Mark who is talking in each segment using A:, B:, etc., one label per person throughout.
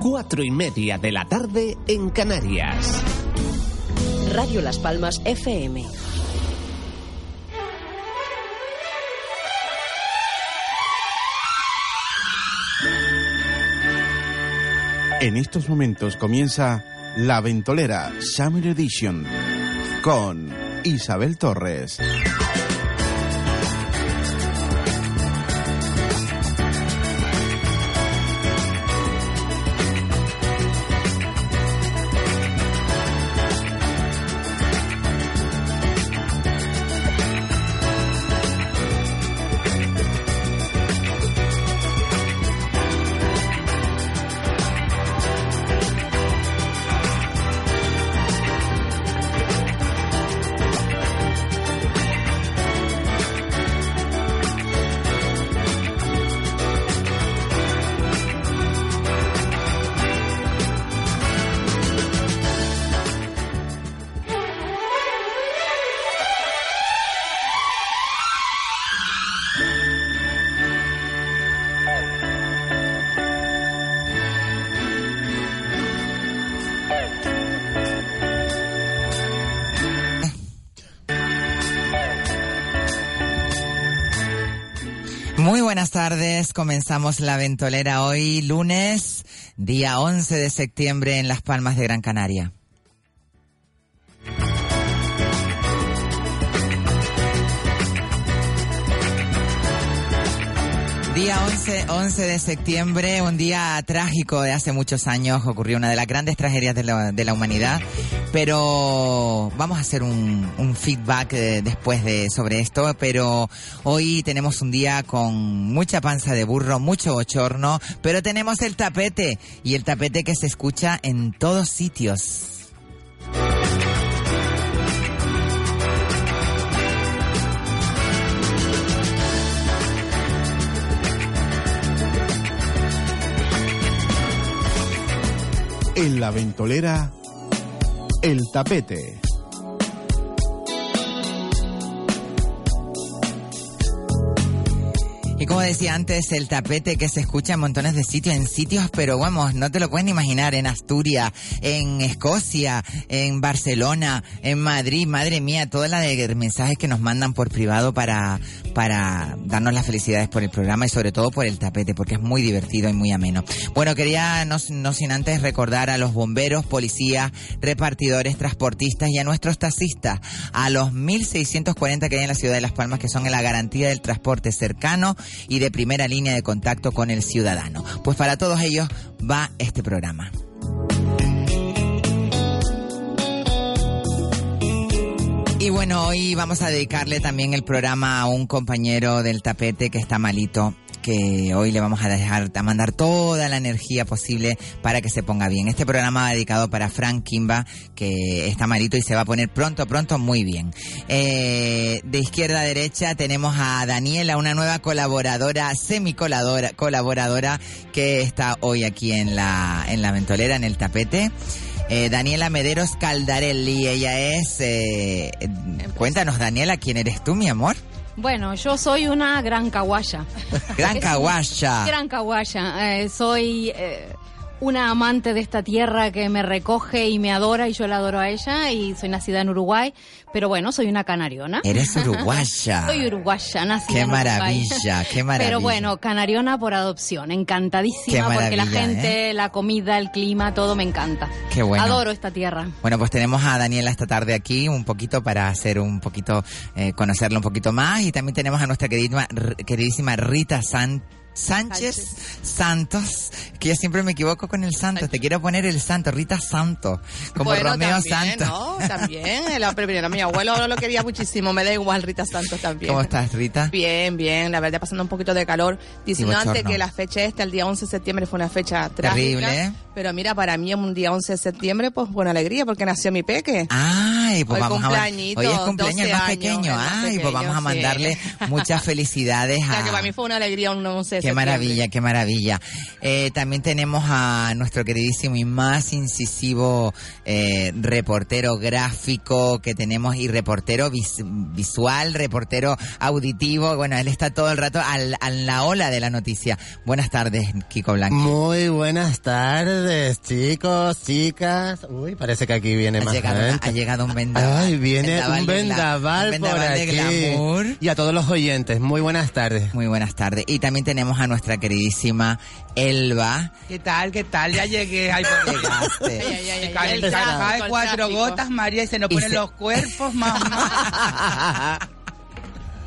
A: Cuatro y media de la tarde en Canarias.
B: Radio Las Palmas FM.
C: En estos momentos comienza La Ventolera Summer Edition con Isabel Torres.
D: Muy buenas tardes, comenzamos la ventolera hoy, lunes, día 11 de septiembre en Las Palmas de Gran Canaria. Día 11, 11 de septiembre, un día trágico de hace muchos años, ocurrió una de las grandes tragedias de la, de la humanidad, pero vamos a hacer un, un feedback eh, después de sobre esto, pero hoy tenemos un día con mucha panza de burro, mucho bochorno, pero tenemos el tapete y el tapete que se escucha en todos sitios.
C: En la ventolera, el tapete.
D: Y como decía antes, el tapete que se escucha en montones de sitios, en sitios, pero vamos, no te lo puedes ni imaginar, en Asturias, en Escocia, en Barcelona, en Madrid, madre mía, toda la de mensajes que nos mandan por privado para, para darnos las felicidades por el programa y sobre todo por el tapete, porque es muy divertido y muy ameno. Bueno, quería no, no sin antes recordar a los bomberos, policías, repartidores, transportistas y a nuestros taxistas, a los 1.640 que hay en la ciudad de Las Palmas, que son en la garantía del transporte cercano y de primera línea de contacto con el ciudadano. Pues para todos ellos va este programa. Y bueno, hoy vamos a dedicarle también el programa a un compañero del tapete que está malito que hoy le vamos a dejar a mandar toda la energía posible para que se ponga bien. Este programa va dedicado para Frank Kimba, que está malito y se va a poner pronto, pronto muy bien. Eh, de izquierda a derecha tenemos a Daniela, una nueva colaboradora, semicoladora, colaboradora, que está hoy aquí en la, en la ventolera, en el tapete. Eh, Daniela Mederos Caldarelli, ella es... eh, cuéntanos, Daniela, ¿quién eres tú, mi amor?
E: Bueno, yo soy una gran caguaya.
D: Gran Caguasha.
E: Gran caguaya. Eh, soy eh, una amante de esta tierra que me recoge y me adora y yo la adoro a ella y soy nacida en Uruguay, pero bueno, soy una canariona.
D: Eres uruguaya.
E: Soy uruguaya, nacida
D: Qué
E: en Uruguay.
D: maravilla, qué maravilla.
E: Pero bueno, canariona por adopción,
D: Qué
E: encantadísima porque la
D: maravilla,
E: gente, la comida, el clima, todo me encanta.
D: Qué bueno.
E: Adoro esta tierra.
D: Bueno, pues tenemos a Daniela esta tarde aquí un poquito para hacer un poquito, eh, conocerla un poquito más. Y también tenemos a nuestra queridísima, r- queridísima Rita San- Sánchez Santos, que yo siempre me equivoco con el Santos. Te quiero poner el Santo, Rita Santo, como
F: Bueno,
D: Romeo
F: también,
D: Santos.
F: ¿no? También, el hombre, primero, mi abuelo lo quería muchísimo, me da igual Rita Santos también.
D: ¿Cómo estás, Rita?
F: Bien, bien, la verdad, pasando un poquito de calor. Diciendo
D: bochorno.
F: antes que la fecha esta, el día 11 de septiembre, fue una fecha
D: Terrible,
F: trágica.
D: ¿eh?
F: Pero mira, para mí un día 11 de septiembre, pues buena alegría, porque nació mi peque.
D: Ay, pues
F: Hoy
D: vamos a
F: cumpleañitos,
D: Hoy es cumpleaños
F: 12
D: el más
F: años,
D: pequeño.
F: el más
D: Ay, pues
F: pequeño,
D: vamos a
F: sí.
D: mandarle muchas felicidades
F: o sea, que
D: a-
F: para mí fue una alegría un 11 de
D: Ah. Qué
F: septiembre.
D: maravilla, qué maravilla. Eh, también tenemos a nuestro queridísimo y más incisivo eh, reportero gráfico que tenemos y reportero vis- visual, reportero auditivo. Bueno, él está todo el rato al, a la ola de la noticia. Buenas tardes, Kiko Blanco.
G: Muy buenas tardes, chicos, chicas. Uy, parece que aquí viene
D: Ha
G: más
D: llegado,
G: gente.
D: ha llegado un vendaval.
G: Ay, viene
D: Vendaval
G: un
D: de gla-
G: vendaval,
D: un vendaval
G: por
D: de
G: aquí.
D: glamour.
G: Y a todos los oyentes, muy buenas tardes.
D: Muy buenas tardes. Y también tenemos a nuestra queridísima Elba.
H: ¿Qué tal? ¿Qué tal? Ya llegué. Ay, por
F: Ay,
D: Llegaste.
F: ay, ay, ay,
H: Cae
F: el
H: el
F: tráfico,
H: cae
F: el
H: cuatro
F: tráfico.
H: gotas, María, y se nos
D: Y
H: ponen
D: se-
H: los cuerpos, mamá.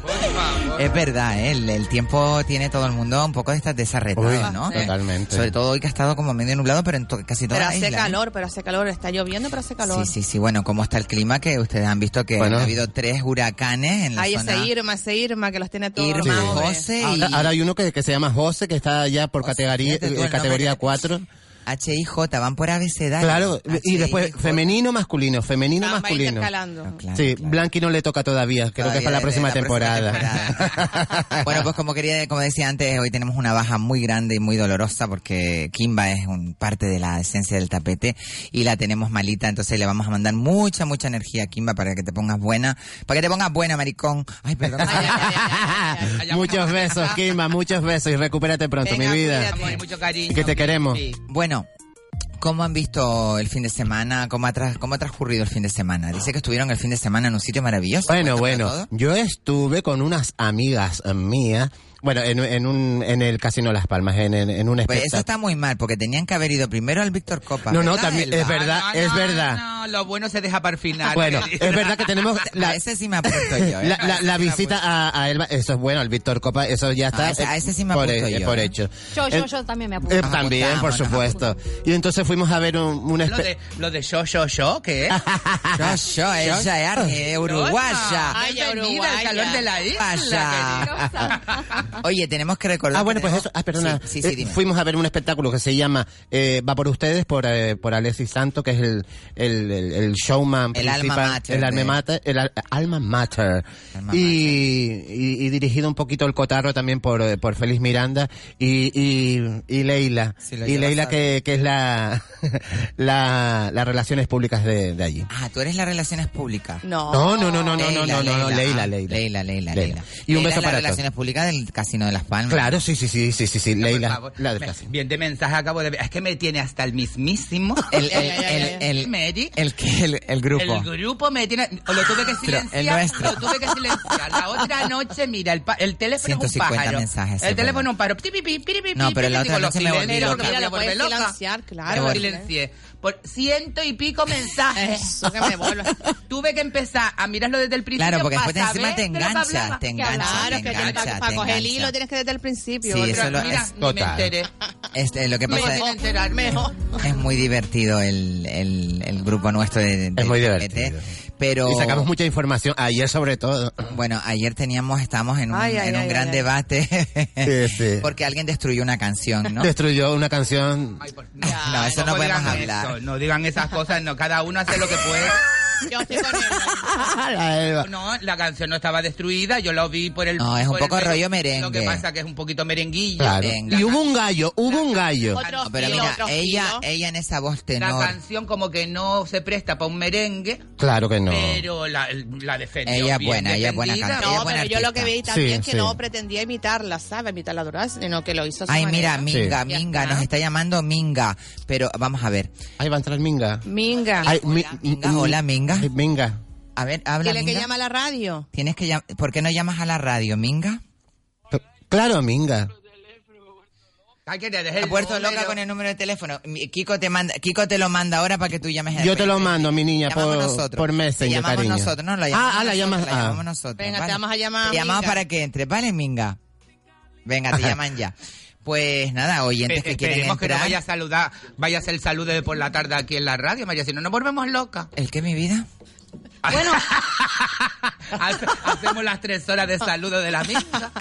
H: Por favor.
D: Es verdad, ¿eh? el, el tiempo tiene todo el mundo un poco de estas desarretadas,
G: Uy,
D: ¿no?
G: totalmente.
D: Sobre todo hoy que ha estado como medio nublado, pero en to- casi toda
F: Pero
D: la
F: hace
D: isla, ¿eh?
F: calor, pero hace calor, está lloviendo, pero hace calor.
D: Sí, sí, sí. Bueno, como está el clima, que ustedes han visto que
G: Bueno.
D: ha habido tres huracanes en la
F: Hay
D: zona.
F: ese Irma, ese Irma que los tiene todos.
D: Irma,
F: más o menos.
D: José y
G: Ahora, ahora hay uno que, que se llama José, que está ya por
D: José,
G: categoría,
D: fíjate tú el
G: eh, categoría
D: nombre.
G: 4.
D: H-I-J, van por abecedario.
G: Claro, y
D: HIJ.
G: después femenino, masculino, femenino,
F: Ah, va
G: masculino.
F: intercalando.
D: No, claro,
G: sí,
D: claro.
G: Blanqui no le toca todavía, creo que es para la próxima
D: Todavía de- de
G: temporada.
D: temporada. bueno, pues como quería, como decía antes, hoy tenemos una baja muy grande y muy dolorosa porque Kimba es un parte de la esencia del tapete y la tenemos malita, entonces le vamos a mandar mucha, mucha energía a Kimba para que te pongas buena, para que te pongas buena, maricón. Ay, perdón.
F: Ay, ay, ay, ay, ay, ay.
G: muchos besos, Kimba, muchos besos y recupérate pronto,
F: Venga,
G: mi vida.
F: cuídate.
H: Amor, mucho cariño.
G: Que te queremos.
H: Sí.
D: Bueno. ¿Cómo han visto el fin de semana? ¿Cómo ha, tras- ¿Cómo ha transcurrido el fin de semana? Dice que estuvieron el fin de semana en un sitio maravilloso.
G: Bueno,
D: Cuéntamelo
G: bueno,
D: todo.
G: yo estuve con unas amigas eh, mías, bueno, en, en, un, en el Casino Las Palmas, en, en, en un
D: Pues eso
G: espectáculo.
D: está muy mal, porque tenían que haber ido primero al Víctor Copa.
G: No, no,
D: ¿verdad,
G: también
D: Elba?
G: es verdad,
H: Ah,
G: es
H: no,
G: verdad. Ah,
H: No, lo bueno se deja para el final.
G: Bueno, es verdad que tenemos
D: A
G: la,
D: ese sí me apunto yo. ¿eh?
G: la,
D: A
G: la-
D: ese
G: la
D: sí me
G: visita
D: apunto.
G: a, a Elba, eso es bueno, al Víctor Copa, eso ya está
D: A Ah, ese- a ese sí me
G: por,
D: apunto
G: eh,
D: yo,
G: por
D: eh.
G: hecho.
E: Yo, yo,
G: Eh,
E: yo también me
G: eh,
E: apunto.
G: también, por
D: apuntamos, nos
G: supuesto. Y entonces fuimos a ver un, un
H: Lo
G: espe-
H: de, lo de yo, yo, yo, ¿qué
A: Ah,
H: es?
D: Yo, yo, ella es arge- uruguaya.
F: Ay,
H: Bienvenida al
F: uruguaya.
H: calor de la
D: Vaya.
H: isla.
D: Oye, tenemos que recordar.
G: Ah, bueno,
D: que
G: pues
D: tenemos-
G: eso. Ah, perdona.
D: Sí, sí, sí,
G: Eh,
D: dime.
G: fuimos a ver un espectáculo que se llama eh, Va por ustedes, por, eh, por Alexis Santo, que es el, el, el- el showman
D: El alma
G: principal,
D: mater
G: El alma
D: de-
G: mater. El al- alma mater.
D: Alma
G: y, y- y dirigido un poquito el cotarro también por, eh, por Félix Miranda y, y, y Leila.
D: Sí, lo
G: y
D: llevas
G: Leila,
D: a-
G: que, que es la, la, las relaciones públicas de, de allí.
D: Ah, tú eres las relaciones públicas.
F: No.
G: No, no, no, no, no, no,
D: Leila,
G: no, no, no, Leila, Leila.
D: ah, Leila, Leila,
G: Leila.
D: Leila.
G: Y un
D: Leila
G: beso para
D: es las
G: todos.
D: relaciones públicas del Casino de las Palmas.
G: Claro, sí, sí, sí, sí, sí, sí,
H: No, por
G: Leila.
H: favor.
G: La de
H: Me-
G: Casino.
H: Bien de mensaje acabo de ver. Es que me tiene hasta el mismísimo.
D: El, el, el, el,
H: Mary.
D: el que- el- el grupo.
H: El grupo me tiene. o Lo tuve que silenciar.
D: el nuestro.
H: Lo tuve que silenciar. La otra noche, mira, el, pa- el teléfono es un
D: 150
H: pájaro.
D: mensajes, sí,
H: el teléfono
D: perdón.
H: es un pájaro. Pi, pi, pi, pi, pi,
D: No,
H: pi,
D: pero
H: pi,
D: la
H: pi,
D: otra
H: digo, lo
D: noche me volví
H: silencio,
D: loca.
H: me voy
F: Mira,
H: a
F: lo
H: volver
F: puedes
H: loca.
F: silenciar,
H: Me
F: claro. ¿eh?
H: volví silencié. Por ciento y pico mensajes.
F: Eso, que me vuelvo.
H: Tuve que empezar a mirarlo desde el principio.
D: Claro, porque
H: pa'
D: después te- encima
H: saber
D: te
H: de lo que
D: enganchas,
H: hablaba.
D: te enganchas,
F: Claro,
D: te
F: es que tienes
D: engancha,
F: para, para
D: te
F: coger el
D: engancha.
F: hilo tienes que desde el principio.
D: Sí,
F: Otra-
D: eso lo-
H: Mira,
D: es
H: ni me
G: total.
H: enteré.
D: Este, lo que
H: Me
D: pasa
H: voy a enterar mejor.
D: es muy divertido el, el, el grupo nuestro de, de
G: Es muy
D: TPT,
G: divertido.
D: Pero
G: Y sacamos mucha información, ayer sobre todo.
D: Bueno, ayer teníamos, estábamos en un,
F: Ay, ay,
D: en un
F: ay,
D: gran
F: ay, ay.
D: debate
G: Sí, sí.
D: porque alguien destruyó una canción, Eh, ¿no?
G: este, Destruyó una canción.
H: Ay, por-
D: No, eso no podemos
H: digan
D: hablar.
H: eso, no digan esas cosas, no. Cada uno hace lo que puede.
F: Yo estoy con él.
G: La Elba.
H: No, la canción no estaba destruida, yo lo vi por el...
D: No, es un
H: por el
D: poco
H: medio.
D: rollo merengue.
H: Lo que pasa que es un poquito merenguillo.
G: Claro.
D: Venga.
G: Y hubo un gallo, hubo un gallo.
F: Otro
D: No, pero
F: filo,
D: mira,
F: otro
D: ella,
F: filo.
D: ella en esa voz
H: La
D: tenor,
H: canción como que no se presta para un merengue,
G: Claro que no.
H: pero la, la defendió
D: Ella es
H: bien
D: buena, ella es buena
H: defendida.
D: cantante.
F: No,
D: Ella es buena
F: pero yo lo que
D: artista.
F: vi también
G: Sí,
F: es que
G: sí.
F: no pretendía imitarla, ¿sabes? Imitarla dorada, sino que lo hizo a su
D: Ay, mira,
F: manera.
D: Minga,
F: Ya
D: Minga,
F: está.
D: nos está llamando Minga. Pero vamos a ver.
G: Ahí va a entrar Minga.
F: Minga.
G: Ay, mi-
D: Minga, hola, Minga.
G: Ay, Minga.
D: A ver, habla
F: Dile que
D: Minga.
F: llama a la radio.
D: Tienes que llam- ¿Por qué no llamas a la radio, Minga?
G: C- Claro, Minga.
H: Ay, que te deje
D: A
H: el
D: Puerto
H: número.
D: Loca con el número de teléfono. Mi- Kiko te manda, Kiko te lo manda ahora para que tú llames. a-
G: Yo te lo mando, mi niña,
D: Llamamos
G: por,
D: nosotros.
G: por
D: Te
G: Messenger,
D: llamamos
G: cariño.
D: nosotros, no la
G: Ah,
D: llamamos.
G: ah, la
D: nosotros,
G: llamas.
D: la
G: ah.
D: llamamos nosotros.
F: Venga, te
D: vale.
F: vamos a llamar a
D: Te llamamos
F: Minga.
D: para que entre, ¿vale, Minga? Venga, te llaman ya. Pues nada, oyentes
H: Espe-
D: que quieren
H: esperemos que no
D: entrar.
H: vaya a saludar, vaya a hacer el saludo de por la tarde aquí en la radio, María, si no nos volvemos locas.
D: ¿El qué, mi vida?
H: Bueno. Hacemos las tres horas de saludo de la misma.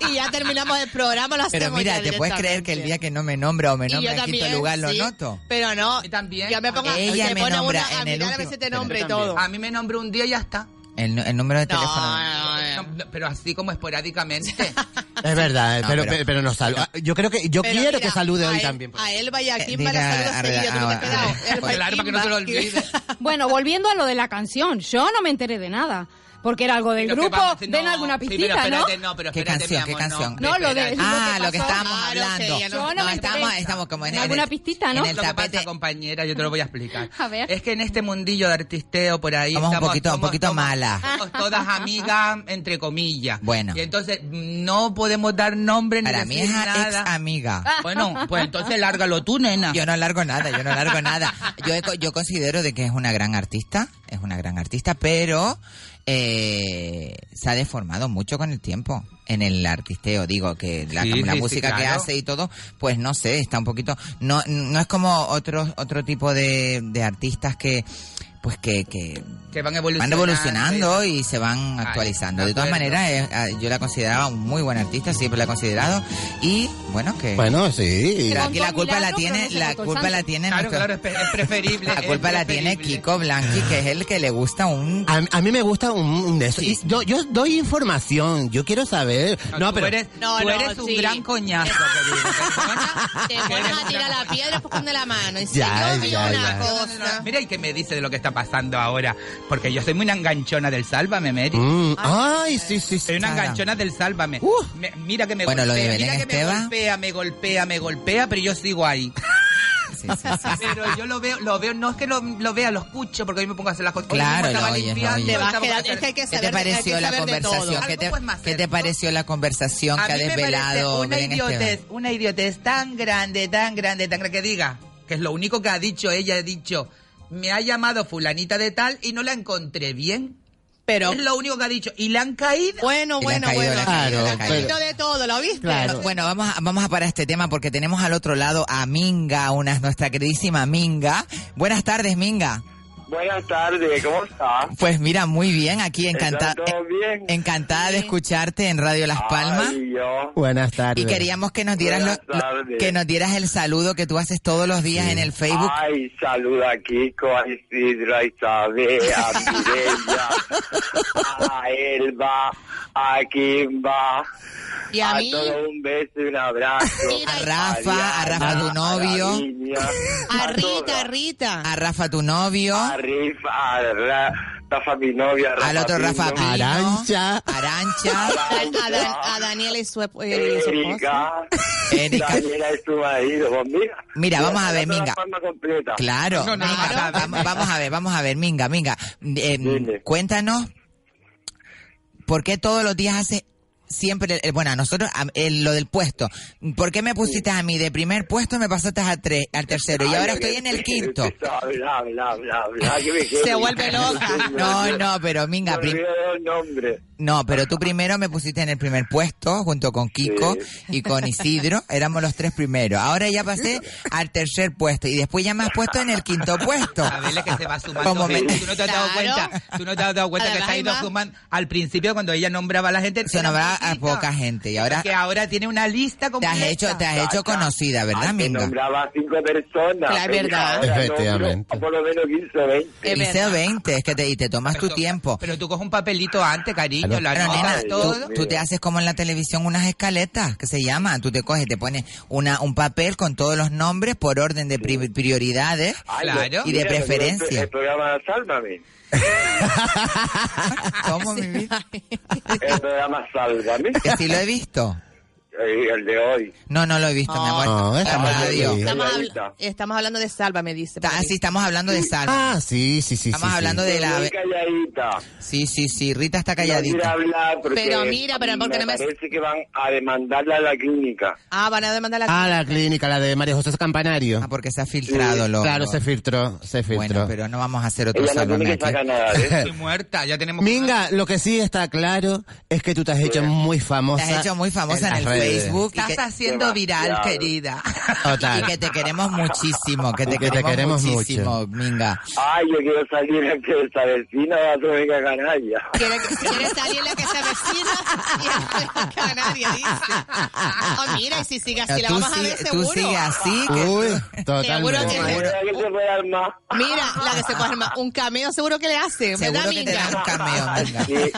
F: Y ya terminamos el programa, lo hacemos
D: Pero mira,
F: ya
D: te puedes creer que el día que no me nombra o me
F: directamente. Y
D: nombra
F: yo
D: en quinto
F: también,
D: lugar lo
F: sí,
D: noto.
F: Pero no,
H: Y también-
F: ya me pongo
D: Ella
F: te
D: me
F: pone
D: nombra
F: una, a
D: en el
F: mirar a
D: último-
F: veces te
D: pero
F: nombre y
H: También.
F: todo.
H: A mí me nombró un día y ya está.
D: El, nu- el número de
F: No,
D: teléfono.
F: no, no.
H: No, pero así como esporádicamente.
G: Es verdad, eh,
D: No,
G: pero,
D: pero-
G: pero, nos saluda. Yo creo que yo
F: Pero
G: quiero
F: mira,
G: que salude
F: a
G: hoy
F: él-
G: también. por
F: A él vaya aquí
D: Eh,
F: para
D: diga,
F: saludos
D: arre-
F: seguidos, tú no te has
D: ah,
F: quedado.
D: arre-
F: Él va
H: Claro, para que no
F: Kimba.
H: se lo olvide.
E: Bueno, volviendo a lo de la canción, yo no me enteré de nada, porque era algo del
H: Pero que
E: grupo,
H: vamos,
E: den alguna
H: sí,
E: pistita,
H: pero espérate,
E: ¿no?
H: no, pero
D: ¿Qué
H: espérate,
D: canción,
H: mi
D: qué
H: amor,
D: canción?
E: No, lo de-
H: espérate.
E: lo
D: Ah,
E: que
D: lo que
E: pasó.
D: estábamos
F: Ah, no sé,
D: hablando.
F: ya no-
E: Yo no
D: no,
E: me
D: estábamos,
E: interesa.
D: estamos como en el-
E: Alguna pistita, ¿no?
D: En el
H: lo que pasa,
D: tapete.
H: compañera, yo te lo voy a explicar.
E: A ver.
H: Es que en este mundillo de artisteo por ahí.
D: Somos un poquito- un poquito
H: somos-
D: malas.
H: Somos todas amigas, entre comillas.
D: Bueno.
H: Y entonces no podemos dar nombre ni
D: Para mí es
H: decir
D: a- ex
H: nada.
D: amiga.
H: Bueno, pues entonces lárgalo tú, nena.
D: Yo no largo nada, yo no largo nada. Yo, he co- yo considero de que es una gran artista, es una gran artista, pero eh, se ha deformado mucho con el tiempo en el artisteo. Digo que la,
H: Sí,
D: la
H: sí, sí,
D: música que
H: claro.
D: hace y todo, pues no sé, está un poquito... No, no es como otro, otro tipo de, de artistas que... Pues que, que
H: que van
D: van
H: evolucionando.
D: evolucionando y se van actualizando.
H: de
D: De todas
H: acuerdo.
D: maneras, eh, ah, yo la consideraba un muy buena artista, siempre la he considerado. Y bueno, que...
G: favor. Bueno, sí.
D: Pero
E: Montó
D: aquí la culpa la
E: milagros, pero
D: tiene,
E: no se
D: la
E: montó el
D: culpa
E: santo.
D: la tiene
H: Claro,
D: nuestro-
H: claro, es, es preferible.
D: la
H: es
D: culpa la tiene
H: preferible.
D: Kiko Blanqui, que es el que le gusta un
G: A, a mí me gusta un, un de eso. Y yo, yo doy información, yo quiero saber.
H: No,
G: No,
H: Ah, tú
G: pero.
H: eres,
F: No,
H: tú
F: no,
H: eres un
F: sí.
H: gran coñazo. querido.
F: Te pones a tirar la piedra por de la mano. Y si
G: Ya,
F: yo vi
G: ya,
F: una
G: ya.
F: cosa.
H: Mira, ¿y qué me dice de lo que está pasando ahora? Porque yo soy muy una enganchona del Sálvame, Mary.
G: Mm, ay, sí, sí, sí.
H: Soy una
D: Sara.
H: enganchona del Sálvame.
G: Uh.
H: Me- mira que me
D: Bueno, lo de
H: golpea,
D: Belén
H: mira que
D: Esteban.
H: me golpea, me golpea, me golpea, pero yo sigo ahí.
D: Sí, sí, sí.
H: Pero yo lo veo, lo veo, no es que lo, lo vea, lo escucho, porque hoy me pongo a hacer las cosas. Hoy mismo
D: Claro,
H: estaba
D: lo oyes, lo
H: limpiando,
D: oyes.
F: Te vas a
H: estaba-
F: quedar. Es que hay que
D: ¿Qué
F: saber
D: te
F: hay que
D: pareció la
F: saber de todo.
D: conversación? ¿Qué
H: Algo
D: te,
H: pues más
D: qué te
H: cerca.
D: pareció la conversación
H: A
D: que ha
H: mí me parece
D: desvelado este
H: una
D: Belén Esteban?
H: idiotez, una idiotez tan grande, tan grande, tan grande que diga, que es lo único que ha dicho ella, ha dicho, me ha llamado fulanita de tal y no la encontré bien.
F: Pero
H: Es lo único que ha dicho. Y la han caído.
F: bueno,
D: Y le ha
F: bueno,
D: caído,
F: bueno.
D: le ha caído,
G: le ha
F: Un
G: caído.
F: poquito de todo, ¿lo viste?
G: Claro.
D: Bueno, vamos a, vamos a parar este tema porque tenemos al otro lado a Minga, una nuestra queridísima Minga. Buenas tardes, Minga.
I: Buenas tardes, ¿cómo está?
D: Pues mira, muy bien, aquí encantada,
I: ¿Están todos Ah. bien?
D: encantada de escucharte en Radio Las Palmas.
I: Ay, yo.
G: Buenas tardes.
D: Y queríamos que nos dieras
I: Buenas
D: lo- lo-
I: tardes.
D: que nos dieras el saludo que tú haces todos los días en el Facebook.
I: Ay, saluda a Kiko, a Isidro, a Isabel, a Mireia, a Elba, a Kimba.
F: Y a mí.
I: todo un beso y un abrazo.
F: Mira,
D: A Rafa, a Rafa,
I: Diana,
D: tu novio.
I: A, la niña,
F: A Rita,
I: todas.
F: a Rita.
D: A Rafa, tu novio.
I: A Rifa, a Ra- Rafa, mi novia. Rafa,
D: al otro
I: Pino,
D: Rafa Pino,
G: Arancha.
D: Arancha,
F: A, Dan- a Daniela y su, esp- y su esposa.
I: Erika.
D: Erika.
I: Daniela es tu marido. Pues mira.
D: Mira, vamos a
I: Mira,
D: ver,
I: toda la
D: Minga.
I: palma completa.
D: Claro,
H: No, no,
D: Minga,
H: no, no, no.
D: vamos, vamos a ver, vamos a ver, Minga, Minga. Eh,
I: Dime.
D: cuéntanos, ¿por qué todos los días haces siempre, el- el- bueno, a nosotros, a- el- lo del puesto? ¿Por qué me pusiste a mí de primer puesto, me pasaste a tres, al tercero y
I: Ay,
D: ahora
I: lo que
D: estoy en el
I: te-
D: quinto?
I: te- Bla, bla, bla, bla, que me quedo
F: Se
I: sin-
F: vuelve loca.
D: No, no, pero Minga,
I: Me
D: prim-
I: olvido del nombre.
D: No, pero tú primero me pusiste en el primer puesto junto con Kiko y con Isidro. Éramos los tres primeros. Ahora ya pasé al tercer puesto y después ya me has puesto en el quinto puesto.
H: A ver, es que se va sumando.
D: Como me-
H: gente. Tú no te has dado
F: Claro.
H: cuenta. Tú no te has dado cuenta que
F: Además,
H: se ha ido
F: además-
H: sumando. Al principio, cuando ella nombraba a la gente,
D: Se
H: era
D: nombraba a
H: poquita.
D: poca gente y ahora
H: Que ahora tiene una lista
D: te
H: completa.
D: has hecho, te has hecho conocida, ¿verdad,
I: Antes
D: Minga?
I: nombraba a cinco personas.
F: Claro, es verdad.
I: ahora nombro
G: Ah, Efectivamente.
I: a por lo menos 15 o 20.
F: Es
D: Hice
F: verdad.
D: 20, es que te, y te tomas tu
H: tú-
D: tiempo.
H: Pero tú coges un papelito antes, cariño,
G: Pero,
H: lo
D: Pero nena,
H: anotas
I: Ay,
D: tú,
H: todo.
I: Dios
D: tú te
I: mío.
D: haces como en la televisión unas escaletas que se llaman. Tú te coges, te pones una, un papel con todos los nombres por orden de pri- prioridades.
I: Ay,
H: Claro.
I: lo-
D: Y de
I: mira,
D: preferencia.
I: El programa Sálvame.
D: ¿Cómo, mi vida?
I: El programa Sálvame.
D: Que sí lo he visto.
I: eh, el de hoy.
D: No, no lo he visto, mi amor.
G: No,
D: estamos,
G: estamos
D: adiós.
G: aquí.
F: Estamos, habl- estamos hablando de Salva, me dice. por
D: Ah,
F: ahí.
D: sí, estamos hablando de Salva.
G: Ah, sí, sí, sí.
D: Estamos
G: sí, sí.
D: hablando de la...
I: Muy calladita.
D: Sí, sí, sí, Rita está
I: No quiere
D: calladita.
I: hablar porque
F: Pero mira, pero porque
I: me
F: no me-
I: parece que van a demandarla a la clínica.
F: Ah, van a demandar la...
G: Ah, la clínica, la de María José Campanario.
D: Ah, porque se ha filtrado, lo.
G: Claro, se filtró, se filtró.
D: Bueno, pero no vamos a hacer otro
I: Ella no
D: salón
I: tiene que
D: aquí.
I: sacar nada de eso.
H: Estoy muerta, ya tenemos...
G: Minga, lo que sí está claro es que tú te has hecho muy
D: Te
G: famosa.
D: has hecho muy famosa en,
G: las
D: el
G: redes.
D: Facebook y
H: Estás
D: que,
H: haciendo viral,
I: Demasiado.
H: querida.
G: Total.
D: y que te queremos muchísimo, que te
G: Y que te
D: queremos,
G: queremos
D: muchísimo, Minga.
I: Ay, yo quiero salir a que esta vecina va a ser una canalla.
F: Quiere, quiere salir la que se vecina y a Canarias, dice. Ah, mira, y si sigue así, la
D: tú
F: vamos a ver
D: sí- tú
F: seguro.
D: sigue así, que-
G: Uy,
F: Seguro que-
G: totalmente.
I: Bueno, que se puede armar.
F: Mira, la que se puede armar un cameo, seguro que le hace.
D: seguro
F: ¿Verdad,
D: que te
F: Minga?
D: dan un cameo, Minga.
I: Sí.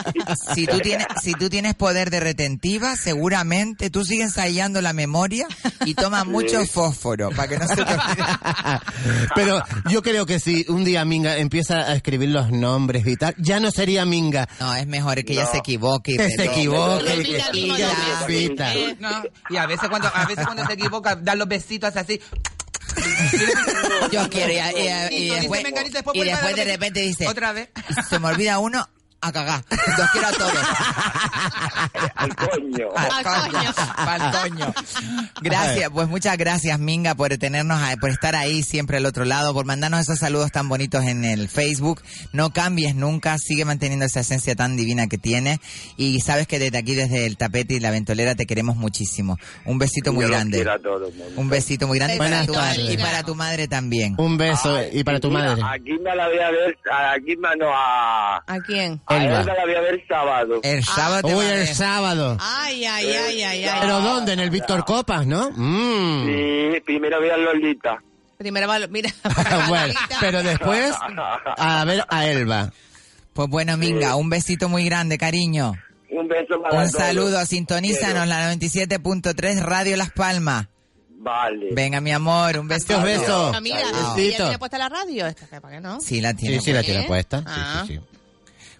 D: Si tú, tienes, si tú tienes poder de retentiva, seguramente tú sigues ensayando la memoria y tomas mucho fósforo para que no se te olvide.
G: Pero yo creo que si un día Minga empieza a escribir los nombres y tal, ya no sería Minga.
D: No, es mejor que ella se equivoque. y
G: Que se
D: perdone.
G: equivoque,
F: Lo
G: que
F: repita,
G: siga,
F: lo
G: repita.
F: Eh,
H: No, y a veces cuando a veces cuando te equivocas, das los besitos así.
D: Yo quiero, y, y- y
H: Listo, dice
D: después,
H: Menganito,
D: y
H: vuelve a dar los
D: después de
H: besitos.
D: repente dice,
H: Otra vez.
D: se me olvida uno, a cagar. Los quiero a todos.
I: Al coño.
D: Pa'l
F: Pa'l coño.
D: coño, pa'l coño. Gracias, pues muchas gracias Minga por tenernos, ahí, por estar ahí siempre al otro lado, por mandarnos esos saludos tan bonitos en el Facebook. No cambies nunca, sigue manteniendo esa esencia tan divina que tienes y sabes que desde aquí, desde el tapete y la ventolera, te queremos muchísimo. Un besito muy
I: Yo los
D: grande.
I: quiero a todos, mi amor.
D: Un besito muy grande y para,
G: Buenas
D: tu madre,
G: tardes.
D: y para tu madre también.
G: Un beso y para tu
I: Mira,
G: madre.
I: Aquí me la voy a ver, aquí me no, a, a
F: ¿A quién?
G: Elba.
I: Elba la voy a ver sábado.
D: El sábado te
G: Ah. Uy,
D: va a
G: el
D: ver.
G: sábado.
F: Ay, ay, ay, ay, ay.
G: ¿Pero dónde? En el Víctor Copas, ¿no? Mm.
I: Sí, primero voy a Lolita.
F: Primero va, mira.
G: bueno, pero después a ver a Elba.
D: Pues bueno, Minga, un besito muy grande, cariño.
I: Un beso para
D: Un
I: todos.
D: saludo, sintonízanos la 97.3 Radio Las Palmas.
I: Vale.
D: Venga, mi amor, un beso.
G: Muchos besos.
F: Ah, mira,
G: Besito.
F: ¿y ¿ya tiene puesta la radio? Esta, ¿Para qué no?
D: Sí, la tiene.
G: Sí, sí, la tiene
F: ¿Eh?
G: puesta. Sí,
F: Ah.
G: sí, sí.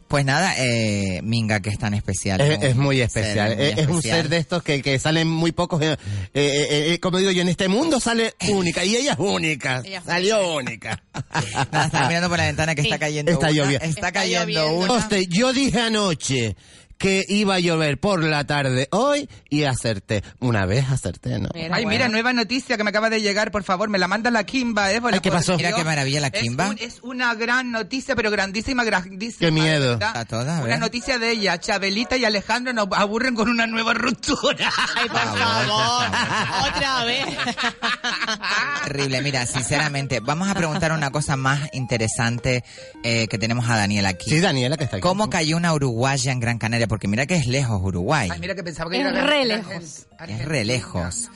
D: Pues nada, eh, Minga, que es tan especial.
G: Es,
D: ¿no?
G: es muy
D: Un
G: especial.
D: ser
G: es, es un
D: especial.
G: ser de estos que, que salen muy pocos. eh, eh, eh, eh, como digo yo, en este mundo sale única. Y ella es única.
F: Ella es
G: Salió única.
D: Nada, estaba mirando por la ventana que está cayendo
G: Está
D: una,
G: lloviendo.
D: Está
F: Está
D: cayendo
F: lloviendo.
D: una.
G: Oste, yo dije anoche que iba a llover por la tarde hoy y acerté. Una vez acerté, ¿no?
H: Ay, mira, nueva noticia que me acaba de llegar, por favor, me la manda la Kimba, Ébola,
G: Ay, ¿qué
H: por
G: pasó?
H: Dios.
D: Mira qué maravilla la
H: Es
D: Kimba.
H: un- Es, una gran noticia, pero grandísima, grandísima.
G: Qué miedo.
H: de verdad.
D: A todas, a
H: una
D: ver.
H: noticia de ella, Chabelita y Alejandro nos aburren con una nueva ruptura.
F: Ay, por
D: Por favor,
F: favor.
D: por
F: Otra vez.
D: Terrible, mira, sinceramente, vamos a preguntar una cosa más interesante eh, que tenemos a Daniel aquí.
G: Sí, Daniela, que está aquí.
D: ¿Cómo cayó una uruguaya en Gran Canaria? Porque mira que es lejos Uruguay.
H: Ay, mira que pensaba que
E: Es
H: era
E: re
H: Argen-
E: lejos.
D: es
H: Argentina.
D: re lejos.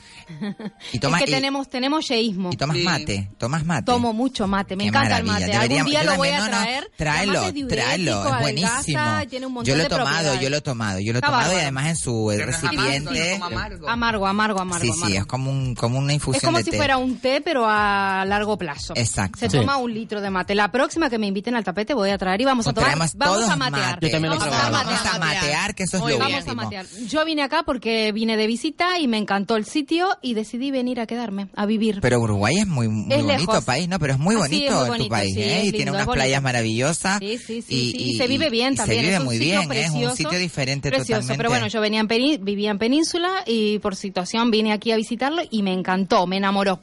D: Y
E: Es
D: tomas,
E: que tenemos, tenemos yeísmo.
D: y, y tomas
H: Sí.
D: mate, tomas mate.
E: Tomo mucho mate, me
D: Qué
E: encanta el
D: maravilla.
E: mate.
D: Deberíamos-
E: Algún día
D: yo
E: lo voy
D: también,
E: a
D: no, no,
E: traer. Además
D: tráelo,
E: es diurético,
D: tráelo, es
E: adelgaza,
D: buenísimo.
E: tiene un montón
D: yo lo he
E: de
D: tomado,
E: propiedades.
D: yo lo he tomado, yo lo he
E: Está
D: tomado y
E: bárbaro.
D: además en su eh,
H: Pero es amargo,
D: recipiente.
H: es como amargo.
E: Amargo, amargo, amargo.
D: Sí, sí,
E: amargo.
D: es como un como una
E: Es
D: infusión
E: como
D: de
E: si
D: té.
E: fuera un té, pero a largo plazo.
D: Exacto.
E: Se
D: Sí.
E: toma un litro de mate. La próxima que me inviten al tapete voy a traer y vamos a
D: Nos
E: tomar.
D: Pues traemos
E: Vamos
D: todos
E: a matear.
D: mate. Yo
G: también lo
E: vamos,
G: quiero
E: a
G: probar.
E: matear.
D: Vamos a matear, que eso es
F: Muy
D: lo
F: bien.
E: Vamos a
D: último.
E: matear. Yo vine acá porque vine de visita y me encantó el sitio y decidí venir a quedarme, a vivir.
D: Pero Uruguay es muy, muy
E: Es
D: bonito
E: lejos.
D: país, ¿no? Pero es muy
E: Ah, sí,
D: bonito,
E: es muy
D: tu
E: bonito,
D: país,
E: sí,
D: ¿eh?
E: es
D: Y tiene
E: lindo,
D: unas
E: es bonito.
D: playas maravillosas.
E: Sí, sí, sí, sí, y se vive bien
D: y
E: también.
D: Se vive
E: es un
D: muy
E: sitio
D: bien, ¿eh? es
E: precioso,
D: un sitio diferente
E: precioso.
D: totalmente.
E: Pero bueno, yo venía en Peni- vivía en Península y por situación vine aquí a visitarlo y me encantó, me enamoró.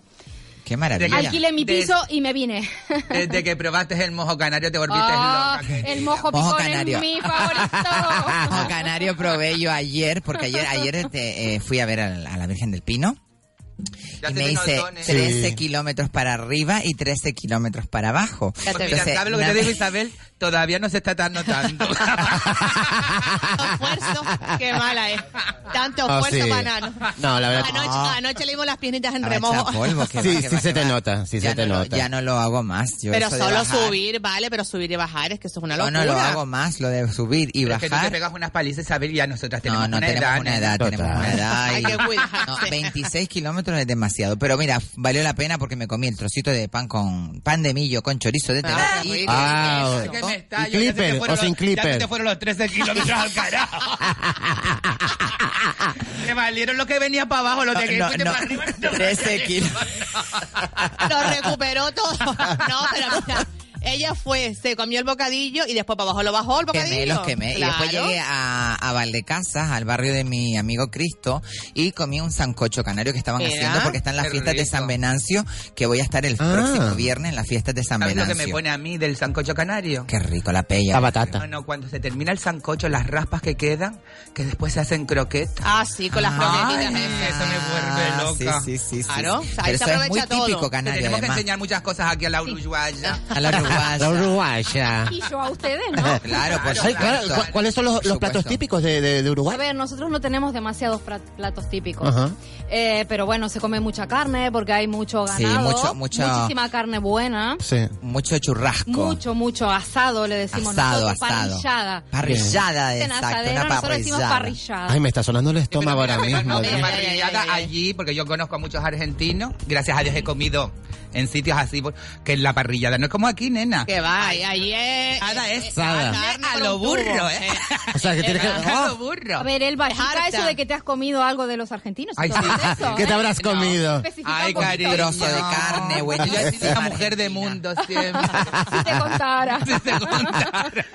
D: Qué maravilla.
H: Mira,
E: Alquilé mi
H: de-
E: piso y me vine.
H: Desde que probaste el mojo canario te volviste
E: Ah,
H: loca. querida.
E: el mojo
D: Mojo
E: picón
D: canario.
E: es mi favorito.
D: Ojo, Canario probé yo ayer, porque ayer, ayer este, eh, fui a ver a la, a la Virgen del Pino.
H: Ya
D: y
H: se
D: me
H: te
D: hice
H: notones.
D: 13 kilómetros para arriba y 13 kilómetros para abajo.
H: Pues mira,
D: Entonces,
H: ¿sabes lo que te
D: nada-
H: digo, Isabel? Todavía no se está tan notando.
F: esfuerzo, qué mala es. Tanto
D: Ah,
G: Oh,
F: esfuerzo
G: sí.
F: banano.
G: No, la verdad-
F: Anoche, anoche le dimos las piernitas en
D: Ah, echa
F: remojo.
D: polvo, que
G: Sí,
D: va, que
G: sí
D: va,
G: se
D: que
G: te
D: va.
G: nota, sí
D: Ya
G: se te
D: no lo-
G: nota.
D: ya no lo hago más. yo
F: Pero
D: eso de
F: solo
D: bajar,
F: subir, vale, pero subir y bajar es que eso es una
D: Yo
F: locura.
D: no lo hago más, lo de subir y
H: Es que tú te
D: bajar.
H: pegas unas palizas, Isabel, y ya nosotras tenemos
D: No, no
H: una
D: tenemos
H: edad. ¿eh?
D: una
H: nena.
D: edad, tenemos
G: Total.
D: una edad. y-
F: Hay que cuidarse.
D: No, 26 kilómetros es demasiado. Pero mira, valió la pena porque me comí el trocito de pan con pan de millo con chorizo de
F: Ah,
D: ternera y
H: ¿eh?
F: rico.
G: Ah,
D: queso.
H: Qué
D: con
H: está,
G: ¿Y
H: yo ya se te
G: clipper
H: fueron
G: o sin
H: los- Ya se te
G: clipper?
H: fueron los 13 kilómetros al carajo. Te valieron lo que venía para abajo, lo
D: No,
H: de que
D: no,
H: fuiste
D: no.
H: para arriba.
D: 13 kilos.
F: Lo recuperó todo. No, pero o sea, ella fue, se comió el bocadillo y después para abajo lo bajó el bocadillo.
D: Quemé, los quemé. Y después
F: Claro.
D: llegué a, a Valdecasas, al barrio de mi amigo Cristo, y comí un sancocho canario que estaban
F: Mira.
D: haciendo porque están las
H: Qué
D: fiestas de
H: rico.
D: San Venancio, que voy a estar el
G: Ah.
D: próximo viernes en las fiestas de San
H: ¿Sabes lo que
D: Venancio.
H: me pone a mí del sancocho canario?
D: Qué rico la pella.
G: La
H: No,
G: batata.
H: no, cuando se termina el sancocho, las raspas que quedan, que después se hacen croquetas.
F: Ah, sí, con las
H: Ay,
F: croquetitas esas.
H: eso me vuelve loca.
D: Ah, Sí, sí, sí. sí,
F: Claro,
D: sí.
F: o sea, ahí
D: Pero
F: se
D: eso es muy
F: aprovecha todo.
D: típico
H: Te
D: canario,
H: tenemos que
D: además.
H: enseñar muchas cosas aquí a la uruguaya.
D: A la
G: La
D: uruguaya.
G: uruguaya.
E: Y yo a ustedes, ¿no?
D: Claro, por
G: Ay, claro,
D: supuesto.
G: ¿cu- ¿Cuáles son los,
D: Por
G: los platos
D: supuesto.
G: típicos de, de- de
E: A
G: Uruguay?
E: ver, nosotros no tenemos demasiados fra- platos típicos.
G: Ajá.
E: Eh, pero bueno, se come mucha carne porque hay mucho
D: Sí,
E: ganado.
D: mucho- mucho-
E: Muchísima carne buena.
G: Sí.
D: Mucho churrasco.
E: Mucho, mucho asado, le decimos
D: asado,
E: nosotros.
D: asado.
E: Parrillada.
D: Parrillada,
E: En
D: exacto.
E: asadero
D: una
E: "Ah, nosotros decimos parrillada.
G: Ay, me está sonando el
H: Pero
G: estómago
H: mira,
G: ahora
H: mira,
G: mismo.
H: no,
G: Dios.
H: que
F: Ay, ay,
H: parrillada
F: ay, ay.
H: allí, porque yo conozco a muchos argentinos, gracias a Dios he comido en sitios así, que en la parrillada no es como aquí, nena.
F: Que va, ahí- ahí es.
H: Nada es
G: Sada.
H: carne a lo burro, ¿eh?
G: O sea, que tienes que...
H: A lo
G: ¡Oh!
H: burro.
E: A ver, Elba, explica
F: Harta.
E: eso de que te has comido algo de los argentinos.
H: Ay,
E: Entonces,
H: sí.
E: eso,
G: ¿Qué
E: ¿eh?
G: te habrás
E: No,
G: comido?
E: especifica
H: Ay,
E: un poquito.
H: cariño.
D: trozo de carne,
H: Yo he sido
D: buenísima
H: una mujer de
D: Argentina.
H: mundo siempre.
E: Si te contara.
H: Si te contara.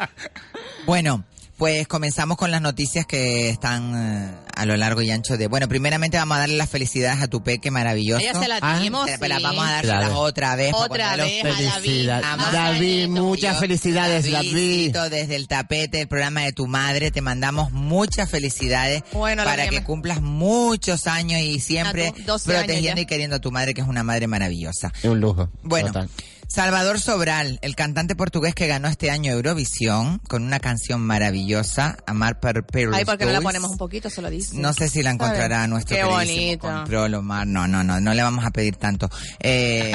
D: Bueno, pues comenzamos con las noticias que están eh, a lo largo y ancho de... Bueno, primeramente vamos a darle las felicidades a tu peque maravilloso.
F: Ella se la
G: Ah,
F: dimos.
D: Se- las
F: sí.
D: vamos a dar
G: Claro.
D: otra vez. para
F: Otra
D: cuando los-
F: vez a David.
G: Felicidad.
D: Amor.
G: David, muchas
D: Yo-
G: felicidades, David.
D: Davidcito, desde el tapete, el programa de tu madre, te mandamos muchas felicidades
F: Bueno, la
D: para
F: mía
D: que
F: me-
D: cumplas muchos años y siempre
F: A tu- 12 años
D: protegiendo
F: ya.
D: y queriendo a tu madre, que es una madre maravillosa.
G: Es un lujo.
D: Bueno,
G: Total.
D: Salvador Sobral, el cantante portugués que ganó este año Eurovisión con una canción maravillosa, Amar per Perus
F: Ay, porque no la
D: Dois.
F: ponemos un poquito, se lo dice.
D: No sé si la encontrará
F: ¿Sabe?
D: nuestro
F: Qué
D: queridísimo
F: bonito.
D: control, Omar. No, no, no, no le vamos a pedir tanto. Eh,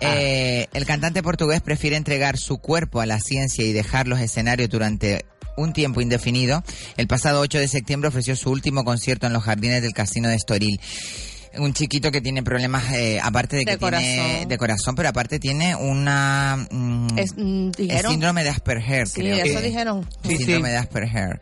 D: eh, el cantante portugués prefiere entregar su cuerpo a la ciencia y dejar los escenarios durante un tiempo indefinido. El pasado 8 de septiembre ofreció su último concierto en los jardines del Casino de Estoril. Un chiquito que tiene problemas, eh, aparte
F: De
D: de, que tiene
F: corazón.
D: de corazón, pero aparte tiene una... mm,
F: Es, mm,
D: el
F: dijeron.
D: síndrome de Asperger,
F: Sí,
D: creo
F: eso
D: que-
F: dijeron.
H: Sí,
D: síndrome
H: sí.
D: de Asperger.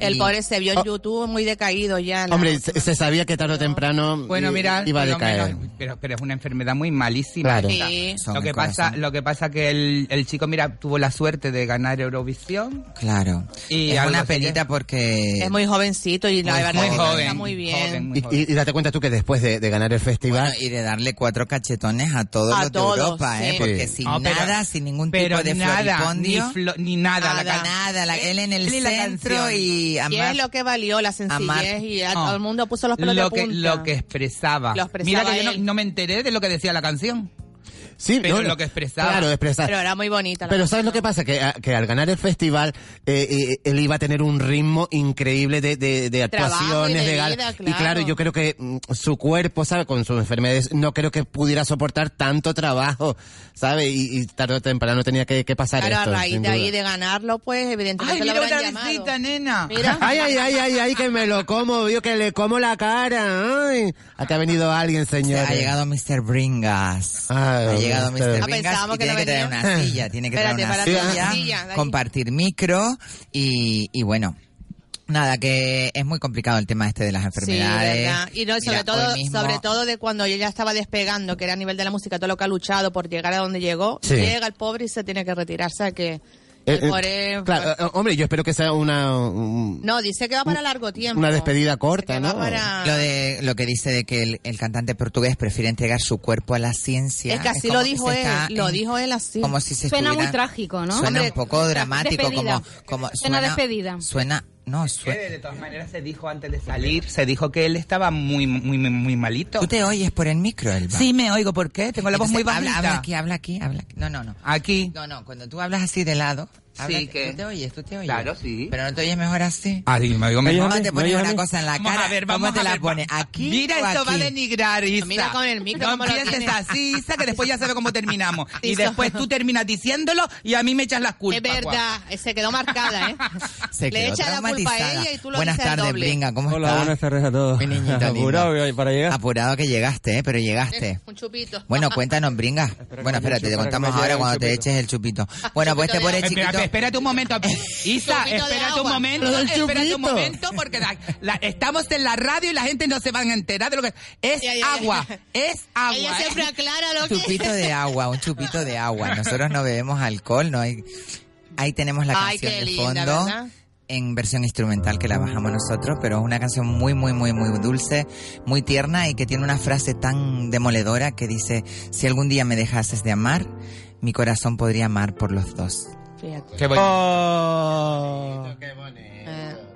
F: El
D: Y-
F: pobre se vio en
H: Oh.
F: YouTube muy decaído ya. la-
G: Hombre, se, se sabía que tarde o temprano
H: Bueno,
G: i-
H: mira,
G: iba a
H: por lo
G: decaer.
H: menos- pero, pero es una enfermedad muy malísima.
G: Claro.
H: esta.
F: Sí.
D: Son
H: Lo
D: el
H: que, pasa,
D: corazón.
H: lo que pasa que el, el chico, mira, tuvo la suerte de ganar Eurovisión.
D: Claro.
H: Y
D: es
H: algo
D: una
H: así
D: penita
H: que-
D: porque...
F: Es muy jovencito y la
D: Muy
F: verdad
H: Pues Muy
F: que
H: joven.
F: está muy bien.
H: joven, muy
G: Y,
H: joven.
G: y- y date cuenta tú que después de, de ganar el festival,
D: Bueno, y de darle cuatro cachetones a todos
F: A
D: los
F: todos,
D: de Europa, ¿eh?
F: sí.
D: Porque
H: Sí.
D: sin
H: No, Ah, pero-
D: nada, sin ningún
H: pero
D: tipo de
H: nada,
D: floripondio,
H: Ni, flo- ni nada.
D: nada,
H: la can- Eh,
D: nada, la- él en el
H: Él y la
D: centro
H: canción.
D: y
F: Y
D: amar-
F: es lo que valió la sencillez
D: Amar-
F: y a
H: No.
F: todo el mundo puso los pelos
H: Oh. lo
F: de
H: que,
F: punta.
H: lo que expresaba.
F: Lo expresaba
H: Mira que yo no,
F: él.
H: no me enteré de lo que decía la canción.
G: sí,
H: pero
G: no, no,
H: lo que expresaba.
G: Claro, expresar.
F: Pero era muy bonita. la
G: Pero ¿sabes
F: canción.
G: lo que pasa? Que, a- que al ganar el festival, eh, eh, él iba a tener un ritmo increíble de, de, de
F: Trabajo
G: actuaciones,
F: y de
G: gal-
F: vida,
G: Y claro,
F: claro.
G: yo creo que mm, su cuerpo, ¿sabes? Con sus enfermedades, no creo que pudiera soportar tanto trabajo, ¿sabes? Y, y tarde o temprano tenía que, que pasar
F: Claro,
G: esto.
F: a raíz
G: sin
F: de ahí
G: duda.
F: de ganarlo, pues
H: Ay,
F: evidentemente lo
H: mira
F: habrán
H: otra
F: llamado.
H: visita, nena.
F: Mira.
G: Ay, ay, ay, ay, ay, que me lo como, vio que le como la cara. Ay, acá ha venido alguien, señor.
D: Ha llegado Mr. Bringas.
G: Ay,
D: ha
G: Mr.
D: llegado Mr.
F: Ah,
D: Bringas
F: pensábamos
D: y
F: que
D: tiene
F: no
D: que traer
F: venía.
D: una silla, tiene que
F: Espérate,
D: traer una
F: espérate,
D: silla,
F: la silla, Dani.
D: compartir micro y, y bueno. Nada, que es muy complicado el tema este de las
F: Sí,
D: enfermedades.
F: verdad. Y no, y sobre
D: Mira,
F: todo,
D: hoy mismo-
F: sobre todo de cuando ella estaba despegando, que era a nivel de la música, todo lo que ha luchado por llegar a donde llegó,
G: Sí.
F: llega el pobre y se tiene que retirar, o sea que
G: Eh,
F: el
G: eh,
F: pobre-
G: claro, eh, hombre, yo espero que sea una, un-
F: no, dice que va para largo tiempo.
G: una despedida corta,
F: Que
G: ¿no?
F: va para-
D: Lo de lo que dice de que el, el cantante portugués prefiere entregar su cuerpo a la ciencia.
F: Es que así
D: como
F: lo dijo
D: se
F: él,
D: está
F: lo
D: en-
F: dijo él así.
D: Como si se
E: Suena
D: estuviera-
E: muy trágico, ¿no?
D: Suena
E: Hombre,
D: un poco dramático,
E: despedida.
D: como como
E: Suena despedida.
D: Suena no, suena.
H: Eh, De todas maneras, se dijo antes de salir, se dijo que él estaba muy, muy, muy, muy
F: Eh,
H: malito.
D: Tú te oyes por el micro, Elba.
H: Sí, me oigo, ¿por qué? Tengo la voz muy
D: Entonces,
H: bajita.
D: Habla, habla aquí, habla aquí, habla aquí. No, no, no.
H: Aquí.
D: No, no, cuando tú hablas así de lado, Háblate,
H: que-
D: ¿Tú te oyes? ¿Tú te oyes?
H: Claro, sí.
D: Pero no te oyes mejor así.
J: Así, Ah, me digo mejor.
D: ¿Cómo te
J: Me
D: pones
J: digo
D: una
J: mejor.
D: cosa en la
H: Vamos
D: cara?
H: a ver,
D: ¿Cómo
H: vamos
D: te
H: a
D: la
H: ver, Ah,
D: pones? ¿Aquí
H: Mira,
D: o
H: esto va a
D: aquí?
H: denigrar, Isa.
F: Mira con el micro
H: No
F: cómo lo
H: empieces
F: tiene.
H: así, Isa, que después ya sabes cómo terminamos. y
F: Hizo.
H: después tú terminas diciéndolo y a mí me echas las culpas.
F: Es verdad, eh, se quedó marcada, ¿eh?
D: Se
F: Le
D: quedó
F: echa la culpa a
D: traumatizada.
F: ella y tú lo
D: Buenas
F: dices al
D: tardes,
F: doble.
D: Bringa, ¿cómo
J: Hola,
D: estás?
J: buenas tardes a todos.
D: Mi niñita linda.
J: Apurado para llegar.
D: Apurado que llegaste, ¿eh? pero llegaste.
F: Eh, Un chupito.
D: Bueno, cuéntanos, bringa. bueno,
J: que me eche-
D: espérate, te
J: para que
D: contamos
J: me llegue
D: ahora
J: el
D: cuando te
J: chupito.
D: eches el chupito. Bueno, pues
F: chupito
D: te
F: de
D: pones
F: agua.
D: chiquito.
H: Espera- Espérate un momento. Isa,
F: Chupito de
H: espérate un
F: agua.
H: momento.
F: Lo del
H: Espérate un
F: chupito.
H: momento porque la- la- estamos en la radio y la gente no se van a enterar de lo que es
F: Ya, ya, ya.
H: agua. Es agua.
F: Ella
H: ¿eh?
F: siempre aclara lo que
D: chupito de agua, un chupito de agua. Nosotros no bebemos alcohol, no hay. Ahí tenemos la
F: Ay,
D: canción
F: qué
D: de
F: linda,
D: fondo.
F: ¿verdad?
D: en versión instrumental que la bajamos nosotros, pero es una canción muy, muy, muy, muy dulce, muy tierna y que tiene una frase tan demoledora que dice, si algún día me dejases de amar, mi corazón podría amar por los dos.
H: Qué bonito.
J: Oh.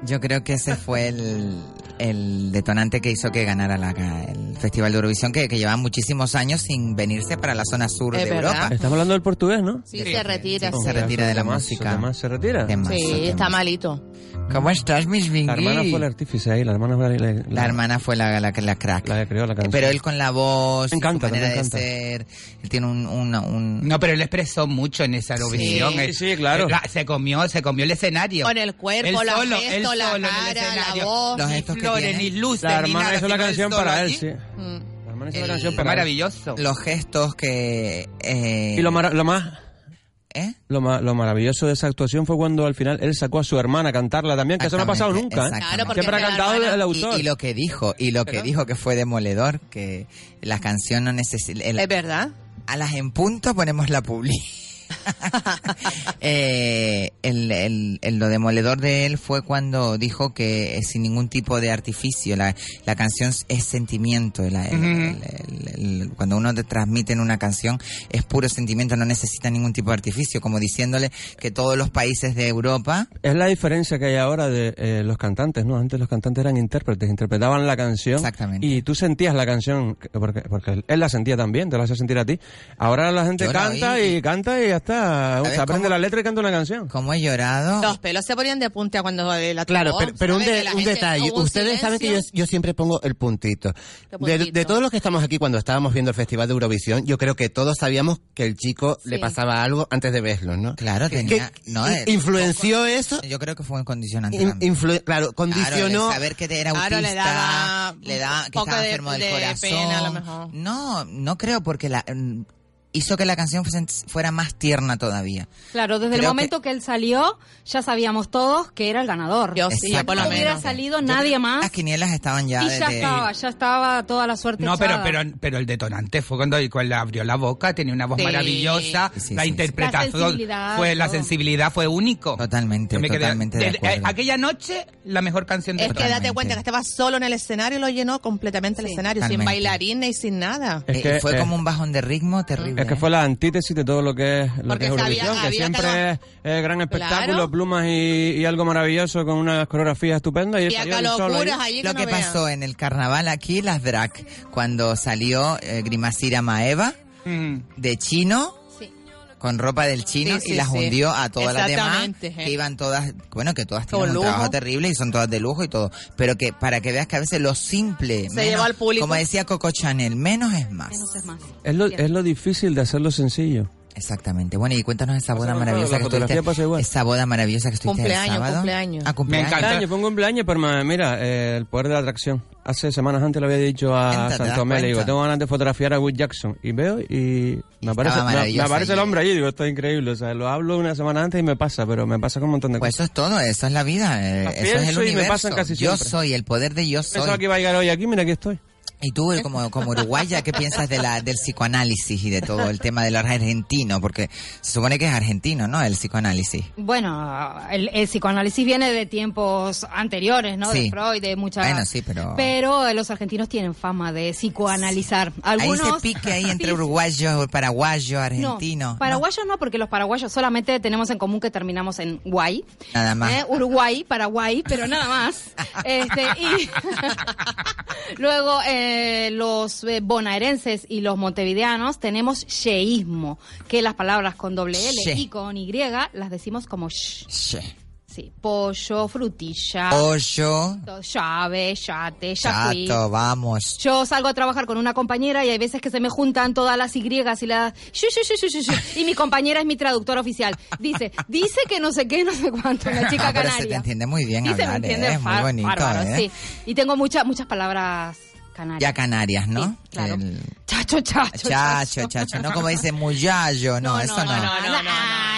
D: Yo creo que ese fue el, el detonante que hizo que ganara la, el Festival de Eurovisión, que, que lleva muchísimos años sin venirse para la zona sur
F: Es
D: de
F: verdad.
D: Europa.
J: Estamos hablando del portugués, ¿no?
F: Sí, se retira.
D: Se retira de la música.
J: Además, se retira.
D: Temazo,
F: Sí, está
D: temazo.
F: malito.
D: ¿Cómo estás, mis
J: La hermana
D: Bingy?
J: fue la artífice ahí, la hermana fue la, la-
D: La hermana fue la, la, la crack.
J: la que creó la canción.
D: Pero él con la voz,
J: Me encanta,
D: su manera
J: me encanta.
D: de ser, él tiene un... un, un-
H: No, pero él expresó mucho en esa Eurovisión.
J: Sí,
H: Él-
J: sí, claro.
H: él- ah, se comió, se comió el escenario.
F: Con el cuerpo,
H: Él
F: la
H: solo,
F: gesto,
H: él
F: la
H: solo en el
F: cara, la
H: escenario.
F: voz.
D: Los
H: Ni
D: gestos que
H: flores,
D: tiene.
H: ni luces,
J: la
H: ni
J: hermana
H: nada,
J: hizo la
H: sino
J: canción
H: solo
J: para él, Eh,
H: allí.
J: sí.
F: Mm.
J: La hermana hizo la
D: el-
J: canción
H: Fue
J: para él.
H: maravilloso.
D: Los gestos que... eh,
J: Y lo, mara- lo más...
D: ¿eh?
J: Lo, ma- lo maravilloso de esa actuación fue cuando al final él sacó a su hermana a cantarla también, que eso no ha pasado
D: Exactamente,
J: nunca. ¿eh?
D: exactamente.
F: Claro, porque
J: Siempre ha
F: fue la
J: cantado el,
F: hermana.
J: el
D: Y,
J: autor.
D: y lo que dijo, y lo que dijo que fue demoledor, que la canción no necesita... el-
F: Es verdad.
D: A las en punto ponemos la publi. Eh, el, el- el- lo demoledor de él fue cuando dijo que eh, sin ningún tipo de artificio la, la canción es sentimiento la- el-
H: Ujú.
D: el- el- el- cuando uno te transmite en una canción es puro sentimiento no necesita ningún tipo de artificio como diciéndole que todos los países de Europa
J: Es la diferencia que hay ahora de eh, los cantantes, ¿no? Antes los cantantes eran intérpretes, interpretaban la canción.
D: Exactamente.
J: Y tú sentías la canción, que- porque, porque él la sentía también, te la hacía sentir a ti. Ahora la gente
D: Yo la
J: canta
D: oí.
J: y canta y ya está.
D: ¿Sabes
J: Se aprende
D: cómo?
J: la letra y canta una canción.
D: como he llorado
F: Los pelos se ponían de punta cuando eh, la
G: Claro,
F: tocó,
G: pero, pero un,
F: ¿sabes?
G: de-
F: Que la
G: un
F: gente-
G: detalle.
F: hubo un
G: Ustedes saben que yo,
F: silencio.
G: yo siempre pongo el puntito.
F: El
G: De,
F: puntito.
G: de todos los que estamos aquí cuando estábamos viendo el Festival de Eurovisión, yo creo que todos sabíamos que el chico le
F: Sí.
G: pasaba algo antes de verlo, ¿no?
D: Claro, tenía-
G: que-
D: no,
G: que
D: el-
G: influenció eso.
D: yo creo que fue un condicionante
G: in-
D: también.
G: influ- claro,
D: Claro,
G: condicionó.
D: de saber que era autista,
F: Claro,
D: le
F: le
D: daba,
F: daba
D: que
F: un poco
D: estaba
F: de-
D: enfermo del
F: de
D: corazón.
F: pena, a lo mejor.
D: No, no creo porque la mm, hizo que la canción fuese- fuera más tierna todavía.
E: Claro, desde
D: Creo
E: el momento que... él salió, ya sabíamos todos que era el ganador.
F: Yo Oh, sí,
D: Exacto.
F: por lo
E: no hubiera
F: menos.
E: salido
D: Yo
E: nadie
D: creo-
E: más
D: Las quinielas estaban ya
E: y
D: desde
E: ya estaba, ya estaba toda la suerte
H: No, pero,
E: echada.
H: pero, pero el detonante fue cuando, cuando abrió la boca, tenía una voz
F: Sí.
H: maravillosa,
D: Sí, sí,
H: la
D: sí.
H: interpretación,
E: La sensibilidad,
H: fue, la
E: todo.
H: sensibilidad fue único.
D: Totalmente,
H: Yo me quedé-
D: totalmente de
H: desde-
D: acuerdo.
H: eh, aquella noche, la mejor canción de
F: Es que date
D: Totalmente.
F: cuenta que estaba solo en el escenario y lo llenó completamente el escenario, sin
D: Totalmente.
F: bailarines y sin nada.
J: Es
D: Eh,
J: que,
D: fue
J: eh,
D: como un bajón de ritmo terrible.
J: Es que fue la antítesis de todo lo que es, lo
F: Porque
J: que es
F: se había-
J: Eurovisión, que
F: había
J: siempre
F: calor.
J: es eh, gran espectáculo,
F: Claro.
J: plumas y, y algo maravilloso con unas coreografías estupendas. Y,
F: Y
J: salió
F: acá
J: él solo ahí.
F: locuras allí que
D: Lo
F: no
D: que
F: veas.
D: pasó en el carnaval aquí, las drag, cuando salió eh, Grimasira Maeva
H: Mm.
D: de chino,
F: Sí.
D: con ropa del chino
F: Sí, sí,
D: y las
F: sí.
D: hundió a todas las demás
F: Exactamente, eh.
D: que iban todas bueno que todas
F: Con
D: tienen un
F: lujo.
D: trabajo terrible y son todas de lujo y todo pero que para que veas que a veces lo simple
F: Se llevó al público.
D: como decía Coco Chanel menos es más
E: Entonces más.
J: Es lo, es lo difícil de hacerlo sencillo.
D: exactamente bueno y cuéntanos esa boda
J: Pasa
D: maravillosa
J: igual, la
D: que
J: fotografía pasa
D: estuviste
J: igual.
D: esa boda maravillosa que estuviste el
F: Cumpleaños,
D: sábado
F: cumpleaños.
D: Ah, cumpleaños.
H: Me encanta.
J: Cumpleaños, fue un cumpleaños, pero ma- mira, eh, el poder de la atracción. Hace semanas antes le había dicho a
D: Cuenta, te das
J: Santomé, le digo,
D: cuenta.
J: tengo ganas de fotografiar a Will Jackson. Y veo y me aparece, me- me,
D: maravilloso
J: aparece el
D: allí.
J: hombre allí, digo, esto es increíble. O sea, lo hablo una semana antes y me pasa, pero me pasa con un montón de
D: pues eso
J: cosas.
D: es todo eso es la vida eh,
J: Las
D: eso es el
J: pienso y me
D: universo
J: pasan casi
D: yo
J: siempre.
D: soy el poder de yo soy
J: Pensaba que iba a llegar hoy aquí, mira, aquí estoy.
D: Y tú, eh, como, como uruguaya, ¿qué piensas de la, del psicoanálisis y de todo el tema del argentino? Porque se supone que es argentino, ¿no? El psicoanálisis.
E: Bueno, el, el psicoanálisis viene de tiempos anteriores, ¿no?
D: Sí.
E: De Freud, de muchas...
D: Bueno, sí, pero-
E: Pero eh, los argentinos tienen fama de psicoanalizar. Algunos...
D: Ahí se pique ahí entre
E: Sí,
D: uruguayo, paraguayo, argentino.
E: No, paraguayos no, porque los paraguayos solamente tenemos en común que terminamos en guay.
D: Nada más.
E: Eh, Uruguay, Paraguay, pero nada más. Este, y, Luego, eh, los eh, bonaerenses y los montevideanos tenemos sheísmo, que las palabras con doble L
D: She.
E: y con Y las decimos como sh. Sí, pollo, frutilla,
J: Ah.
D: Pollo,
E: to- llave, yate, yaqui.
D: Oh. chato, vamos.
E: Yo salgo a trabajar con una compañera y hay veces que se me juntan todas las Y y las... shu, shu, shu, shu, shu, shu, Y mi compañera es mi traductora oficial. Dice, dice que no sé qué, no sé cuánto, una chica
D: Ah, pero se te
E: canaria.
D: entiende muy bien
E: Sí, se me
D: hablar,
E: entiende
D: ¿eh? Es muy
E: far-
D: bonito,
E: bárbaro,
D: ¿eh?
E: sí. Y tengo muchas, muchas palabras canarias.
D: Ya Canarias, ¿no?
E: claro.
D: El-
E: Chacho, chacho.
D: Chacho, chacho. No como dice muchacho, no, eso no.
E: no, no,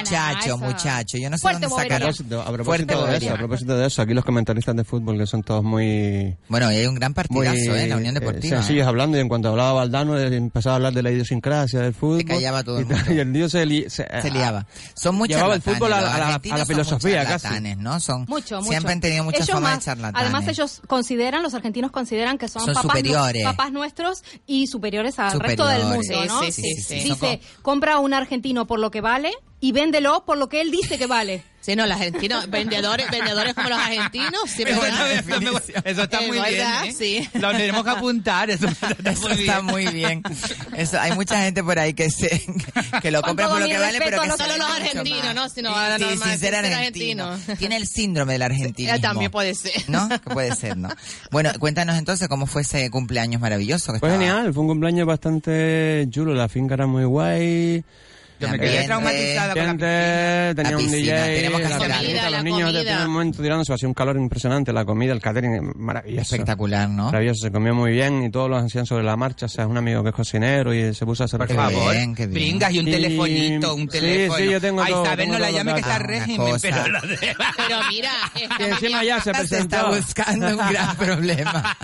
D: Chacho, muchacho. Yo no sé
E: Fuerte
D: dónde
J: A
D: sacaron.
J: propósito, a propósito
D: Fuerte
J: de eso,
D: Bobería.
J: a propósito de eso, aquí los comentaristas de fútbol que son todos muy...
D: Bueno, y hay un gran partidazo, ¿eh? La Unión Deportiva.
J: sencillos hablando, y en cuanto hablaba Valdano, eh, empezaba a hablar de la idiosincrasia del fútbol. Se
D: callaba todo el
J: Y, el tío se, li- se,
D: Se liaba. Son muy
J: Llevaba el
D: charlatanes,
J: fútbol a,
D: los
J: la- a la- a
D: argentinos
J: la
D: son
J: filosofía
D: muy
J: casi.
D: charlatanes, ¿no? Son,
E: Mucho, mucho.
D: Siempre han tenido mucha
E: Ellos
D: fama de
E: más-
D: charlatanes.
E: Además, ellos consideran, los argentinos consideran que son,
D: Son
E: papás,
D: superiores.
E: papás nuestros y superiores al resto del
D: Superiores.
E: mundo, ¿no?
D: Sí, sí, sí, sí, sí. Son
E: Dice, compra a un argentino por lo que vale y véndelo por lo que él dice que vale.
F: Sí, no, los argentinos, vendedores, vendedores como los argentinos, siempre ganan.
H: Eso está
F: Es
H: muy
F: verdad,
H: bien. ¿eh?
F: sí.
H: Lo tenemos que apuntar. Eso está, muy bien.
D: Está muy bien. Eso, hay mucha gente por ahí que se que lo
F: Con
D: compra
F: todo
D: por lo
F: mi
D: que vale,
F: respeto a
D: pero que
F: los-
D: se
F: solo los
D: vende mucho
F: argentinos,
D: más.
F: ¿no? Sino
D: Sí,
F: a la
D: sí,
F: norma- sin
D: sin ser
F: ser
D: argentino.
F: argentino.
D: Tiene el síndrome del argentino.
F: Eh, También puede ser.
D: ¿No? Que puede ser, ¿no? Bueno, cuéntanos entonces cómo fue ese cumpleaños maravilloso. Que
J: Fue
D: estaba-
J: genial, fue un cumpleaños bastante chulo, la finca era muy guay.
D: Yo me quedé
J: Gente,
D: traumatizada con la
J: gente,
D: piscina.
J: Tenía
D: La
J: un
D: piscina,
J: DJ,
D: tenemos que hacer
J: la
D: algo.
J: piscina,
D: Comida,
J: los
D: la
J: niños de
D: comida.
J: primer momento tirándose, hacía un calor impresionante, la comida, el catering, eh, maravilloso.
D: Espectacular, ¿no?
J: Maravilloso, se comió muy bien y todos lo hacían sobre la marcha, o sea, un amigo que es cocinero y se puso a hacer
H: Por favor, pingas y un
J: Y-
H: telefonito, un
J: sí,
H: teléfono.
J: sí, yo tengo
H: Ay,
J: todo,
H: Isabel,
J: tengo
H: no la
J: todo,
H: llame que
J: todo.
H: está
D: Ah,
J: Una
H: régimen,
J: cosa.
H: pero la de...
F: Pero mira, esta
J: Y encima
F: mañana-
J: ya se
D: Se está
J: presentó.
D: buscando un gran problema.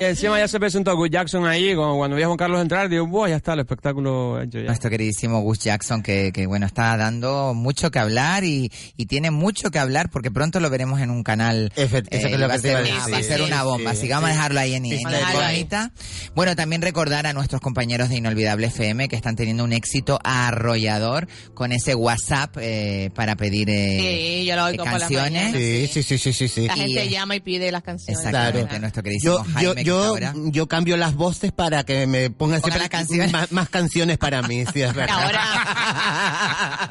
J: Y encima ya se presentó Good Jackson ahí, como cuando vi a Juan Carlos entrar, digo, "Buah, ya está el espectáculo hecho ya".
D: Nuestro queridísimo Gus Jackson, que, que, bueno, está dando mucho que hablar y, y tiene mucho que hablar porque pronto lo veremos en un canal.
G: Efect- eso es
D: y
G: lo
D: va,
G: que
D: a
G: te iba
D: ser
G: a
D: una,
G: decir.
D: va a ser una
G: Sí,
D: bomba,
G: sí,
D: así que vamos a
G: sí.
D: dejarlo ahí en, en la
F: Déjalo ahí.
D: incógnita. Bueno, también recordar a nuestros compañeros de Inolvidable FM que están teniendo un éxito arrollador con ese WhatsApp eh, para pedir eh,
F: Sí, yo lo oigo por las
D: canciones.
F: mañanas.
G: Sí, sí, sí, sí, sí. sí.
F: La
D: Y,
F: gente
D: eh,
F: llama y pide las canciones.
D: Exactamente,
F: ¿verdad?
D: nuestro
G: Yo, yo,
D: queridísimo Jaime. que
G: yo,
D: está ahora-
G: yo cambio las voces para que me pongan siempre
D: las canciones.
G: Más, más canciones para mí, sí, es verdad.
F: Ahora,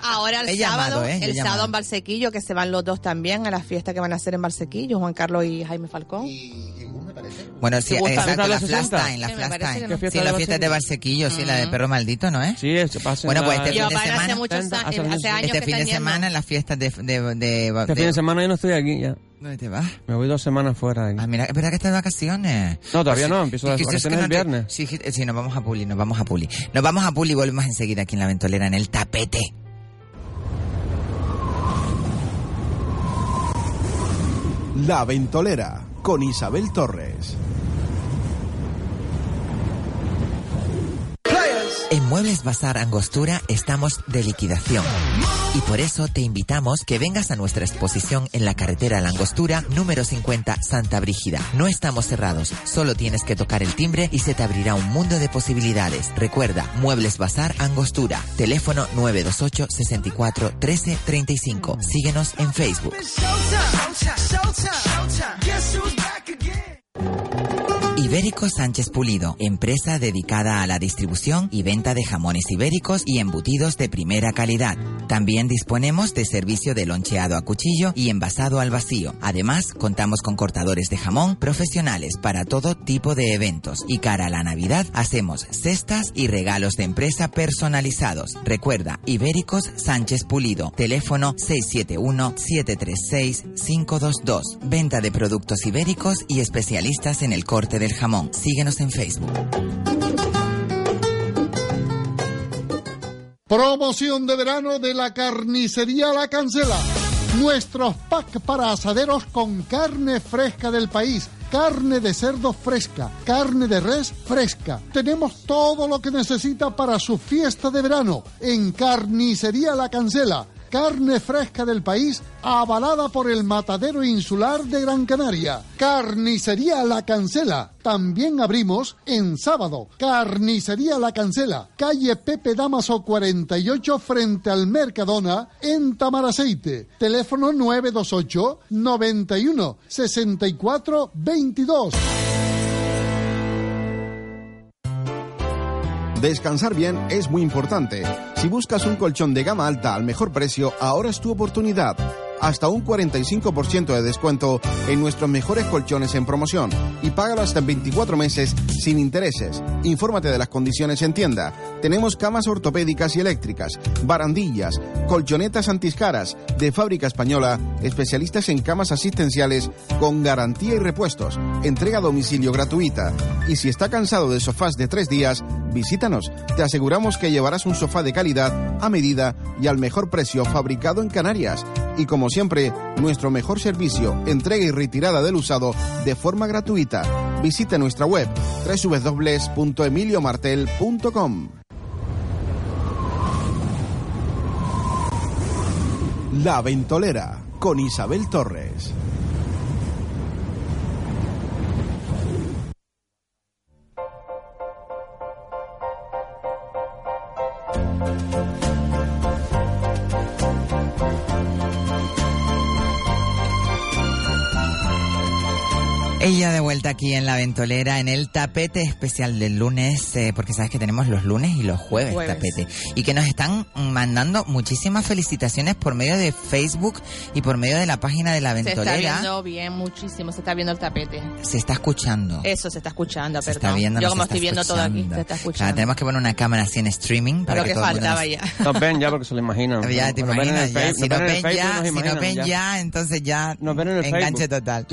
F: ahora el
D: He
F: sábado,
D: llamado, ¿eh? Yo he
F: el
D: llamado.
F: sábado en Barsequillo, que se van los dos también a la fiesta que van a hacer en Barsequillo, Juan Carlos y Jaime Falcón.
D: Bueno, sí,
J: ¿Te gusta?
D: exacto,
J: ¿Te gusta la
D: la Flash
J: 60?
D: Time, la
F: Sí, me
D: Flash
F: parece que no.
D: Time.
J: ¿Qué
D: Sí,
J: fiesta
D: la
J: de
D: fiesta de Barsequillo, sí, la de Perro Maldito, ¿no es?
J: Sí, eso pasa. en
D: Bueno, pues,
J: la-
D: este
F: Yo,
D: fin de
F: van hace
D: semana-
F: muchos
J: Hace
F: años,
J: años.
F: hace años
D: Este
F: que
D: fin
F: están
D: de
F: yendo.
D: semana en las fiestas de... de, de-
J: Este fin de semana yo no estoy aquí ya.
D: ¿Dónde te vas?
J: Me voy dos semanas fuera. de aquí.
D: Ah, mira, es verdad que estás de vacaciones.
J: No, todavía
D: Pues,
J: no, empiezo las
D: dijiste, es que
J: vacaciones el
D: no te-
J: viernes.
D: Sí, dijiste- sí, nos vamos a Puli, nos vamos a Puli. Nos vamos a Puli y volvemos enseguida aquí en La Ventolera, en el tapete.
C: La Ventolera con Isabel Torres.
D: En Muebles Bazar Angostura estamos de liquidación. Y por eso te invitamos que vengas a nuestra exposición en la carretera La Angostura, número 50, Santa Brígida. No estamos cerrados, solo tienes que tocar el timbre y se te abrirá un mundo de posibilidades. Recuerda, Muebles Bazar Angostura, teléfono 928 64 13 35. Síguenos en Facebook. Ibérico Sánchez Pulido, empresa dedicada a la distribución y venta de jamones ibéricos y embutidos de primera calidad. También disponemos de servicio de loncheado a cuchillo y envasado al vacío. Además, contamos con cortadores de jamón profesionales para todo tipo de eventos. Y cara a la Navidad, hacemos cestas y regalos de empresa personalizados. Recuerda, Ibéricos Sánchez Pulido, teléfono 671-736-522. Venta de productos ibéricos y especialistas en el corte del jamón. Síguenos en Facebook.
K: Promoción de verano de la carnicería La Cancela. Nuestros packs para asaderos con carne fresca del país, carne de cerdo fresca, carne de res fresca. Tenemos todo lo que necesita para su fiesta de verano en Carnicería La Cancela. Carne fresca del país, avalada por el Matadero Insular de Gran Canaria. Carnicería La Cancela. También abrimos en sábado. Carnicería La Cancela, calle Pepe Damaso 48 frente al Mercadona en Tamaraceite. Teléfono 928 91 64 22.
C: Descansar bien es muy importante. Si buscas un colchón de gama alta al mejor precio, ahora es tu oportunidad. Hasta un 45% de descuento en nuestros mejores colchones en promoción y págalo hasta en 24 meses sin intereses. Infórmate de las condiciones en tienda. Tenemos camas ortopédicas y eléctricas, barandillas, colchonetas antiscaras de fábrica española, especialistas en camas asistenciales con garantía y repuestos, entrega a domicilio gratuita. Y si está cansado de sofás de tres días, visítanos. Te aseguramos que llevarás un sofá de calidad, a medida y al mejor precio fabricado en Canarias. Y como siempre, nuestro mejor servicio, entrega y retirada del usado de forma gratuita. Visita nuestra web www.emiliomartel.com. La Ventolera con Isabel Torres.
D: Ella de vuelta aquí en la ventolera, en el tapete especial del lunes, eh, porque sabes que tenemos los lunes y los jueves,
B: Jueves.
D: tapete. Y que nos están mandando muchísimas felicitaciones por medio de Facebook y por medio de la página de la
F: Se está
D: ventolera.
F: viendo bien, muchísimo. Se está viendo el tapete.
D: Se está escuchando.
F: Eso se está escuchando,
D: Se
F: perdón.
D: está viendo,
F: Yo
D: no
F: como
D: se
F: estoy
D: está
F: viendo todo aquí,
D: escuchando.
F: se está
D: Claro,
F: escuchando.
D: tenemos que poner una cámara así en streaming para
F: Lo que
D: todo el mundo
F: faltaba
D: nos-
F: ya.
J: Nos ven ya porque se lo imaginan.
D: Ya te
J: Nos ven en el
D: imaginas, ya,
J: Face-
D: si nos
J: en el
D: ven
J: Facebook
D: ya,
J: nos
D: si nos
J: imaginan
D: ven ya, entonces ya
J: el
D: enganche
J: Facebook.
D: total.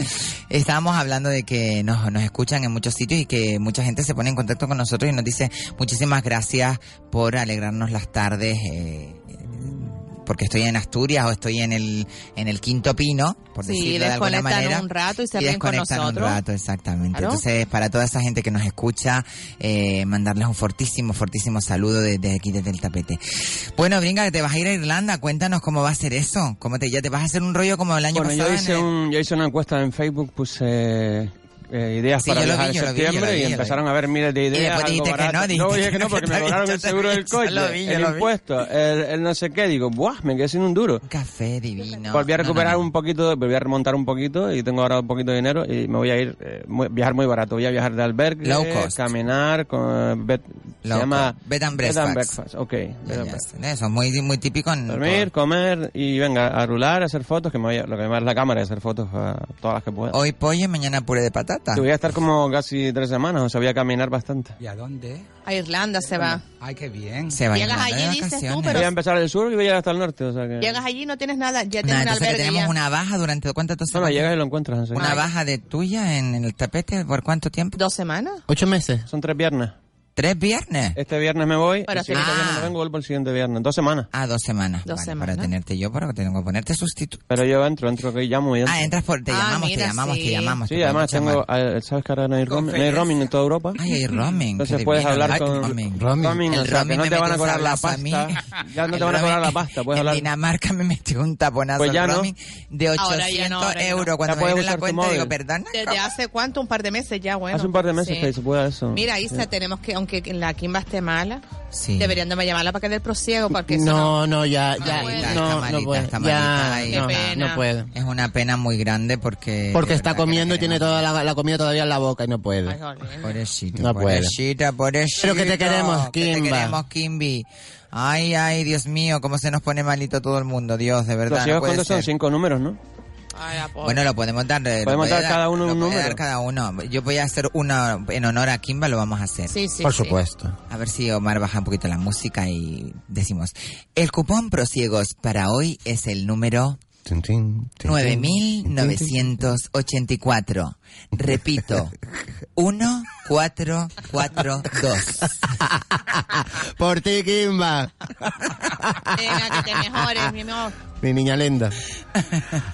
D: Estábamos hablando de que nos, nos escuchan en muchos sitios y que mucha gente se pone en contacto con nosotros y nos dice muchísimas gracias por alegrarnos las tardes. eh, porque estoy en Asturias o estoy en el en el Quinto Pino, por
F: Sí,
D: decirlo de alguna
F: desconectan
D: manera.
F: un rato y se
D: y
F: ríen con
D: desconectan un
F: nosotros.
D: rato, exactamente.
F: Claro.
D: Entonces, para toda esa gente que nos escucha, eh, mandarles un fortísimo, fortísimo saludo desde aquí, desde el tapete. Bueno, Bringa, que te vas a ir a Irlanda, cuéntanos cómo va a ser eso. ¿Cómo te, ya te vas a hacer un rollo como el año
J: Bueno,
D: pasado?
J: yo
D: en
J: hice,
D: el-
J: un- yo hice una encuesta en Facebook, puse eh, ideas
D: Sí,
J: para
D: yo lo
J: viajar
D: vi,
J: en
D: yo lo vi, yo lo
J: septiembre
D: vi, yo
J: y
D: lo
J: empezaron a ver miles de
D: Y
J: ideas. algo
D: después dijiste que no,
J: barato.
D: dijiste
J: dije que no
D: que
J: porque
D: no,
J: me
D: yo
J: cobraron el
D: te-
J: seguro del
D: yo
J: coche,
D: lo vi, yo
J: el
D: lo vi.
J: impuesto, el, el no sé qué. Digo, ¡buah! Me quedé sin un duro.
D: Café
J: volví Pues
D: divino.
J: a
D: No, no,
J: recuperar
D: no.
J: un poquito, volví a remontar un poquito y tengo ahora un poquito de dinero y me voy a ir, eh, muy- viajar muy barato. Voy a viajar de albergue,
D: Low cost.
J: caminar, con, bet- se
D: Low
J: llama
D: cost. Bed and breakfast.
J: breakfast, ok. bed and
D: Ya
J: breakfast.
D: está. Eso, muy, muy típico en...
J: Dormir, comer y venga, a rular, a hacer fotos, que me voy a- lo que me va es la cámara, a hacer fotos a todas las que pueda.
G: Oh.
D: Hoy pollo y mañana puré de patata.
J: Te voy a estar como casi tres semanas, o sea, voy a caminar bastante.
H: ¿Y a dónde?
F: A Irlanda se va.
H: Ay, qué bien.
J: Se va
F: Llegas Irlanda allí, de dices tú, vacaciones. pero-
J: Voy a empezar del sur y voy a llegar hasta el norte, o sea que...
F: Llegas allí no tienes nada, ya
D: Nada,
F: tienes un
D: entonces que
F: albergue
D: tenemos
F: ya.
D: una baja durante cuánto tiempo?
J: No, no, llegas y lo encuentras. en serio.
D: Una baja de tuya en, en el tapete por cuánto tiempo?
F: Dos semanas.
J: ¿Ocho meses? Son tres viernes.
D: ¿Tres viernes?
J: Este viernes me voy,
F: Pero
J: el siguiente
F: sí.
J: viernes no vengo, vuelvo el siguiente viernes. Dos semanas.
D: Ah, dos semanas.
F: Dos
D: Vale,
F: semanas.
D: Para tenerte yo, para que tengo que ponerte sustituto.
J: Pero yo entro, entro que llamo y entro.
D: Ah, entras por... Te
F: Ah,
D: llamamos,
F: mira,
D: te llamamos,
F: sí.
D: te llamamos.
J: Sí,
D: te
J: además
D: podemos
J: tengo, eh, ¿sabes que ahora no hay roaming, no hay roaming en toda Europa?
D: Ay, hay roaming,
J: Entonces
D: qué
J: puedes
D: divino,
J: hablar
D: hay
J: con
D: roaming.
J: roaming,
D: El
J: o sea, que
D: roaming
J: no
D: me
J: te van a
D: metió un
J: cobrar la
D: sablazo a
J: pasta.
D: mí.
J: Ya no
D: El
J: te van a cobrar la
D: roaming-
J: pasta, puedes
D: en
J: hablar.
D: Dinamarca me metió un taponazo
J: Pues ya
D: el
J: no.
D: roaming de
F: Ahora ya
D: 800
F: no, ahora ya no.
D: euros.
J: Ya
D: Cuando me
J: puedes
D: dieron la
J: usar tu
D: cuenta digo,
J: móvil.
D: perdona.
F: Desde hace cuánto, un par de meses ya, bueno.
J: Hace un par de meses
F: Sí.
J: que se pueda eso.
F: Mira, Isa, tenemos que, aunque en la Kimba esté mala,
D: Sí.
F: deberían de llamarla para que dé el prosiego, porque eso
D: Mm.
F: no.
D: No,
G: no, ya,
D: ya,
F: puede.
D: no,
G: no
D: malita,
G: puede. Ya,
D: está malita ahí.
F: Qué no, pena. no puede.
D: Es una pena muy grande porque...
G: Porque
D: de
G: está
D: verdad que la
G: comiendo y tiene toda la, la comida todavía en la boca y no puede.
D: Pobrecito,
G: No puede.
D: pobrecita, pobrecito.
G: Pero que te queremos,
D: que te
G: Kimba.
D: queremos, Kimbi. Ay, ay, Dios mío, cómo se nos pone malito todo el mundo, Dios, de
J: Los
D: verdad.
J: ciegos
D: no puede
J: cuántos son
D: ser.
J: cinco números, ¿no?
F: Ay, la pobre.
D: Bueno, lo podemos dar. eh, lo
J: Podemos
D: puede
J: dar cada uno
D: lo
J: un
D: puede dar
J: número.
D: cada uno. Yo voy a hacer una en honor a Kimba, lo vamos a hacer.
F: Sí, sí, Por sí. supuesto.
D: A ver si Omar baja un poquito la música y decimos. El cupón Prosiegos para hoy es el número 9984. Repito, 1442.
G: Por ti, Kimba.
F: Venga, que te mejores, mi amor.
G: Mi niña lenda.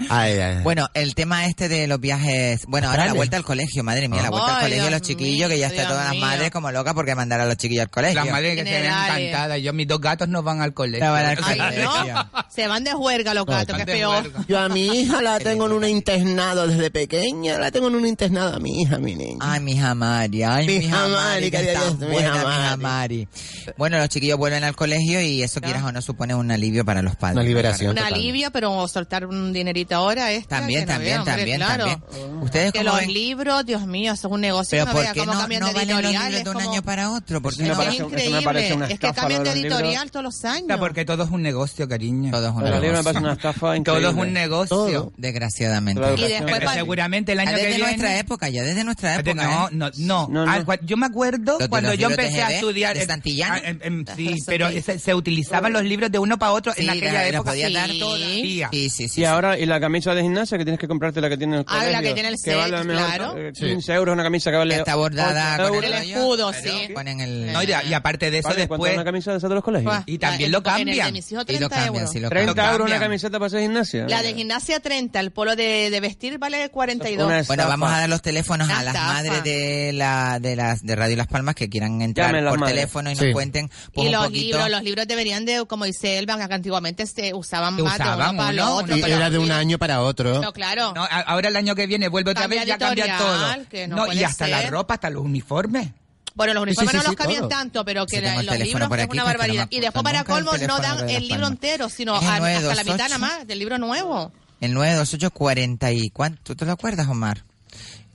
G: Ay, ay.
D: Bueno, el tema este de los viajes. Bueno, ahora la
G: Dale.
D: vuelta al colegio, madre mía, la vuelta al
H: Ay,
D: colegio de los
H: Dios
D: chiquillos, que ya está
H: Dios
D: todas las
H: mío.
D: madres como locas porque mandar a los chiquillos al colegio.
H: Las madres que se ven encantadas. Yo, mis dos gatos no van al colegio.
D: No van al
H: Ay,
D: colegio.
H: no.
F: Se van de juerga los gatos, que es
H: de
F: peor.
G: Yo a mi hija la tengo en un internado desde pequeña, la tengo en un internado a mi hija, mi niña.
D: Ay, mi hija Mari, ay, mi hija Mari, que
G: querida
D: está
G: Dios, mi
D: buena, mi
G: hija
D: hija Mari. Bueno, los chiquillos vuelven al colegio y eso, quieras o no, supone un alivio para los padres. Una liberación.
F: Un alivio, pero soltar un dinerito ahora es.
D: También, también, también, también. Ustedes
F: Que
D: cómo
F: los
D: ven?
F: libros, Dios mío, eso es un negocio.
D: Pero
F: no
D: ¿por
F: vea
D: qué
F: cómo
D: no-
F: cambian
D: no
F: de
D: valen los
F: editorial.
D: libros de un
F: como-
D: año para otro?
F: Eso me parece- eso me parece una Es que estafa, cambian lo de de los libros. editorial todos los años.
H: Ya, Porque todo es un negocio, cariño.
D: Todo es
J: Los libros me parecen una estafa
H: Todo es
J: increíble.
H: un negocio.
J: Todo.
D: Desgraciadamente.
J: La
H: Pero
J: educación.
H: seguramente el año
D: Ah,
H: que
D: desde
H: viene.
D: nuestra época, ya desde nuestra
H: Ah, de-
D: época.
H: No,
D: ¿eh?
H: no, no. Ah, cua- yo me acuerdo
D: Los de
H: cuando
D: los
H: yo
D: libros
H: empecé a
D: TGV,
H: estudiar.
D: de
H: en-
D: Santillán.
H: ah, en- en- sí, pero se, se utilizaban los libros de uno para otro
D: Sí,
H: en aquella
D: la- la
H: época.
D: podía dar
H: todavía.
D: Sí, sí,
J: Y ahora, ¿y la camisa de gimnasia que tienes que comprarte la que tiene en el
F: Ah, la
J: colegio?
F: que tiene el set,
J: vale a lo mejor,
F: claro.
J: eh, 15 euros una camisa que vale
D: Está bordada
J: 8
D: con
J: euros.
D: el
F: escudo, sí.
D: Ponen el...
H: No, y, a- y aparte de eso,
J: Vale, ¿cuánto es
H: después.
J: una camisa de esa de los colegios?
H: Y también lo
F: En el de
H: cambian.
F: mis hijos,
D: Y
F: 30
D: lo cambian,
F: euros.
D: sí, lo
J: 30 euros una
H: cambian.
J: camiseta para hacer gimnasia.
F: La de gimnasia 30, el polo de, de vestir vale 42.
J: Una es-
D: Bueno,
J: Estafa.
D: vamos a dar los teléfonos
F: Una
D: a las
F: estafa.
D: madres de la de las de Radio Las Palmas que quieran entrar
J: Llamen las
D: por
J: madres.
D: teléfono y
G: Sí.
D: nos cuenten pues,
F: y
D: un
F: los
D: poquito.
F: libros, los libros deberían de, como dice Elban, que antiguamente se usaban
H: Se
F: más de uno
H: usaban
F: para
H: uno,
F: lo otro.
H: uno
F: pero-
G: Era de un año para otro.
F: No, claro.
H: No, a- ahora el año que viene vuelve otra
F: Cambia
H: vez, ya cambia
F: editorial,
H: todo.
F: que no
H: no, y
F: puede
H: hasta la
F: ser.
H: ropa, hasta los uniformes.
F: Bueno, los uniformes
G: sí,
F: no los
G: sí,
F: cambian
G: todo.
F: tanto, pero que
D: Sí, tengo
F: la-
D: el
F: los
D: teléfono
F: libros
D: por
F: es
D: aquí, que
F: una
D: es que no me
F: barbaridad. y
D: apunto
F: después para
D: nunca el
F: colmo no
D: teléfono de
F: dan
D: Las
F: el libro
D: Palmas.
F: entero, sino
D: Es el
F: a- hasta la
D: 928.
F: mitad nada más del libro nuevo.
D: El 928 40 y cuánto ¿tú te lo acuerdas, Omar?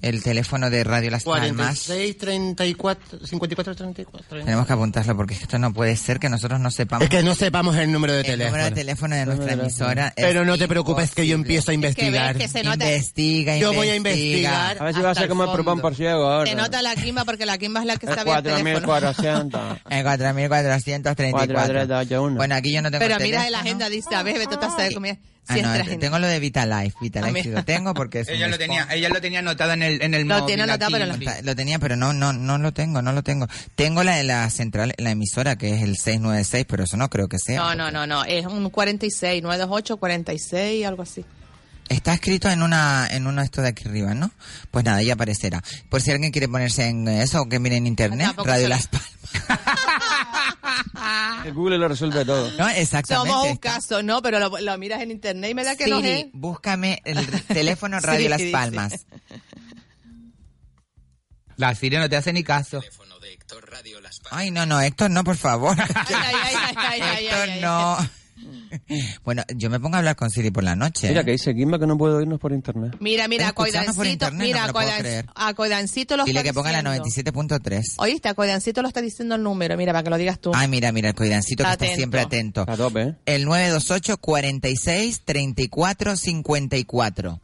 D: El teléfono de Radio Las Palmas.
G: 46, 34, 54, 34.
D: Tenemos que apuntarlo porque esto no puede ser que nosotros no sepamos
G: Es que no sepamos el número de
D: el
G: teléfono.
D: número de teléfono de nuestra emisora. es
G: Pero no te preocupes que yo
D: imposible.
G: empiezo a
F: que ves
G: investigar.
F: que se nota,
D: Investiga,
G: Yo voy a
D: investiga.
G: investigar.
J: A ver si va a
F: hasta
J: ser
F: el
J: como el propón
F: fondo.
J: por ciego ahora.
F: se nota la quimba porque la quimba es la que
J: Es
F: sabe el teléfono.
J: 4.400.
D: En 4.434.
J: 4.381.
D: Bueno, aquí yo no tengo
F: Pero
D: el
F: mira en
D: teléfono.
F: la agenda, dice, a ver, vete tú a saber cómo es.
D: Ah,
F: Si es
D: no,
F: trajinera.
D: tengo lo de Vitalife. Vitalife
F: Ah,
D: sí
F: mira.
D: lo tengo porque es un
H: Ella lo
D: sponsor.
H: tenía, ella lo tenía anotado en el, en el
F: Lo
H: móvil
F: tiene anotado,
H: aquí.
F: pero lo-
D: Ta- Lo tenía, pero no, no, no lo tengo, no lo tengo. Tengo la de la central, la emisora, que es el 696, pero eso no creo que ¿eh? sea.
F: No, no, no, no, es un 46, 928, 46, algo así.
D: Está escrito en una, en uno de estos de aquí arriba, ¿no? Pues nada, ya aparecerá. Por si alguien quiere ponerse en eso, que mire en internet,
F: Tampoco
D: Radio
F: se-
D: Las Palmas.
J: El Google lo resuelve todo.
D: No, exactamente.
F: Somos un
D: está.
F: caso, ¿no? Pero lo, lo miras en internet y me da que no eh? es.
D: Siri, búscame el teléfono Radio
F: Siri
D: Las
F: dice.
D: Palmas.
H: La Siria no te hace ni caso.
D: Ay, no, no, Héctor, no, por favor.
F: ay, ay, ay, ay, ay,
D: Héctor,
F: ay, ay.
D: no. Bueno, yo me pongo a hablar con Siri por la noche.
A: ¿eh?
J: Mira que dice Kimba que no puedo irnos por internet.
F: Mira, mira,
D: Pero escuchamos por
F: acoidancito,
D: internet,
F: mira,
D: no me lo puedo
F: acoidan-
D: creer.
F: acoidancito lo
D: Dile
F: está
D: que ponga la
F: diciendo.
D: 97.3.
F: Oíste, acoidancito lo está diciendo el número, mira, para que lo digas tú.
D: Ay, mira, mira, el cuidancito que
F: Está
D: está
F: atento.
D: siempre atento.
J: A tope, ¿eh?
D: El 928 46 34 54.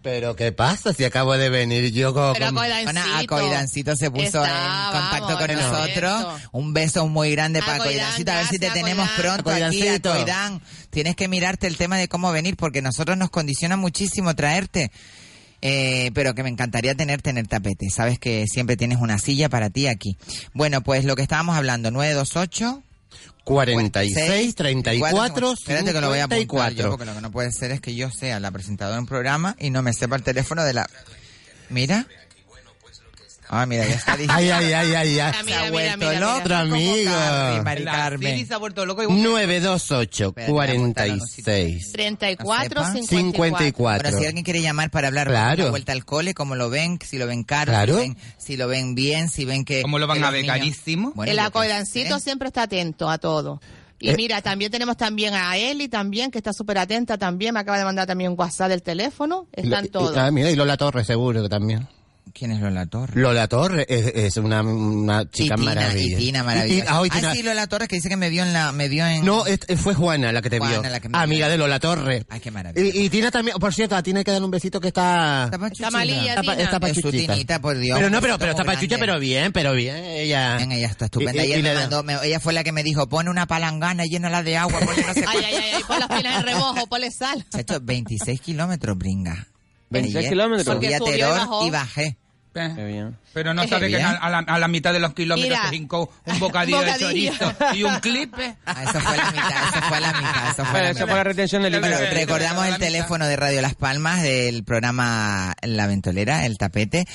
G: Pero ¿qué pasa si acabo de venir yo con...
F: Pero
G: con-
F: acoidancito.
D: Bueno, a Coidancito se puso
F: Está,
D: en contacto
F: vamos,
D: con nosotros.
F: Coidancito.
D: Un beso muy grande para
F: Acoidán,
D: Coidancito. A ver si te
F: gracias,
D: tenemos
F: Acoidán.
D: pronto aquí,
G: Acoidancito.
D: Coidán. Tienes que mirarte el tema de cómo venir porque nosotros nos condiciona muchísimo traerte. Eh, pero que me encantaría tenerte en el tapete. Sabes que siempre tienes una silla para ti aquí. Bueno, pues lo que estábamos hablando, 928.
G: 46, 34,
D: Espérate que lo voy a apuntar yo,
G: 54.
D: porque lo que no puede ser es que yo sea la presentadora de un programa y no me sepa el teléfono de la... Mira. Ah, mira, ya está diciendo.
G: Ay, ay, ay, ay, ay.
F: Ah,
D: Se ha
F: mira,
D: vuelto
F: mira, mira.
D: loca,
G: Como Carmen,
D: Mari
H: La Siri
D: Carmen.
H: se ha vuelto loco y
G: 928,
D: Espérate,
G: 46,
F: 34,
D: No sepa.
F: 54.
G: 54.
D: Pero si alguien quiere llamar para hablar
G: Claro.
D: de la vuelta al cole, como lo ven, si lo ven caro,
G: Claro.
D: si, ven- si lo ven bien, si ven que...
H: ¿Cómo lo van
D: que
H: a
D: los
H: ver?
D: niños-
H: ¿Carísimo?
D: Bueno,
F: el
D: yo qué
F: acoidancito
D: sé.
F: siempre está atento a todo. Y mira, también tenemos también a Eli también, que está súper atenta también. Me acaba de mandar también un WhatsApp del teléfono. Están
G: Y- y-
F: todos.
G: Ah, mira, y Lola Torres seguro que también.
D: ¿Quién es Lola Torres?
G: Lola Torres es, es una, una chica
D: y Tina,
G: maravilla.
D: Y Tina, maravillosa.
G: Y- y- ah, hoy Tina-
D: Ah, sí, Lola Torres que dice que me vio en la... Me vio en...
G: No, es- fue Juana la que te
D: Juana
G: vio. Ah,
D: la que me
G: Amiga
D: vio.
G: de Lola Torres.
D: Ay, qué maravilla.
G: Y, y Tina también, por cierto, a Tina hay que darle un besito que está...
D: Está pachuchina.
F: malilla,
G: Está, pa-
F: Tina.
G: está
D: Es su
G: pachuchita.
D: tinita, por Dios.
G: Pero no, pero,
D: Está
G: pero está
D: muy
G: pachucha,
D: grande.
G: pero bien, pero bien. Ella,
D: Bien, ella está estupenda.
G: Ah. Y- y-
D: Ayer
G: y
D: me
G: le da-
D: mandó- me- ella fue la que me dijo, pone una palangana, llénala de agua, ponle no sé
F: Ay, ay, ay, ay, pon las pilas en remojo, ponle sal.
D: Se ha hecho 26 kilómetros, bringa.
J: 26
D: Ayer
J: kilómetros.
D: Subí a
F: Porque subió y
D: Teror
F: bajó.
D: y bajé.
J: Qué bien.
H: Pero no
J: Qué
H: sabe que
J: bien.
H: a, a la, a la mitad de los kilómetros
J: Mira.
H: se hincó un bocadillo,
J: Bocadillo.
H: de chorizo y un eh. clipe.
D: Ah, eso fue la mitad, eso fue la mitad, eso fue la mitad.
J: retención de líquido.
D: Recordamos el teléfono de Radio Las Palmas del programa La Ventolera, El Tapete,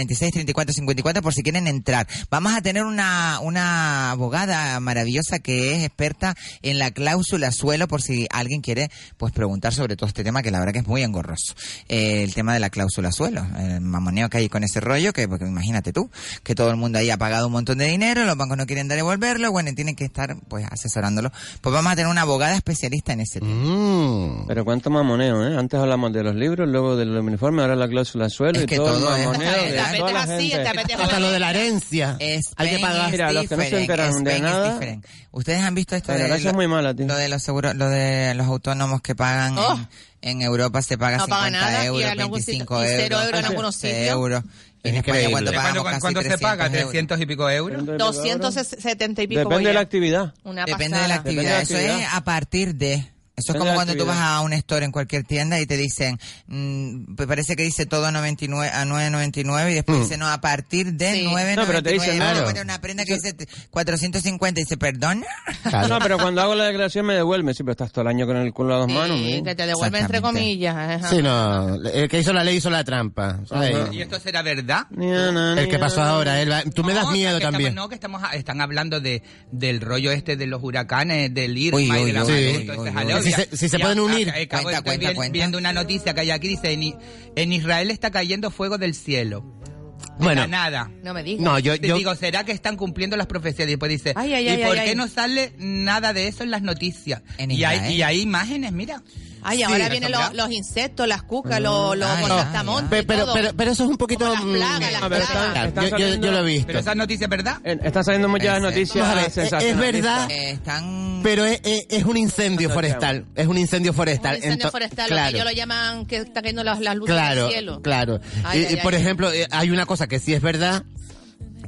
D: 928-46-34-54 por si quieren entrar. Vamos a tener una, una abogada maravillosa que es experta en la cláusula suelo por si alguien quiere pues preguntar sobre todo este tema que la verdad que es muy engorroso. Eh, el tema de la cláusula suelo, el mamoneo que hay con ese rollo que porque imagínate tú, que todo el mundo ahí ha pagado un montón de dinero, los bancos no quieren dar devolverlo, bueno, y tienen que estar pues asesorándolo. Pues vamos a tener una abogada especialista en ese tema.
G: Mm.
J: Pero cuánto mamoneo, ¿eh? Antes hablamos de los libros, luego del uniforme, ahora la cláusula suelo
D: Es
J: y
D: que
J: todo el
D: todo es-
J: mamoneo.
D: El
J: de
D: tapete
J: toda la
D: es así, el
J: gente.
D: tapete es Hasta lo de la herencia. Hay que pagar.
J: Mira, los que no se
D: different,
J: enteraron de
D: Spain is
J: nada.
D: different. Ustedes han visto esto
J: La
D: de,
J: gracia es muy mala, tío.
D: lo de los seguros, lo de los autónomos que pagan en, en Europa se paga
F: No paga
D: 50
F: nada, y
D: euros,
F: en algunos
D: 25
F: sitios- y
D: euros,
F: cero euros en algunos
D: 11
F: sitios.
D: euros. Y en España
H: Increíble.
D: cuando
H: ¿Cuándo-
D: pagamos casi
H: cuándo se paga?
D: 300 euros.
H: 300 y pico euros.
F: 270 y pico.
J: Depende
F: voy
J: de la
F: a-
J: actividad.
F: Una
D: Depende
F: pasada.
D: de la actividad.
J: Depende de la
D: Eso es
J: actividad.
D: a partir de. Eso
J: Depende
D: es
J: de
D: como
J: la
D: cuando tú vas
J: actividad.
D: a un store en cualquier tienda y te dicen, mm, pues parece que dice todo 99, a 9.99 y después
J: Mm.
D: dice, no, a partir de
J: Sí.
D: 9.99.
J: No, pero te dicen,
D: Ahora
J: claro.
D: pone una prenda que dice 450 y dice, perdón.
J: No, pero cuando hago la declaración me devuelve. Sí, pero estás todo el año con el culo a dos manos.
F: Y
J: mira.
F: que te devuelve entre comillas. ajá.
G: Sí, no. El que hizo la ley hizo la trampa. ¿sabes?
H: ¿Y esto será verdad?
G: El que pasó ahora, él va- tú me das
H: No,
G: miedo
H: que
G: también.
H: Estamos, no, que estamos, a- están hablando de, del rollo este de los huracanes, del Irma
G: Uy,
H: y
G: uy,
H: de la
G: uy,
H: María,
G: uy,
H: entonces,
G: uy,
H: jaleo,
G: uy. Si
H: ya-
G: se- si se
H: ya ah,
G: pueden unir.
H: ac- acabo
D: Cuenta,
H: de estar
D: cuenta,
H: vi-
D: cuenta.
H: viendo una noticia que hay aquí, dice, en, I- en Israel está cayendo fuego del cielo. De
G: Bueno.
H: la nada.
F: No me digas.
G: No, yo-
H: Te
G: yo-
H: digo, ¿será que están cumpliendo las profecías? Y después dice,
F: Ay, ay,
H: ¿y
F: ay,
H: por
F: ay,
H: qué
F: ay.
H: no sale nada de eso en las noticias?
D: En
H: y, hay,
D: Israel.
H: y hay imágenes, mira.
F: Ay,
H: Sí,
F: ahora vienen los,
H: asombrado.
F: los insectos, las cucas, los, los
H: Ay,
F: cortamontes
G: Pe-
F: y
G: Pero,
F: todo.
G: pero, pero eso es un poquito... mm,
F: plagas,
J: Ah,
F: las
J: pero
F: plagas.
J: están-
G: Claro,
J: están
G: yo- yo-
J: saliendo-
G: yo lo he visto.
H: Pero esa noticia es verdad.
J: Eh, Están saliendo muchas
G: Vamos a ver,
J: noticias
G: es- es
J: sensacionalistas.
G: verdad.
D: Eh, están...
G: Pero es, es- es un incendio forestal. Es un incendio forestal.
F: Incendio
G: Ento-
F: forestal, lo que
G: claro.
F: ellos lo llaman que están cayendo las, las luces
G: Claro,
F: del cielo.
G: claro.
F: Ay,
G: Y-
F: ay,
G: y, por
F: ay.
G: ejemplo, eh, hay una cosa que sí es verdad,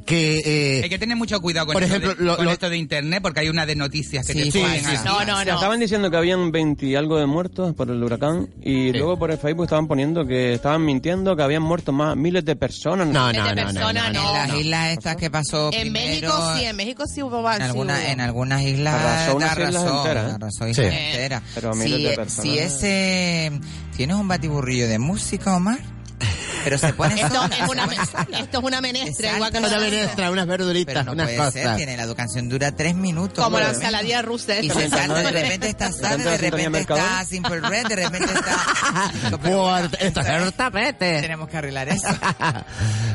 G: que... eh,
H: Hay que tener mucho cuidado con,
G: Por
H: esto,
G: ejemplo,
H: de,
G: lo-
H: con
G: lo-
H: esto de internet porque hay una de noticias que te ponen a-
J: O sea, Estaban
F: Este
J: diciendo que habían 20 y algo de muertos por el huracán y luego por el Facebook estaban poniendo que estaban mintiendo que habían muerto más miles de personas.
F: no,
G: No,
F: no, no, personas, no, no.
D: En las islas estas que pasó
F: En
D: primero,
F: México sí, en México sí hubo
D: en, alguna- en algunas islas
J: Arrasó unas
D: arrasó,
J: islas enteras, ¿eh?
D: arrasó islas
J: Sí.
D: enteras.
J: Pero a miles
D: si,
J: de personas.
D: si ese tienes un batiburrillo de música Omar pero se pone
F: Esto
D: sola,
F: es, una,
D: se pone sola.
F: esto es una menestra, igual que
G: Una
F: la-
G: menestra, unas
D: pero
G: verduritas,
D: no
G: unas
D: puede ser
G: cosas.
D: tiene la educación dura tres minutos
F: como la
D: nueve
F: ensaladilla rusa.
D: y
F: esa.
D: se salta, de repente está Sade, de repente está Simple Red, de repente
G: Ah,
D: está...
G: esto es un tapete.
D: Tenemos que arreglar eso.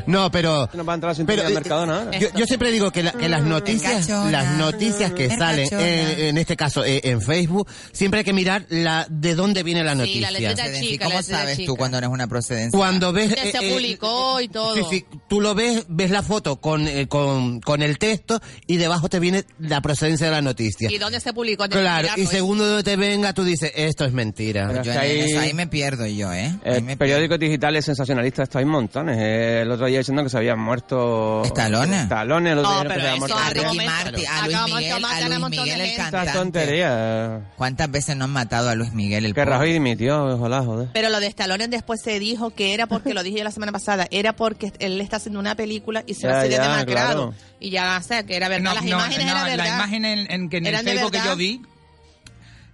G: No, pero...
J: No va a entrar sin
G: Pero,
J: del Mercadona ¿eh? ahora.
G: Yo, yo siempre digo que, la- que las noticias,
D: Mercachona.
G: las noticias que salen,
D: Mercachona.
G: eh, en este caso eh, en Facebook, siempre hay que mirar la de dónde viene la noticia.
D: Procedencia. ¿Y ¿Cómo sabes tú cuando no es una procedencia?
G: Cuando ves
F: Que
G: eh,
F: se
G: eh,
F: publicó y todo.
G: Sí, sí, tú lo ves, ves la foto con, eh, con, con el texto y debajo te viene la procedencia de la noticia.
F: ¿Y dónde se publicó? Tienes que
G: Claro, y
F: mirarlo, ¿eh?
G: segundo donde te venga tú dices, esto es mentira.
J: Pero
D: Yo
J: es que
D: en eso,
J: ahí-
D: ahí me pierdo yo, ¿eh?
J: Eh, periódicos digitales sensacionalistas, esto hay montones. Eh, el otro día diciendo que se habían muerto.
D: Estalones.
J: Estalones, el otro
F: No,
J: día que
F: pero
J: se habían
F: eso
J: muerto.
D: a Ricky
F: momento-
D: Martin, a Luis
F: acabamos de
D: Miguel,
F: matar
D: a
F: a
D: Luis
F: un montón de
D: Miguel el
F: gente.
J: Estas
D: cantante.
J: tonterías.
D: ¿Cuántas veces no han matado a Luis Miguel el
J: Que
D: pobre?
J: Rajoy dimitió, ojalá, joder.
F: Pero lo de Stallone después se dijo que era porque, lo dije yo la semana pasada, era porque él está haciendo una película y se
J: Ya,
F: va a hacer
J: ya,
F: demacrado.
J: claro.
F: Y ya, o sea, que era verdad.
H: No,
F: Las
H: no,
F: imágenes
H: no,
F: eran
H: la
F: verdad.
H: imagen en, en que en el
F: Eran de
H: Facebook que
F: verdad.
H: yo vi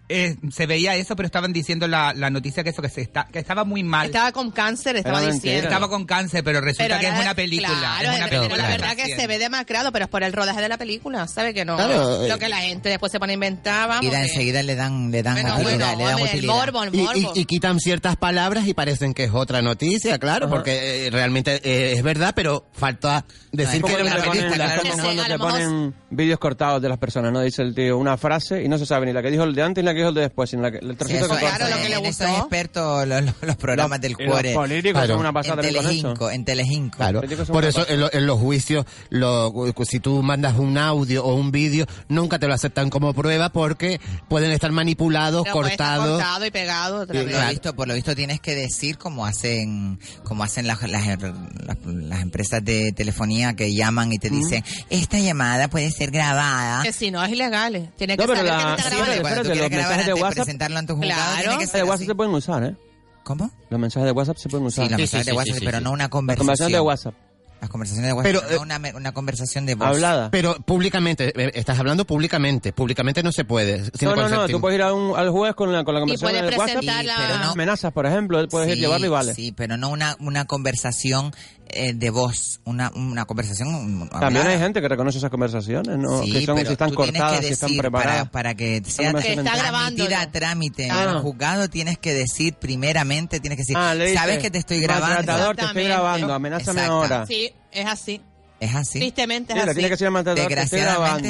H: eh, se veía eso, pero estaban diciendo la, la noticia que eso que se está que estaba muy mal.
F: Estaba con cáncer, estaba
J: mentira.
F: diciendo.
H: Estaba con cáncer, pero resulta
F: Pero
H: que
F: era-
H: es una película.
F: Claro,
H: es una
F: es-
H: película
F: pero la
H: que
F: verdad
H: está
F: que se
H: haciendo.
F: ve demacrado, pero es por el rodaje de la película, ¿sabe que no?
G: Claro, eh.
F: Lo que la gente después se pone a inventar, vamos.
D: Y da-
F: que-
D: enseguida le dan, le dan
F: Bueno,
D: utilidad,
F: bueno,
D: le dan
F: hombre, el
D: utilidad.
F: morbo, el
G: Y,
F: morbo.
G: y- y quitan ciertas palabras y parecen que es otra noticia, claro, porque eh, realmente eh, es verdad, pero falta decir
J: Como
G: que era
J: cuando
G: una
J: te ponen-
G: periodista,
J: las-
G: claro.
J: como
F: Sí,
J: cuando
F: a
J: te
F: lo mejor-
J: ponen vídeos cortados de las personas, ¿no? Dice el tío una frase y no se sabe ni la que dijo el de antes ni la que dijo el de después, sino la que, el
D: Sí,
J: trocito
D: eso,
J: que corta.
D: eso,
F: lo que le
D: en eso
F: gustó.
D: es experto los, los- los programas
J: Los-
D: del
J: y los
D: cuore.
J: políticos
G: Claro.
J: son una pasada
D: En
J: también con eso.
D: Telecinco, en Telecinco.
G: Claro. Por eso en, lo- en los juicios, lo- si tú mandas un audio o un vídeo, nunca te lo aceptan como prueba porque pueden estar manipulados,
F: pero puede estar
G: cortados.
F: pues, cortado y pegado otra
G: Y-
D: Por
F: vez.
D: lo visto, por lo visto tienes que decir como hacen, como hacen las, las, las- las empresas de telefonía que llaman y te dicen, esta llamada puede ser
G: Ah.
D: grabada.
F: Que si no es ilegal. eh. Tiene que
J: No, pero
F: saber
J: la-
F: que no está
J: sí,
F: grabando.
D: Siempre,
J: espérate,
D: cuando tú
J: los
D: quieres grabar
J: mensajes de
D: antes de
J: WhatsApp-
D: presentarlo ante un juzgado,
F: Claro.
D: tiene que
J: Las de
D: ser
J: WhatsApp
D: así.
J: se pueden usar, ¿eh?
D: ¿Cómo?
J: Los mensajes de WhatsApp se pueden usar.
D: Sí, los mensajes de WhatsApp, pero no una conversación.
J: Las conversaciones de WhatsApp. eh,
D: Las conversaciones de WhatsApp,
G: Pero,
D: no una, me- una conversación de voz.
J: Hablada.
G: Pero públicamente, eh, estás hablando públicamente. Públicamente no se puede. sin
J: No, no, no,
G: consentimiento.
J: tú puedes ir a un- al juez con la, con la
D: Y
J: conversación
D: puedes
J: de WhatsApp.
D: presentar la- Pero no-
J: Amenazas, por ejemplo, puedes ir
D: Sí,
J: llevarlo y vale.
D: Sí, pero no una, una conversación eh, de voz, una, una conversación mm,
J: También
D: hablada.
J: hay gente que reconoce esas conversaciones, ¿no?
D: Sí,
J: que son,
D: pero
J: si están
D: tú tienes que
J: cortadas, si están
D: decir
J: preparadas.
D: Para, para que sea
J: Que está
D: transmitida a trámite
J: Ah.
D: en el juzgado, tienes que decir primeramente, tienes que decir,
J: Ah, le dice,
D: sabes que te estoy grabando.
J: maltratador, te estoy grabando, amenázame
D: Exacto.
J: ahora.
F: Sí, es así.
D: Es así.
F: Tristemente es
J: Mira,
F: así.
J: tiene que ser maltratador, te estoy
D: Desgraciadamente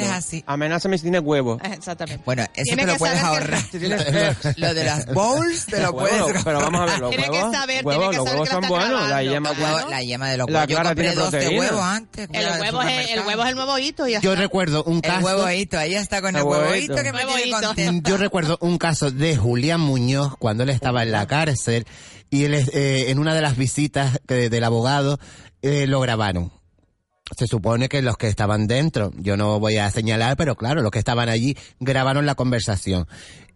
J: grabando.
D: es así.
J: Amenázame si tienes huevo.
F: Eh, Exactamente.
D: Bueno, eso
F: Tiene
D: te lo
F: que
D: puedes
F: saber que-
D: ahorrar.
J: Si tienes sex.
D: Lo de las bowls te lo
J: Huevo,
D: puedes
J: Pero vamos a ver, los
F: Tiene que
J: huevos,
F: saber, tiene
J: huevos,
F: que
J: los
F: saber
J: huevos
F: que la
J: son
F: estás
J: buenos, la
F: grabando,
J: yema
F: claro.
J: buena.
D: La yema de los
J: Ah, La
D: huevos. Yo
J: clara
D: compré
J: tiene
D: dos de
J: proteína.
D: huevo antes.
F: El huevo, es, el huevo es el nuevo hito y ya
G: Yo
F: está.
G: recuerdo un
D: El
G: caso.
D: huevoito, ahí está con el
G: El huevoito.
D: huevoito que me tiene
F: Huevoito.
D: contento.
G: Yo recuerdo un caso de Julián Muñoz cuando él estaba en la cárcel y él, eh, en una de las visitas que- del abogado eh, lo grabaron. Se supone que los que estaban dentro, yo no voy a señalar, pero claro, los que estaban allí grabaron la conversación.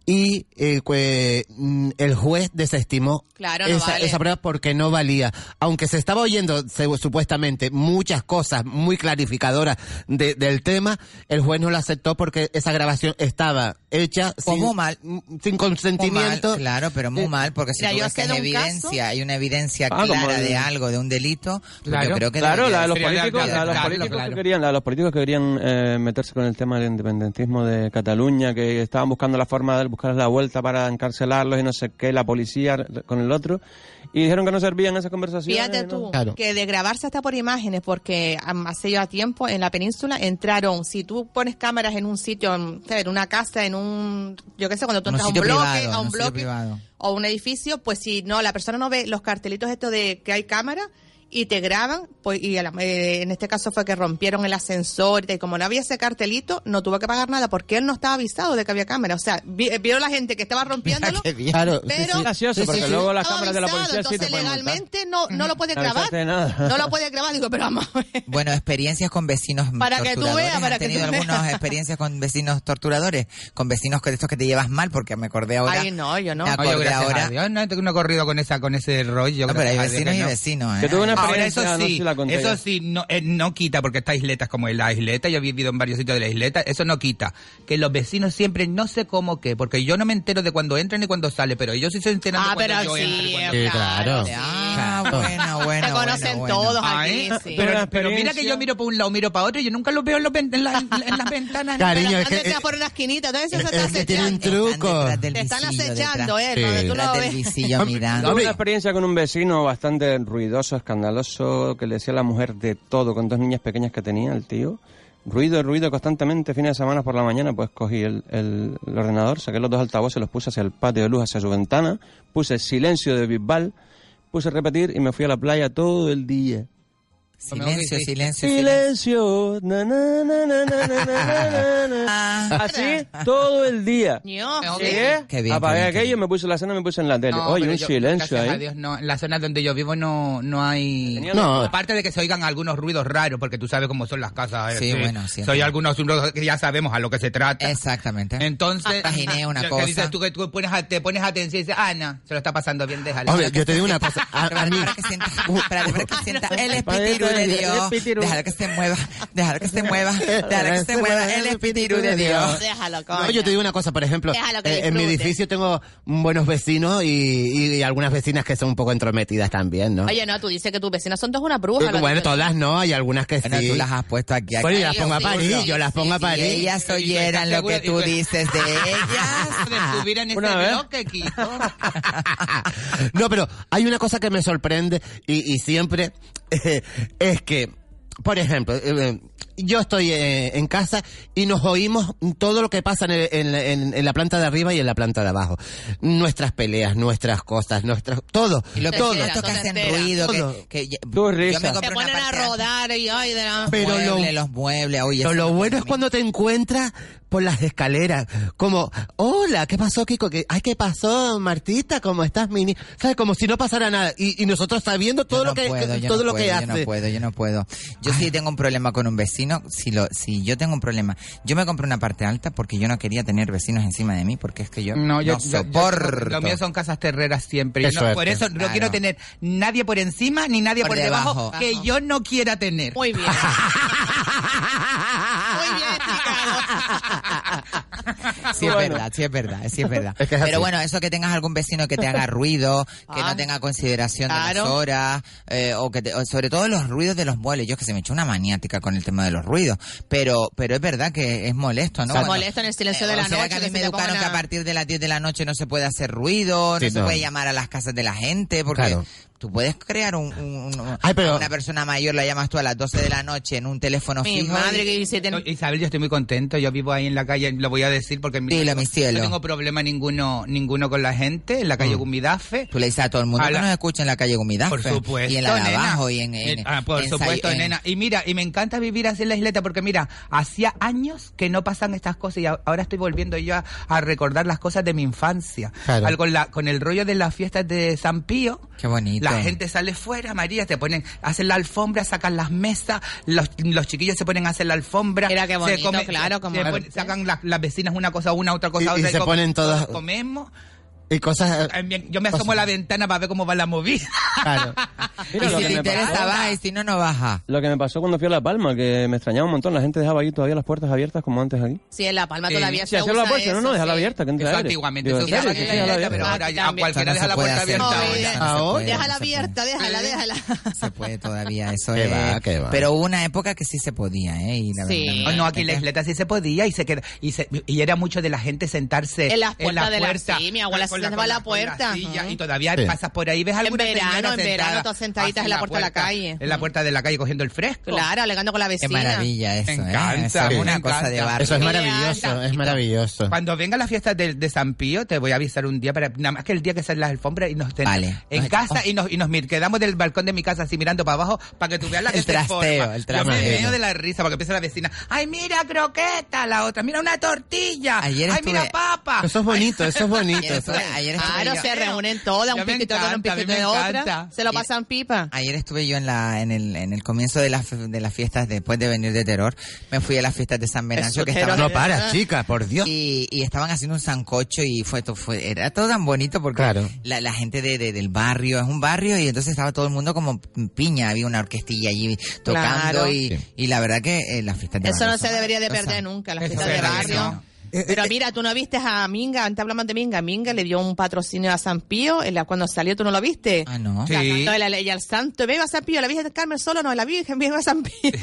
G: Y eh, que, mm, el juez desestimó
F: Claro, no
G: esa,
F: vale.
G: esa prueba porque no valía. Aunque se estaba oyendo se- supuestamente muchas cosas muy clarificadoras de- del tema, el juez no la aceptó porque esa grabación estaba hecha
D: Pues muy
G: sin,
D: mal.
G: sin
D: Muy mal,
G: consentimiento.
D: claro, pero muy mal, porque si
F: Mira,
D: tú
F: yo
D: ves
F: sé
D: que hay
F: de un
D: evidencia,
F: caso-
D: hay una evidencia
J: Ah, como
D: clara
J: el-
D: de algo, de un delito, pues yo
G: Claro,
D: creo que
J: Claro,
D: debería
J: la de los
D: ser-
H: Sería de
J: políticos, la de los
H: alcalde,
J: políticos
H: claro.
J: que querían, la de los políticos que querían eh, meterse con el tema del independentismo de Cataluña, que estaban buscando la forma de buscar la vuelta para encarcelarlos y no sé qué, la policía con el otro, y dijeron que no servían esas conversaciones.
F: Fíjate
J: ¿no?
F: tú,
G: Claro.
F: que de grabarse hasta por imágenes, porque am- hace ya tiempo en la península entraron, si tú pones cámaras en un sitio, en, en una casa, en un, yo qué sé, cuando tú
D: En un
F: entras a un
D: sitio
F: bloque,
D: privado,
F: a
D: en
F: un
D: un sitio
F: bloque
D: privado.
F: o un edificio, pues si no, la persona no ve los cartelitos estos de que hay cámara y te graban, pues y a la- eh, en este caso fue que rompieron el ascensor y como no había ese cartelito, no tuvo que pagar nada porque él no estaba avisado de que había cámara, o sea, vi- eh, vio la gente que estaba rompiéndolo.
D: qué bien.
G: Claro, sí,
F: Pero
G: sí.
J: Gracioso, porque
F: Sí, sí,
J: luego
F: sí.
J: las cámaras de la
F: Estaba
J: policía sí te
F: avisado,
J: pueden multar.
F: entonces legalmente no, no lo puedes
J: No
F: grabar.
J: avisaste de nada.
F: No lo puedes grabar, digo, pero vamos. a ver.
D: Bueno, experiencias con vecinos
F: Para que tú
D: torturadores.
F: veas, para
D: ¿Han
F: que
D: tenido
F: tú veas.
D: algunas experiencias con vecinos torturadores? Con vecinos que- de estos que te llevas mal, porque me acordé ahora.
F: Ay, no, yo no.
D: Me
H: No, Ah, yo
D: acordé
H: gracias
D: ahora.
H: a Dios, no, no he corrido con esa con ese rollo.
D: No, pero hay
H: gracias a Dios
D: vecinos
H: que
D: y
H: no.
D: vecinos,
J: Que
D: ¿eh?
J: tuve una
H: Ahora
J: experiencia,
H: eso
J: no sé
H: sí,
J: si la conté
H: eso
J: ya.
H: sí, no, eh, no quita porque está isletas como en la isleta, yo he vivido en varios sitios de la isleta, eso no quita. Que los vecinos siempre, no sé cómo que, porque yo no me entero de cuando entran ni cuando sale, pero ellos sí se enteran
F: Ah,
H: de cuando
F: pero
H: yo entro y
F: sí,
H: cuando-
G: Sí, claro.
F: sí.
D: Ah, bueno, bueno.
F: Te conocen
D: bueno, bueno.
F: todos
H: Ay,
F: aquí, sí.
H: pero,
J: Una
H: pero mira que
J: experiencia.
H: yo miro para un lado, miro para otro y yo nunca los veo en, los ven- en la- en las ventanas.
G: Cariño,
F: Pero
G: es que-
F: antes te vas por una esquinita, entonces
G: es-
F: se
G: es
F: está
G: que tiene un
F: acechando.
G: truco.
D: Están detrás del
F: Te están
D: visillo,
F: acechando,
D: detrás-
F: eh, donde tú lo
D: detrás del
F: ves.
D: visillo mirando.
J: Tuve una experiencia con un vecino bastante ruidoso, escandaloso, que le decía a la mujer de todo, con dos niñas pequeñas que tenía el tío. Ruido, ruido constantemente, fines de semana por la mañana, pues cogí el, el- el ordenador, saqué los dos altavoces, los puse hacia el patio de luz, hacia su ventana, puse silencio de Bisbal, puse repetir y me fui a la playa todo el día.
D: Silencio, silencio, silencio.
J: Silencio, na, na, na, na, na, na, na, na, na.
D: Ah,
J: así todo el día.
F: Ño,
H: Tengo que-
J: Llegué,
D: Qué bien, qué
J: apagué
D: bien, qué
J: aquello, me puse la cena, me puse en la tele.
H: No,
J: Oye,
H: pero
J: un
H: yo-
J: silencio
H: gracias a
J: ahí.
H: Dios, no, en la zona donde yo vivo no, no hay...
J: Tenía
G: No.
H: Aparte de que se oigan algunos ruidos raros, porque tú sabes cómo son las casas. eh,
D: Sí, bueno, sí,
H: Se oyen algunos ruidos que ya sabemos a lo que se trata.
D: exactamente.
H: Entonces,
D: Imaginé una
H: que
D: cosa.
H: dices tú que tú pones, a- te pones atención y dices, Ana, se lo está pasando bien, déjala.
G: Hombre, yo te digo una cosa. A, a mí,
D: Para que sienta, para para que sienta el espíritu de Dios. Dejar que se mueva, dejar que se mueva, dejar que se mueva el espíritu de Dios.
F: Déjalo, coño.
G: No, yo te digo una cosa, por ejemplo,
F: Déjalo que
G: eh, en mi
F: disfrute.
G: edificio tengo buenos vecinos y, y- y algunas vecinas que son un poco entrometidas también, ¿no?
F: Oye, no, tú dices que tus vecinas son todas unas brujas.
G: Eh,
F: lo
G: bueno,
F: dices.
G: todas no, hay algunas que sí.
D: Bueno, tú las has puesto aquí. aquí.
G: Bueno, yo las pongo a
F: Sí,
G: parir,
F: sí,
G: yo las
F: sí,
G: pongo a
F: sí,
D: Si
G: parir.
D: ellas oyeran lo que tú dices de
H: De
D: ellas.
H: subir en
J: Una
H: ese
J: vez.
H: bloque, Kiko.
G: No, pero hay una cosa que me sorprende y, y siempre eh, es que, por ejemplo, eh, yo estoy eh, en casa y nos oímos todo lo que pasa en, el- en la- en- en la planta de arriba y en la planta de abajo. Nuestras peleas, nuestras cosas, nuestras, todo.
D: Y lo que
G: todo.
D: son estos que hacen ruido, que, que yo-
J: Tú
D: yo me
J: risas.
D: compré
F: Te
D: una
F: ponen a
D: parte de-
F: rodar y ay, de la...
G: Pero
D: mueble,
G: lo-
D: los muebles, oye.
G: Pero
D: eso
G: lo
D: me
G: bueno es
D: parece a mí.
G: cuando te encuentras por las escaleras, como, hola, ¿qué pasó, Kiko? ¿Qué, ay, ¿qué pasó, Martita? ¿Cómo estás, Mini? ¿Sabes? Como si no pasara nada. Y, y nosotros sabiendo todo
D: Yo
G: lo
D: no
G: que,
D: puedo, yo
G: todo
D: no
G: lo
D: puedo,
G: que
D: Yo no
G: hace.
D: puedo, yo no puedo. Yo sí tengo un problema con un vecino, si lo, si yo tengo un problema, yo me compré una parte alta porque yo no quería tener vecinos encima de mí, porque es que yo no, soporto.
H: lo mío son casas terreras siempre.
D: Qué
H: y no- por
D: suerte.
H: eso no
D: Claro.
H: quiero tener nadie por encima ni nadie
D: Por
H: por, debajo,
D: debajo.
H: que yo no quiera tener.
F: Muy bien.
D: Sí es verdad, sí es verdad, sí es verdad.
G: Es que es así.
D: Pero bueno, eso que tengas algún vecino que te haga ruido, que
F: Ah.
D: no tenga consideración de las
G: Claro.
D: horas, eh, o que te- o sobre todo los ruidos de los muebles. Yo es que se me echó una maniática con el tema de los ruidos, pero pero es verdad que es molesto, ¿no?
F: Se
D: Cuando-
F: molesta en el silencio
D: eh,
F: de la
D: o será
F: noche.
D: que a mí
F: que
D: me
F: se te pongan
D: educaron que a
F: a-
D: partir de las 10 de la noche no se puede hacer ruido,
G: Sí,
D: no se
G: no.
D: puede llamar a las casas de la gente, porque tú puedes crear un, un- un-
G: Ay, pero-
D: a una persona mayor la llamas tú a las 12 de la noche en un teléfono fijo. y-
H: No, Isabel, yo estoy muy contento. Yo vivo ahí en la calle, lo voy a decir porque en mi-
D: Dilo, mi cielo. Mm.
H: no tengo problema ninguno ninguno con la gente en la calle Gumidafe.
D: Tú le dices a todo el mundo
H: A
D: que
H: la-
D: nos escucha en la calle Gumidaz.
H: Por supuesto,
D: Y en la de
H: nena.
D: abajo y en... en-
H: Eh, ah, por
D: en
H: supuesto,
D: Sai- en-
H: nena. Y mira, y me encanta vivir así en la isleta porque mira, hacía años que no pasan estas cosas y a- ahora estoy volviendo yo a, a recordar las cosas de mi infancia.
D: Claro.
H: Al- con, la, con el rollo de las fiestas de San Pío.
D: Qué bonito.
H: La gente sale fuera, María, te ponen, hacen la alfombra, sacan las mesas, los, los chiquillos se ponen a hacer la alfombra.
F: Mira qué
H: se
F: bonito, claro, como-
H: se ponen- sacan las- las vecinas una cosa, una, otra cosa,
G: Y- y
H: otra.
G: se
H: com-
G: ponen todas-
H: Comemos.
G: Y cosas.
H: Eh, bien, Yo me asomo a la ventana para ver cómo va la movida.
G: Claro.
D: Y si te interesa, baja, y si no, no baja.
J: Lo que me pasó cuando fui a La Palma, que me extrañaba un montón, la gente dejaba ahí todavía las puertas abiertas como antes aquí.
F: Sí, en La Palma todavía
J: Sí,
F: se
J: hacerlo
F: usa
J: la puerta,
F: eso,
J: no, no, dejarla
F: sí.
J: abierta, que entre
H: Eso
J: aire.
H: antiguamente
J: Digo,
H: se
J: ¿en
H: usaba
J: serio?
H: en
J: ¿Que
H: la
J: dejarla
H: isleta,
J: abierta?
H: pero ahora ya a cualquiera
D: Eso no
H: deja
D: se
H: la
D: puede
H: puerta
D: hacer,
H: abierta.
D: no,
H: ahora.
D: eso no se puede,
F: Déjala
D: no se
F: abierta, déjala, déjala.
D: Se puede todavía, eso
G: Qué
D: es...
G: va, qué va.
D: Pero hubo una época que sí se podía, ¿eh? Y la
F: Sí.
D: verdad-
H: No, no, aquí en la isleta sí se podía y se queda y, se- y era mucho de la gente sentarse
F: En las
H: la
F: puertas de la-
H: puerta,
F: sí, mi abuela
H: con
F: se sentaba en la
H: con
F: puerta,
H: silla,
F: ajá.
H: y todavía
G: Sí.
H: pasas por ahí ves alguna
F: verano,
H: señora
F: en verano,
H: sentada
F: todas sentaditas
H: así
F: en la puerta de la calle.
H: En la puerta de la calle cogiendo el fresco.
F: Claro, alegando con la
D: Qué
F: vecina.
D: maravilla eso,
H: Me
D: ¿eh?
H: encanta,
D: Eso es
H: me
D: una
H: encanta.
D: cosa de barrio.
G: Eso es maravilloso, es maravilloso.
H: Cuando venga la fiesta de, de San Pío, te voy a avisar un día para nada más que el día que salen las alfombras y nos ten-
D: Vale.
H: en
D: Ay,
H: casa
D: oh.
H: y nos y nos mir- quedamos del balcón de mi casa así mirando para abajo para que tú veas la
D: El
H: que se
D: trasteo,
H: forma.
D: el
H: Yo me
D: trasteo.
H: meo de la risa porque empieza la vecina, "Ay, mira croqueta", la otra, "Mira una tortilla",
D: Ayer
H: "Ay,
D: estuve-
H: mira papa".
G: Eso es bonito, eso es bonito.
D: Ayer estuve, ayer estuve
F: Claro,
D: yo-
F: se reúnen todas,
H: Ya
F: un
H: me
F: piquito de una, un
H: encanta, a mí
F: piquito
H: me
F: de otra.
H: encanta.
F: Se lo pasan pipa.
D: Ayer estuve yo en la en el, en el comienzo de, las de las fiestas, después de venir de terror, me fui a las fiestas de San Venancio,
F: Eso
D: que
F: te lo
D: estaban
G: No paras, chica, por Dios.
D: Y, y estaban haciendo un sancocho y fue, to- fue era todo tan bonito porque
G: Claro.
D: la, la gente de, de- del barrio es un barrio y entonces estaba todo el mundo como piña, había una orquestilla allí tocando
F: Claro.
D: y, y la verdad que eh, las fiestas de
F: Eso
D: barrio
F: no se
D: son
F: debería de
D: maravillosas.
F: perder nunca, las
H: Eso Eh,
F: fiestas
H: es
F: de
H: verdad que
F: barrio.
H: no.
F: Pero mira, tú no viste a Minga, antes hablamos de Minga. Minga le dio un patrocinio a San Pío, en la- cuando salió tú no lo viste.
D: Ah, no.
H: Sí.
F: La cantó el- y al santo, viva San Pío, la Virgen del Carmen solo, no, la Virgen, viva San Pío.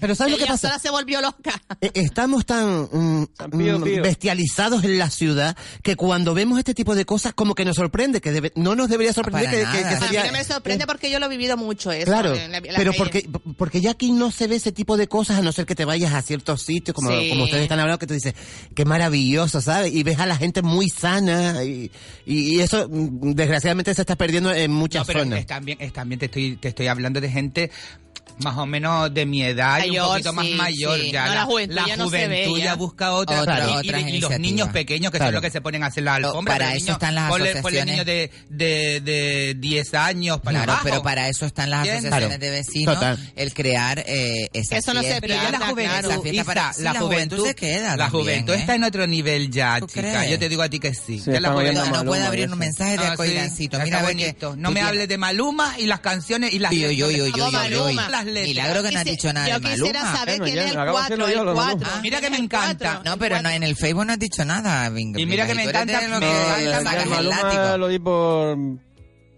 G: Pero ¿sabes lo que
F: Ella
G: pasa?
F: sola se volvió loca.
G: Eh, Estamos tan mm,
J: Tan pío,
G: mm,
J: pío.
G: bestializados en la ciudad que cuando vemos este tipo de cosas como que nos sorprende, que debe- no nos debería
H: Ah,
G: sorprender
D: Para
G: que, que- que
D: nada.
F: A mí
G: sería-
F: no me sorprende porque yo lo he vivido mucho eso.
G: Claro,
F: en la- en la
G: pero
F: calle.
G: porque, porque ya aquí no se ve ese tipo de cosas a no ser que te vayas a ciertos sitios, como,
F: Sí.
G: como ustedes están hablando, que tú dices, qué maravilloso, ¿sabes? Y ves a la gente muy sana y, y eso mm, desgraciadamente se está perdiendo en
H: No,
G: muchas
H: pero
G: zonas.
H: es también, es también te estoy te estoy hablando de gente más o menos de mi edad y un
F: Mayor,
H: poquito más
F: sí,
H: mayor
F: sí.
H: ya
F: No, la juventud ya no se
H: juventud
F: ve,
H: ya
F: ya.
H: busca otra,
D: Otra-
H: y- y-
D: otras
H: y, los
D: iniciativas.
H: niños pequeños que
D: Claro. Oh,
H: son los que se ponen a hacer la alfombra
D: para
H: pero
D: eso
H: niños-
D: están
H: ponle-
D: las
H: ponle
D: asociaciones.
H: niños de, de, de 10 años para
D: Claro,
H: abajo.
D: pero para eso están las
H: ¿Entiendes?
D: asociaciones de
H: Claro.
D: vecinos,
G: Total.
D: el crear eh, esas
F: Eso no se
D: fiestas.
H: Pero ya la
F: Claro,
H: juventud,
D: esas fiestas para-
H: Isa,
D: sí,
H: la, juventud
D: se queda.
H: La
D: también,
H: juventud
D: ¿eh?
H: está en otro nivel ya,
D: ¿Tú
H: chica.
D: crees?
H: Yo te digo a ti que sí.
J: Sí,
H: ya la
J: estamos
H: juventud-
J: viendo
D: No,
J: a
D: no
J: Maluma
D: puede
J: y
D: abrir
J: eso.
D: un mensaje de
H: Ah, sí,
D: acoidancito.
H: está
D: Mira, ve
H: bonito.
D: que
H: no
D: tú
H: me
D: tienes-
H: hables de Maluma y las canciones y las
D: Yo, yo, yo, yo,
H: letras.
D: yo,
F: Como
D: yo,
F: Maluma.
H: Las letras.
D: Milagro que no has
F: Quise-
D: dicho nada
F: Yo
D: de
F: quisiera
D: Maluma.
F: saber
J: Bueno,
F: quién
J: ya,
F: es el
J: acabo de hacerlo
F: 4, el
J: yo, lo de
F: 4.
H: Maluma. Ah, Mira que me encanta.
D: No, pero no, en el Facebook no has dicho nada. Bingo,
H: Y mira que me
D: tú eres de
H: encanta-
D: lo que
H: me
D: sacas
H: encanta
D: el
J: Ya
H: sacan
J: Maluma
D: látigo.
J: lo di por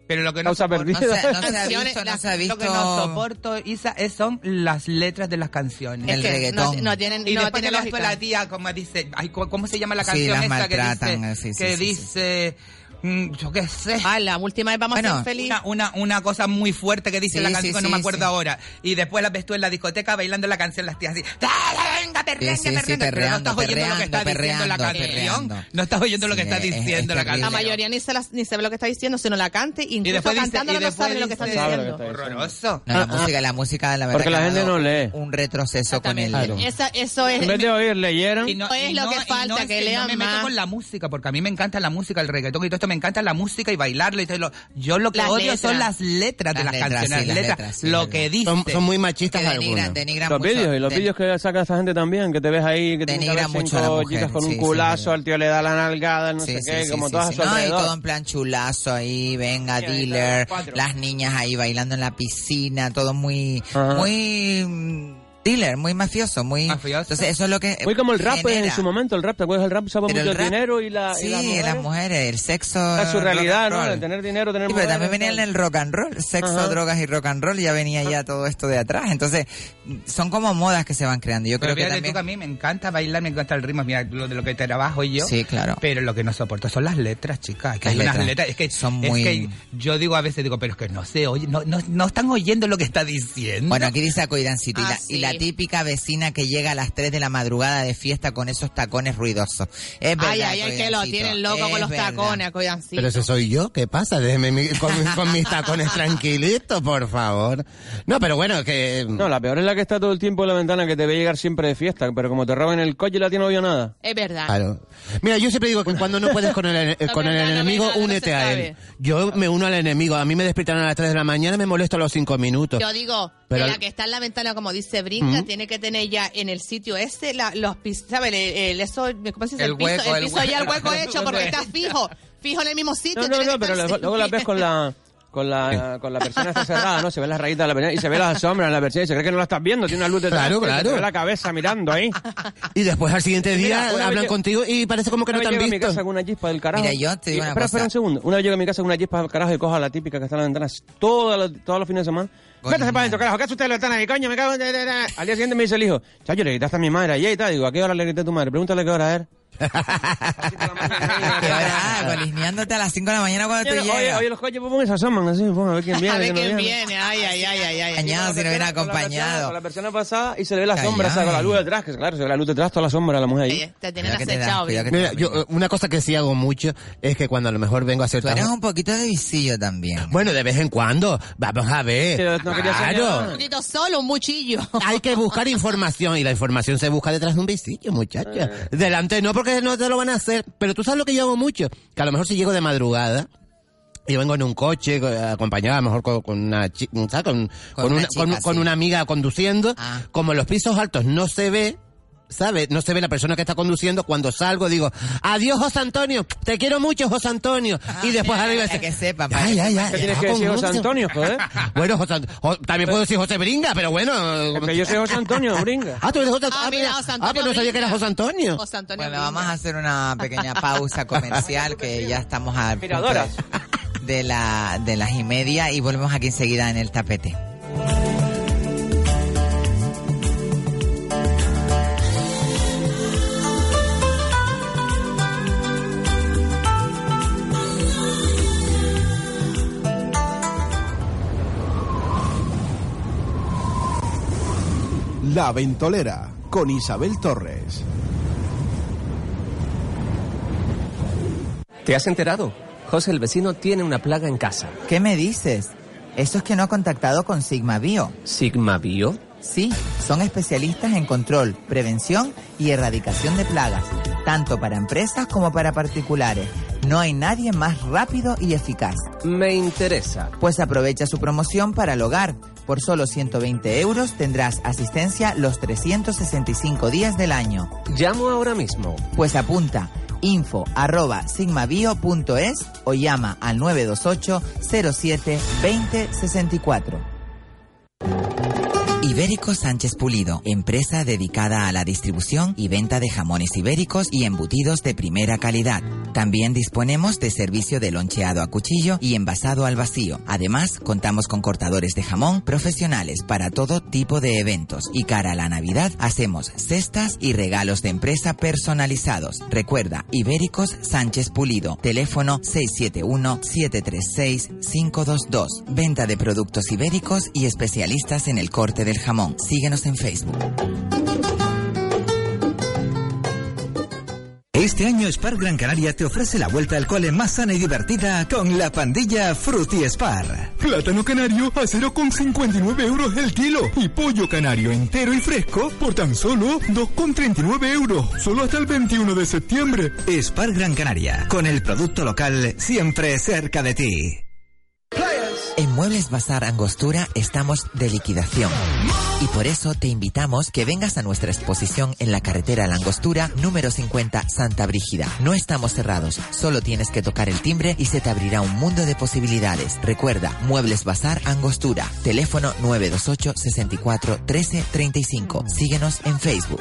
H: Pero lo que no
J: causa
H: soporto-
J: perdida.
D: No se, no se ha
F: Canciones,
D: visto, no
F: las-
D: se ha visto
H: Lo que no soporto, Isa, es- eh, son las letras de las canciones.
F: Es
D: El
F: que no,
D: reggaetón.
F: no tienen,
H: Y
F: no
H: después
F: tienen
H: te lo hace la
F: lógica.
H: tía, como dice, ay, cu- ¿cómo se llama la
D: Sí,
H: canción
D: las
H: esa
D: maltratan,
H: que dice?
D: eh, sí, sí,
H: que
D: sí, sí,
H: dice, mm, yo qué sé.
F: Ah, la última vez vamos a
D: Bueno,
F: ser felices.
H: Una, una, una cosa muy fuerte que dice
D: Sí,
H: la
D: sí,
H: canción, no
D: sí,
H: me acuerdo
D: sí.
H: ahora. Y después la ves tú en la discoteca bailando la canción, las tías así. "Dale, venga, perreando,
D: Sí, sí, sí,
H: perreando. Pero no
D: perreando,
H: estás oyendo lo que está diciendo la
D: perreando,
H: canción.
D: perreando.
H: No estás oyendo lo que está diciendo la
F: La
H: canción.
F: mayoría ni, se las- ni sabe lo que está diciendo, sino la cante, incluso
H: después dice-
F: cantándola
H: y
F: no
H: después
F: sabe lo que está
H: dice- sabe lo que
F: diciendo.
H: Horroroso.
D: No, la música, la música, la verdad.
J: Porque
D: que
J: la
D: ha
J: gente no
D: dado
J: lee.
D: Un retroceso con el.
F: Esa- eso es...
J: En vez de oír, leyeron.
H: Y no-
F: Pues
H: y
F: lo
H: no-
F: que
H: y no
F: falta,
H: es
F: que lean
H: no me meto
F: más.
H: con la música, porque a mí me encanta la música, el reggaetón y todo esto, me encanta la música y bailarlo. Y todo lo- yo lo que
D: Las
H: odio son las
D: letras.
H: letras de
D: Las
H: las,
D: letras,
H: canciones, las
D: sí, las
H: letras,
D: letras, sí,
H: lo
D: es
H: que
D: verdad.
H: dicen.
G: Son, son muy machistas
D: Que denigran,
G: algunos.
D: denigran
J: Los
D: mucho,
J: vídeos y los
D: den-
J: vídeos que saca esa gente también, que te ves ahí, que te
D: Denigra
J: cinco
D: mucho a la mujer,
J: chicas con
D: sí,
J: un
D: sí,
J: culazo,
D: sí.
J: al tío le da la nalgada, no
D: Sí,
J: sé
D: sí,
J: qué,
D: sí,
J: como
D: sí,
J: todas
D: sí.
J: a su
D: No, y
J: alrededor.
D: todo en plan chulazo ahí, venga,
J: Sí, ahí está,
D: dealer,
J: cuatro.
D: las niñas ahí bailando en la piscina, todo muy,
J: Ajá.
D: muy mm, dealer, muy mafioso, muy...
H: Mafioso.
D: Entonces eso es lo que... eh,
J: Muy como el rap pues, en
D: genera.
J: su momento, el rap, ¿te acuerdas? El rap usaba
D: Pero
J: mucho
D: el rap-
J: dinero y la... y
D: Sí,
J: las mujeres.
D: las mujeres, el sexo...
J: Era su
D: rock and
J: realidad, ¿no?
D: roll.
J: De tener dinero, tener
D: Sí, pero
J: mujeres,
D: también venía en
J: tal.
D: el rock and roll, sexo,
J: Ajá.
D: drogas y rock and roll, ya venía ya todo esto de atrás. Entonces, mm, son como modas que se van creando. Yo
H: Pero
D: creo que
H: fíjate tú
D: también...
H: que a mí me encanta bailar, me encanta el ritmo, mira, lo de lo que trabajo yo.
D: Sí, claro.
H: Pero lo que no soporto son las letras, chicas. Es que
D: Las
H: hay unas
D: letras
H: letras, es que
D: son
H: es
D: muy-
H: que yo digo a veces, digo, pero es que no se oye, no, no, no están oyendo lo que está diciendo.
D: Bueno, aquí dice Acoidancito,
F: Ah,
D: y, la,
F: sí.
D: y la típica vecina que llega a las 3 de la madrugada de fiesta con esos tacones ruidosos. Es verdad,
F: Ay, ay, ay, que lo
D: Acoidancito,
F: tienen loco con
D: es
F: los
D: verdad.
F: tacones, coyancito.
G: Pero ese soy yo, ¿qué pasa? Déjeme mi- con, mi- con mis tacones tranquilitos, por favor. No, pero bueno, que...
J: No, la peor es la que está todo el tiempo en la ventana, que te ve llegar siempre de fiesta, pero como te roban el coche, la tiene obvio nada.
F: Es verdad.
G: Claro. Mira, yo siempre digo que cuando no puedes con el, eh, con el
F: verdad, no,
G: enemigo,
F: verdad, no
G: únete
F: se
G: a
F: sabe.
G: él. Yo me uno al enemigo. A mí me despiertan a las 3 de la mañana, me molesto a los 5 minutos.
F: Yo digo,
G: Pero
F: que
G: al-
F: la que está en la ventana, como dice Brinca, tiene que tener ya en el sitio ese la- los pisos, ¿sabes? El, el- eso, ¿cómo se dice?
H: El
F: El, piso,
H: hueco,
F: el
H: el
F: piso ya el
H: hueco.
F: hueco hecho porque está fijo, fijo en el mismo sitio.
J: No, no,
F: tiene que
J: no, pero
F: estar-
J: luego- luego las ves con la... Con la, con la persona está cerrada, ¿no? Se ven las rayitas de la persona y se ve las sombras de la persona y se cree que no la estás viendo, tiene una luz detrás. y
G: Claro, claro.
J: Se ve la cabeza mirando ahí.
G: Y después al siguiente
J: Mira,
G: día
J: una vez
G: hablan
J: yo-
G: contigo y parece como que no
J: Una
G: te
J: vez
G: han
J: llego a mi
G: visto.
J: casa con una chispa del carajo.
D: Mira, yo te digo
J: Y-
D: una
J: espera, espera
D: cosa.
J: un segundo. Una vez llego a mi casa con una chispa del carajo y cojo a la típica que está en la ventana todos los, todos los fines de semana.
D: Coño,
J: Métase para adentro,
D: madre.
J: carajo, ¿qué hace usted en la ventana ahí, coño? Me cago en... Al día siguiente me dice el hijo, chacho, le gritaste a mi madre ayer y tal. Digo, ¿a qué hora le grité a tu madre? Pregúntale qué hora era.
D: ¿Qué hora? Ah, colineándote a las 5 de la mañana cuando tú
J: Oye, oye,
D: llegas.
J: oye, los coches, pues, se asoman así, pon, a ver quién viene.
F: A ver
J: quién no
F: quién viene, ay, ay, ay, ay, ay. ay.
D: Acompañado, si no viene
J: Con la persona- Con
D: acompañado.
J: la persona pasada y se le ve la
D: Callao.
J: sombra, o sea, con la luz detrás, que claro, se ve la luz detrás, toda la sombra de la mujer ahí.
F: Oye, Te tienen
D: Cuidado que te da,
F: acechado,
D: cuidado
F: Brinca.
D: que te
G: Mira,
D: da,
G: yo, eh, una cosa que sí hago mucho es que cuando a lo mejor vengo a hacer
D: Tú eres un poquito de visillo también.
G: Bueno, de vez en cuando, vamos a
J: Pero
G: ver.
J: no quería ser
F: Un
G: claro.
J: nada.
F: poquito solo, un muchillo.
G: Hay que buscar información y la información se busca detrás de un visillo,
D: Eh.
G: muchacha. Delante no, porque no te lo van a hacer. Pero tú sabes lo que yo hago mucho, que a lo mejor si llego de madrugada y vengo en un coche eh, acompañado a lo mejor con, con una chi- ¿sabes? Con, con
D: una
G: una,
D: chica,
G: con-
D: sí.
G: con una amiga conduciendo,
D: Ah.
G: como en los pisos altos no se ve ¿Sabes? No se ve la persona que está conduciendo. Cuando salgo digo, adiós José Antonio, te quiero mucho José Antonio.
D: Ah,
G: Y después arriba...
D: para que sepan, para
G: Ay,
D: que
G: ay,
D: sepan.
G: ay,
J: ¿Qué tienes que
G: ah,
J: decir,
G: con
J: José
G: mucho-
J: Antonio, joder?
G: bueno, José Ant- Jo- también puedo decir José Bringa, pero bueno. como-
J: Que yo soy José Antonio, bringa.
G: Ah, tú eres José
F: Ah,
G: Ah,
F: mira,
G: mira,
F: José
G: ah, pero no
F: Antonio
G: sabía que era
F: Bringa.
G: José Antonio.
F: José Antonio
D: Bueno,
F: Brinca.
D: Pues vamos a hacer una pequeña pausa comercial que ya estamos a punto
J: Miradoras.
D: de, de la, de las y media y volvemos aquí enseguida en el tapete.
C: La Ventolera con Isabel Torres.
L: ¿Te has enterado? José el vecino tiene una plaga en casa.
D: ¿Qué me dices? Eso es que no ha contactado con Sigma Bio.
L: ¿Sigma Bio?
D: Sí, son especialistas en control, prevención y erradicación de plagas, tanto para empresas como para particulares. No hay nadie más rápido y eficaz.
L: Me interesa.
D: Pues aprovecha su promoción para el hogar. Por solo 120 euros tendrás asistencia los 365 días del año.
L: Llamo ahora mismo.
D: Pues apunta info arroba sigmabio.es o llama al 928 07 20 64. Ibérico Sánchez Pulido, empresa dedicada a la distribución y venta de jamones ibéricos y embutidos de primera calidad. También disponemos de servicio de loncheado a cuchillo y envasado al vacío. Además, contamos con cortadores de jamón profesionales para todo tipo de eventos. Y cara a la Navidad, hacemos cestas y regalos de empresa personalizados. Recuerda, Ibéricos Sánchez Pulido, teléfono 671-736-522. Venta de productos ibéricos y especialistas en el corte del jamón. Síguenos en Facebook.
M: Este año Spar Gran Canaria te ofrece la vuelta al cole más sana y divertida con la pandilla Fruity Spar.
N: Plátano canario a 0,59 euros el kilo y pollo canario entero y fresco por tan solo 2,39 euros, solo hasta el 21 de septiembre.
M: Spar Gran Canaria, con el producto local siempre cerca de ti.
D: En Muebles Bazar Angostura estamos de liquidación. Y por eso te invitamos que vengas a nuestra exposición en la carretera La Angostura, número 50, Santa Brígida. No estamos cerrados, solo tienes que tocar el timbre y se te abrirá un mundo de posibilidades. Recuerda, Muebles Bazar Angostura, teléfono 928 64 13 35. Síguenos en Facebook.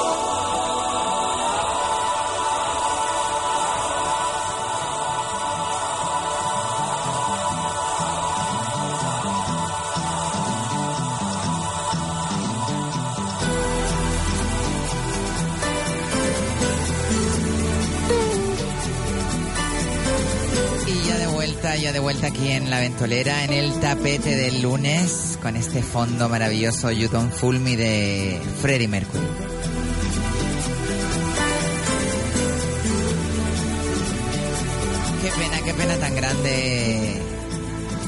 D: Y ya de vuelta, ya de vuelta aquí en la ventolera, en el tapete del lunes, con este fondo maravilloso You Don't Fool Me de Freddie Mercury. Qué pena, qué pena tan grande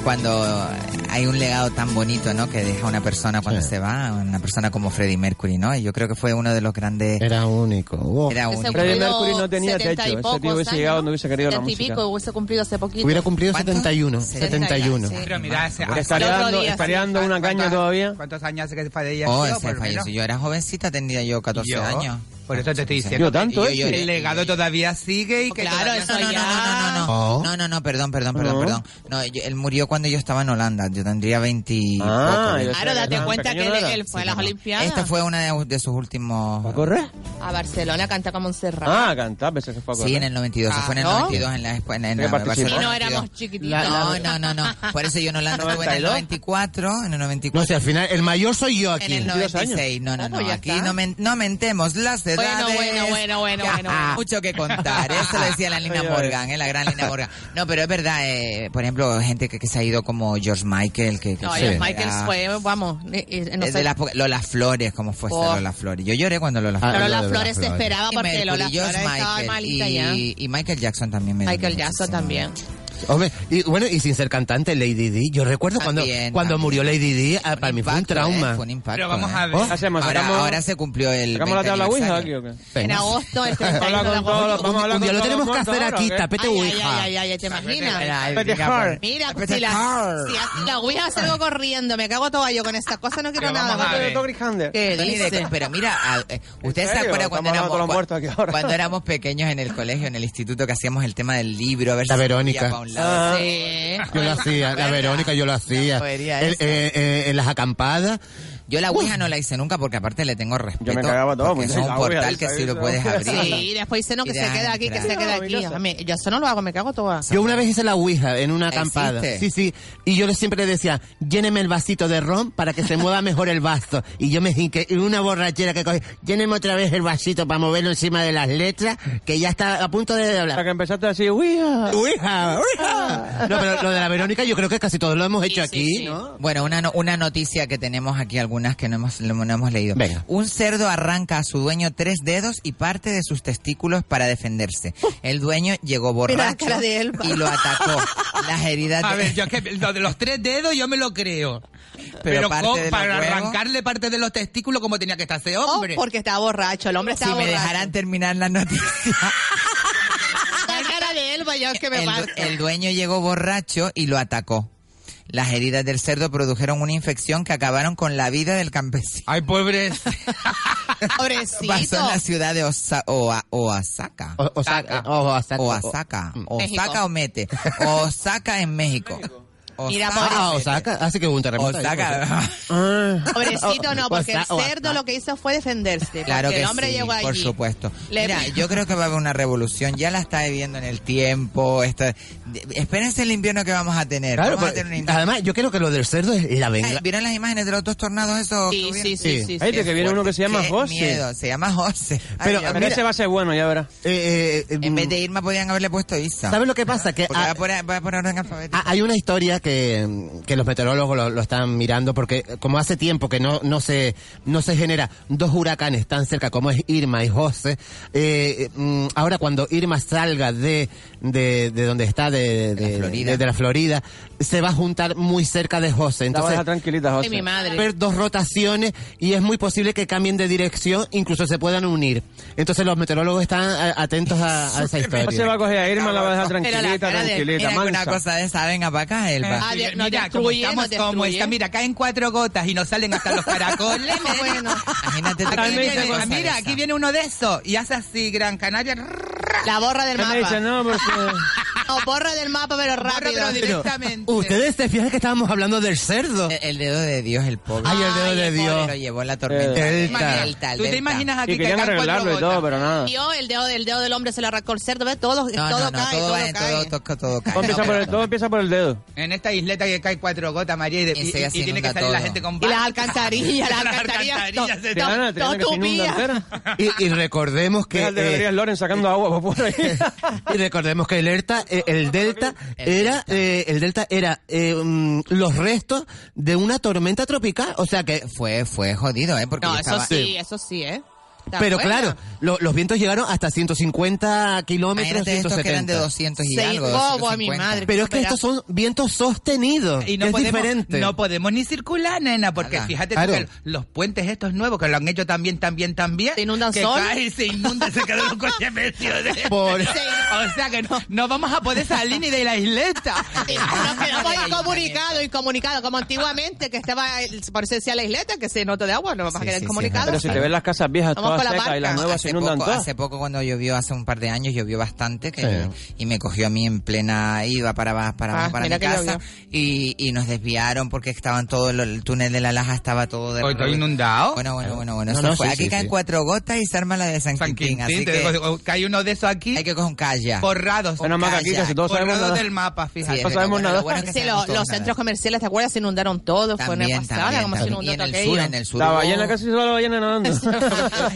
D: cuando hay un legado tan bonito, ¿no? Que deja una persona cuando se va, una persona como Freddie Mercury, ¿no? Y yo creo que fue uno de los grandes.
G: Era único.
D: Era único.
J: Eh, Freddie Mercury no tenía techo. Este tío hubiese llegado donde hubiese querido la
F: Setenta y
J: música.
F: pico, hubiese cumplido hace poquito.
G: Hubiera cumplido 71. 71.
H: Pero mira, hace, hace
J: Estaría
H: otro
J: dando-
H: día,
J: estaría
H: sí.
J: dando una
H: ¿Cuántos-
J: caña todavía?
H: ¿Cuántos años hace que se fue de ella?
D: Oh,
H: Yo,
D: ese
H: por lo
D: falleció.
H: menos.
D: Yo era jovencita, tenía yo 14
H: Yo,
D: años.
H: Por eso te estoy
D: Yo
H: diciendo. que-
D: tanto,
H: y-
D: ¿eh?
H: y El legado todavía sigue y que.
F: Claro, eso
D: no, no,
F: ya.
D: no, no,
G: Oh.
D: no. No, no, no, perdón, perdón, perdón, perdón. No, yo- él murió cuando yo estaba en Holanda. Yo tendría 20.
J: Ah,
D: y
G: Ah.
D: poco, ¿no?
F: Claro, date cuenta que él, él fue a las Olimpiadas.
D: Esta fue una de, de sus últimos. ¿A
J: correr?
F: A Barcelona canta como un cerrado.
J: Ah, cantar, pensé que fue a correr.
D: Sí, en el 92. Se fue en el
F: Claro.
D: 92 en la expo- en, en
J: Sí,
D: la-
J: participó.
D: Barcelona
J: Y no
D: 92.
F: ¿Ah? éramos chiquititos.
D: No, no, no, no. Por eso yo en Holanda estuve en el
G: 92.
D: 94, en el 94.
G: No sé, al final, el mayor soy yo
D: En
G: aquí.
D: el 96, no,
F: Ah,
D: no, no. Aquí no, men- no mentemos las edades.
F: bueno, bueno, bueno, bueno, bueno.
D: Mucho que contar. Eso lo decía la Lina
F: Oye, oye.
D: Morgan, eh, la gran Lina Morgan. No, pero es verdad, eh, por ejemplo, gente que, que se ha ido como George Michael, que, que
F: No,
D: se
F: George
D: era-
F: Michael fue, vamos, eh, eh, no
D: Ah. es
F: sé.
D: de la época- Lola Flores, como fuese
F: Oh.
D: Lola Flores. Yo lloré cuando Lola
F: Pero
D: Flores.
F: Ah, Lola Flores se esperaba
D: Y
F: porque
D: Mercury,
F: Lola
D: George
F: Flores estaba
D: Michael
F: malita
D: y,
F: ya.
D: y Michael Jackson también me
F: Michael Jackson también.
G: Hombre, y bueno, y sin ser cantante, Lady D. Yo recuerdo
D: También,
G: cuando, cuando
D: también.
G: murió Lady D, ah, para mí fue un trauma.
D: fue un impacto.
G: Pero vamos a
D: eh.
G: ver. Hacemos,
D: ahora,
G: sacamos-
D: ahora se cumplió el.
G: ¿sacamos la
D: 20
G: tabla Ouija
D: aniversario.
J: aquí
F: En agosto, el 31 de
D: Habla con todos los-
F: agosto.
D: vamos a hablar
G: Un día
D: con
G: lo
D: todos
G: tenemos
D: los
G: que hacer
D: muertos
G: aquí,
D: ahora, ¿o qué?
G: tapete
F: Ay, ay,
G: Ouija.
F: ay, ay, ay, ¿te imaginas?
D: Ay,
G: Tapete
D: venga,
G: hard.
D: pues.
F: Mira, pues,
D: Tapete
F: si la,
D: hard.
F: si hace la Ouija salgo corriendo, me cago toda yo con estas cosas, no quiero
D: Pero
F: nada.
D: vamos a ver.
F: ¿Qué
D: Tony de-
F: dice?
D: Pero mira, a- eh, ¿ustedes se
J: serio?
D: acuerdan cuando
J: Estamos hablando de los
D: éramos,
J: muertos aquí ahora.
D: cuando éramos pequeños en el colegio, en el instituto, que hacíamos el tema del libro? A ver
G: La
D: si se
G: Verónica.
D: movía pa' un
G: Ah.
D: lado? Sí.
G: Yo lo hacía, la Verónica yo lo hacía.
D: jodería
G: El-
D: esa.
G: eh, eh, en las acampadas.
D: Yo la Ouija no la hice nunca porque aparte le tengo respeto.
G: me cagaba todo,
D: Porque
G: porque
D: es un
G: la Ouija,
D: portal que
G: esa,
D: sí lo
G: esa.
D: puedes abrir.
F: Sí, después dice, no, que
D: Y
F: se
D: de
F: queda aquí, que
D: entrar.
F: se queda aquí. A mí, yo eso no lo hago, me cago toda.
G: Yo una vez hice la Ouija en una acampada.
F: ¿Existe?
G: Sí, sí. Y yo le- siempre le decía, lléneme el vasito de ron para que se mueva mejor el vaso. Y yo me hinqué, y una borrachera que cogí, lléneme otra vez el vasito para moverlo encima de las letras, que ya está a punto de hablar. Hasta
J: que empezaste ah". a decir, Ouija.
G: Ouija, Ouija. No, pero lo de la Verónica yo creo que casi todos lo hemos hecho aquí, ¿no?
D: Bueno, una, no- una noticia que tenemos aquí, algunas que no hemos, lo- no hemos leído.
G: Venga.
D: Un cerdo arranca a su dueño tres dedos y parte de sus testículos para defenderse. El dueño llegó
F: Mira
D: borracho
F: la cara de Elba.
D: y lo atacó. Las heridas de...
H: A ver, yo es que lo de los tres dedos yo me lo creo. Pero,
D: parte
H: con-
D: de los
H: para
D: huevos.
H: arrancarle parte de los testículos como tenía que estar ese
F: Oh,
H: hombre.
F: porque estaba borracho, el hombre
D: si
F: estaba
D: me
F: borracho.
D: dejaran terminar la noticia.
F: La cara de Elba, yo es que me
D: El,
F: parto.
D: el dueño llegó borracho y lo atacó. Las heridas del cerdo produjeron una infección que acabaron con la vida del campesino.
H: Ay, pobre.
D: Pasó en
F: Pobrecito.
D: la ciudad de Osa- Oa- Oaxaca.
G: O- eh, Osaka. O- Osaka.
D: Oaxaca.
G: Mm.
D: Oaxaca
F: México.
D: o Mete. Oaxaca en México.
F: pobre
G: Ah, Osaka. Así que hubo un terremoto. pues.
D: Osaka.
J: Ah.
F: Pobrecito no, porque el cerdo lo que hizo fue defenderse.
D: Claro
F: porque
D: que
F: el hombre
D: sí,
F: llegó allí.
D: por supuesto.
F: Le-
D: Mira, yo creo que va a haber una revolución. Ya la está viviendo en el tiempo. Está... de- Espérense el invierno que vamos a tener.
G: Claro,
D: Vamos a
G: pero-
D: tener un invierno.
G: además, yo creo que lo del cerdo es la
D: Ay,
G: venganza.
D: ¿Vieron las imágenes de los dos tornados esos? que hubieron?
J: Ay, de que viene uno que se llama
D: Qué
J: José.
D: miedo, se llama José. Ay,
J: Pero,
D: ya
J: pero
D: verás.
J: ese va a ser bueno, ya verás.
D: en vez de Irma podían haberle puesto Isa.
G: Eh, mm, ¿Sabes lo que pasa? Que
D: Porque
G: ah,
D: va a poner, va a poner orden alfabético.
G: Ah, Hay una historia que, que los meteorólogos lo, lo están mirando porque eh, como hace tiempo que no, no se no se genera dos huracanes tan cerca como es Irma y José, eh, mm, ahora cuando Irma salga de, de, de donde está, de, de- de- de la Florida. se va a juntar muy cerca de José.
J: La vas a
G: Entonces,
J: dejar tranquilita, José.
F: mi madre.
G: ver dos rotaciones y es muy posible que cambien de dirección, incluso se puedan unir. Entonces los meteorólogos están a- atentos a, a esa historia.
J: José va a coger a Irma, la va a dejar
D: Pero la
J: tranquilita,
D: cara de-
J: tranquilita,
D: mira que una
J: mansa.
D: cosa de esa, venga para acá, Elba.
F: Ah, de- no,
H: mira, como
F: destruye,
H: estamos,
F: no
H: como
F: destruye.
H: está, mira, caen cuatro gotas y nos salen hasta los caracoles.
F: bueno,
D: Imagínate tú que
H: Aquí
D: viene-
H: viene- mira, aquí viene uno de esos y hace así, Gran Canaria.
F: la borra del
J: Ya me dice,
F: mapa.
J: no, porque...
F: No, borra del mapa, pero rápido.
H: pero
G: Pero,
H: directamente.
G: Ustedes se fijan que estábamos hablando del cerdo.
D: El, el dedo de Dios, el pobre.
G: Ay, el dedo de Dios.
D: Lo llevó la tormenta.
G: Eh.
D: Delta,
G: Imagina-
D: Delta,
H: ¿Tú te
D: Delta.
H: imaginas
J: Y
H: aquí que
J: querían
H: caen cuatro
J: arreglarlo y todo,
H: gotas?
J: pero nada.
F: Vio el dedo, el dedo del hombre se lo arrancó el cerdo, ve todo,
D: No,
F: todo
D: no, no,
F: cae,
D: todo,
F: todo
D: va-
F: cae.
D: todo, todo, todo cae.
J: Todo empieza,
D: No,
J: por el,
D: pero-
J: todo empieza por el dedo.
H: En esta isleta que cae cuatro gotas, María, y, de-
D: Y
H: y-
D: se
H: y- y
D: inunda
H: tiene que salir la
D: todo.
H: gente con
F: Y las
H: barco.
F: alcantarillas, las alcantarillas, todo-
H: se-
J: Te gana, te
F: todo
J: gana que se inunda
F: tupidas.
J: entera.
G: Y, y recordemos que
J: Deja el de
G: eh,
J: Gabriel Loren sacando agua por ahí.
G: y recordemos que el delta eh, el delta era eh, el delta era eh, mm, los restos de una tormenta tropical, o sea que
D: Fue, fue jodido, ¿eh? Porque
F: No,
D: yo
F: eso
D: estaba-
F: sí, eso sí, ¿eh? Está
G: pero
F: buena.
G: claro, lo- los vientos llegaron hasta 150 kilómetros,
D: Imagínate estos que eran
G: 170.
D: de 200 y
F: Sí,
D: algo.
F: bobo,
D: 250.
F: mi madre.
G: Pero es que
F: Pero-
G: estos son vientos sostenidos,
H: Y no,
G: es
H: podemos,
G: diferente.
H: no podemos ni circular, nena, porque
D: Nada.
H: fíjate tú
G: Claro.
H: que los puentes estos nuevos que lo han hecho también, también, también.
F: Se inundan
H: que
F: sol.
H: cae y se inunda, se quedan los coches metidos. de-
G: Por-
H: O sea que no, no vamos a poder salir ni de la isleta.
F: Nos quedamos incomunicados, incomunicados, como antiguamente que estaba, el- por eso decía la isleta, que se nota de agua, nos vamos
D: Sí,
F: a quedar
D: sí,
J: Pero
F: incomunicados.
J: si te ves las casas viejas
F: Vamos
J: todas
F: con la
J: secas y las
F: barca.
J: nuevas se
D: hace,
J: inundan
D: poco,
J: todas.
D: hace poco cuando llovió, hace un par de años, llovió bastante que y me cogió a mí en plena, iba para abajo, para, abajo,
F: Ah,
D: para mi
F: mira que
D: casa
F: llovió.
D: y, y nos desviaron porque estaban todo, el, el túnel de la Laja estaba todo de
H: Hoy estoy inundado.
D: Bueno, bueno, bueno, bueno.
G: No,
D: eso
G: no,
D: fue.
G: sí,
D: Aquí
G: sí,
D: caen
G: sí.
D: cuatro gotas y se arma la de San,
H: San
D: Quintín,
H: Quintín,
D: así
H: te
D: que
H: digo, que hay uno de esos aquí
D: hay que coger un calla.
H: borrados.
J: Menos mal que aquí casi todos sabemos
H: Borrados
J: nada.
H: del mapa, fíjate.
D: Sí,
J: No sabemos
D: bueno,
J: nada.
D: lo bueno es que
F: Sí, lo-
D: sabemos todo
F: los
D: nada.
F: centros comerciales, ¿te acuerdas? Se inundaron todos, fue una
D: También,
F: pasada,
D: también,
F: como se
D: también.
F: inundó
D: Y en
F: todo
D: el sur, en
F: aquello.
D: el sur.
J: La
D: hubo-
J: ballena casi se va la ballena nadando.
H: ¿Tú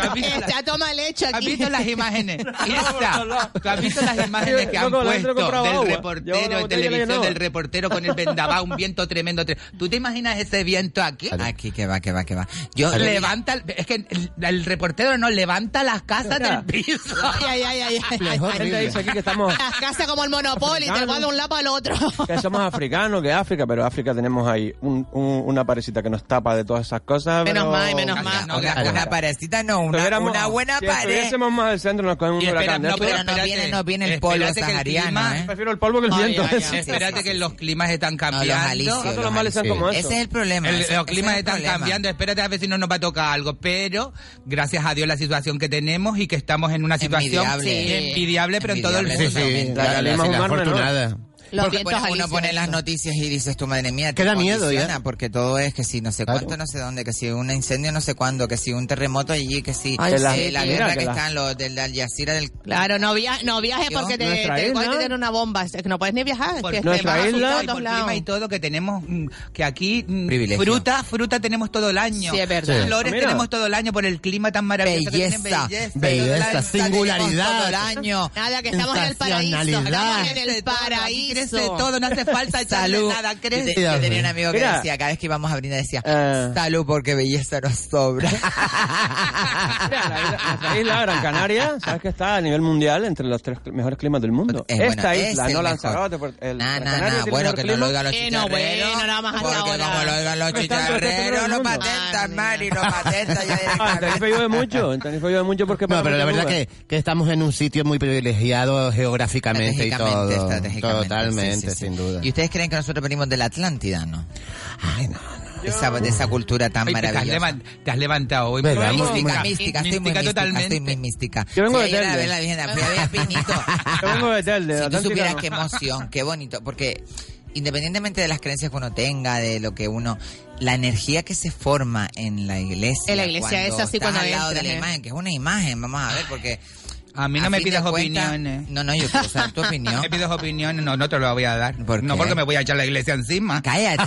H: has visto la-
F: Está toma leche
H: ¿Has
F: aquí.
H: visto las imágenes? Esta. ¿Tú has visto las imágenes que han
J: Loco, la gente no
H: puesto
J: compraba
H: del
J: agua. Llevaba la
H: reportero en
J: botella
H: televisión,
J: llenaba.
H: del reportero con el vendaval, un viento tremendo? tre- ¿Tú te imaginas ese viento aquí?
D: Aquí que va, que va, que va. Yo
H: Levanta, es que el, el reportero no levanta las casas
J: Mira.
H: del piso.
F: Ay, ay, ay, ay, ay, ay.
J: La gente dice aquí que estamos...
F: Las casas como el Monopoly, te vas de un lado al otro.
J: Que somos africanos, que África, pero África tenemos ahí un- un- una parecita que nos tapa de todas esas cosas.
F: Menos
J: pero-
F: mal, menos mal.
D: Una,
H: No,
D: una,
H: claro.
D: una parecita no, una,
J: Tuviéramos-
D: una buena
J: si
D: pared.
J: estuviésemos más al centro nos cogemos
H: Y
J: un
H: espera,
J: huracán. de
H: no,
J: estos.
D: pero no viene- no viene el polvo
H: espérate que
D: sahariano,
H: clima-
D: ¿eh?
J: Prefiero el polvo que el
F: Ay,
J: viento.
F: ay, ay.
J: ese.
H: Espérate que los climas están
D: No, los
H: cambiando.
D: alisios,
J: Todos los
D: los
J: males son
D: alisios.
J: como eso.
D: Ese es el problema.
H: El-
D: ese-
H: los
D: ese
H: climas
D: es el
H: están
D: problema.
H: cambiando. Espérate a ver si no nos va a tocar algo. Pero gracias a Dios la situación que tenemos y que estamos en una situación
D: Envidiable.
H: sí, envidiable, pero en todo
D: Envidiable,
H: el
G: Sí,
H: mundo.
G: sí,
D: Totalmente.
G: la, la,
J: Lima
G: sí, la
J: humana, ¿no?
G: afortunada.
F: Los
D: Porque
F: vientos
D: pone- uno pone
F: alicios.
D: las noticias y dices tú, madre mía, te
G: Queda miedo ya.
D: condiciona, Porque todo es que si no sé
G: Claro.
D: cuánto, no sé dónde, que si un incendio, no sé cuándo, que si un terremoto allí, que si
J: Ay,
D: eh,
J: sí,
D: la,
J: mira,
D: guerra que,
J: que la-
D: están los del Al Jazeera del...
F: Claro, no, via no viajes
D: Yo,
F: porque te,
J: nuestra
F: te
J: isla.
F: pueden tener una bomba. Es que no puedes ni viajar. es
H: Por
F: que te
J: nuestra
F: van a
J: isla
F: asustar
H: y
F: a
H: por
F: todos
H: clima y
F: lados.
H: todo que tenemos mm, que aquí mm,
D: Privilegio.
H: fruta fruta tenemos todo el año
F: Sí, es verdad. Sí.
H: flores
J: Mira.
H: tenemos todo el año por el clima tan maravilloso que
D: Ah, Belleza,
H: tienen,
G: Belleza,
H: todo el año.
G: singularidad.
D: Todo el año.
F: Nada, que estamos en el paraíso.
G: Sensacionalidad.
F: Estamos en el
H: Aquí crece
F: paraíso.
H: todo no hace falta echarle
D: Salud.
H: nada
D: Yo, te-
H: crece
D: yo tenía un amigo que
J: Mira.
D: decía, cada vez que íbamos a brindar decía,
J: Eh.
D: salud porque belleza nos sobra.
J: Mira, la isla- nuestra isla Gran Canaria, sabes que está a nivel mundial entre los tres cl- mejores climas del mundo.
D: Eh, bueno,
J: Esta
D: es
J: isla,
D: el
J: no
D: mejor.
J: Lanzarote, por- el
D: No,
J: Gran
D: no,
J: Canaria
D: no,
J: tiene
D: bueno,
J: mejor
D: que no lo
J: clima.
D: oigan los
F: Eh, no,
D: chicharreros.
F: bueno, nada más hasta
D: porque
F: ahora.
D: como lo oigan los
J: Me están
D: chicharreros,
J: sorprendiendo
D: lo
J: el mundo.
F: Madre
D: patentan, Mari, lo
F: mía.
D: patentan. ya
J: Ah, en Tenerife
D: directamente.
J: llueve mucho, en Tenerife llueve mucho porque...
G: No,
J: para
G: pero la
J: muchas
G: verdad
J: nubes.
G: que, que estamos en un sitio muy privilegiado geográficamente y todo.
D: estratégicamente.
G: Totalmente,
D: sí, sí, sí.
G: sin duda.
D: Y ustedes creen que nosotros venimos de la Atlántida, ¿no?
G: Ay, no, no.
D: esa, de esa cultura tan
H: Oye, te has
D: maravillosa.
H: levan- Te has levantado hoy.
D: Venga,
H: muy
D: vamos, vamos. Mística, estoy muy mística, estoy muy mística.
J: Yo vengo
D: Fui
J: de
D: ayer a
J: Telde.
D: ver la Virgen de la- fui a ver a Pinito.
J: Yo vengo de Telde,
D: Si tú
J: Atlántica
D: supieras
J: no.
D: qué emoción, qué bonito, porque independientemente de las creencias que uno tenga, de lo que uno, la energía que se forma en la iglesia.
F: En la iglesia
D: cuando
F: es así
D: estás
F: cuando
D: al lado de
F: entras,
D: la
F: ¿eh?
D: imagen, que es una imagen, vamos a ver, porque
H: A mí no
D: a
H: me
D: fin de
H: pidas
D: cuentas-
H: opiniones.
D: No, no, yo quiero saber tu opinión.
H: Me pides opiniones, no, no te lo voy a dar. no
D: qué?
H: porque me voy a echar la iglesia encima. Ah,
D: Cállate,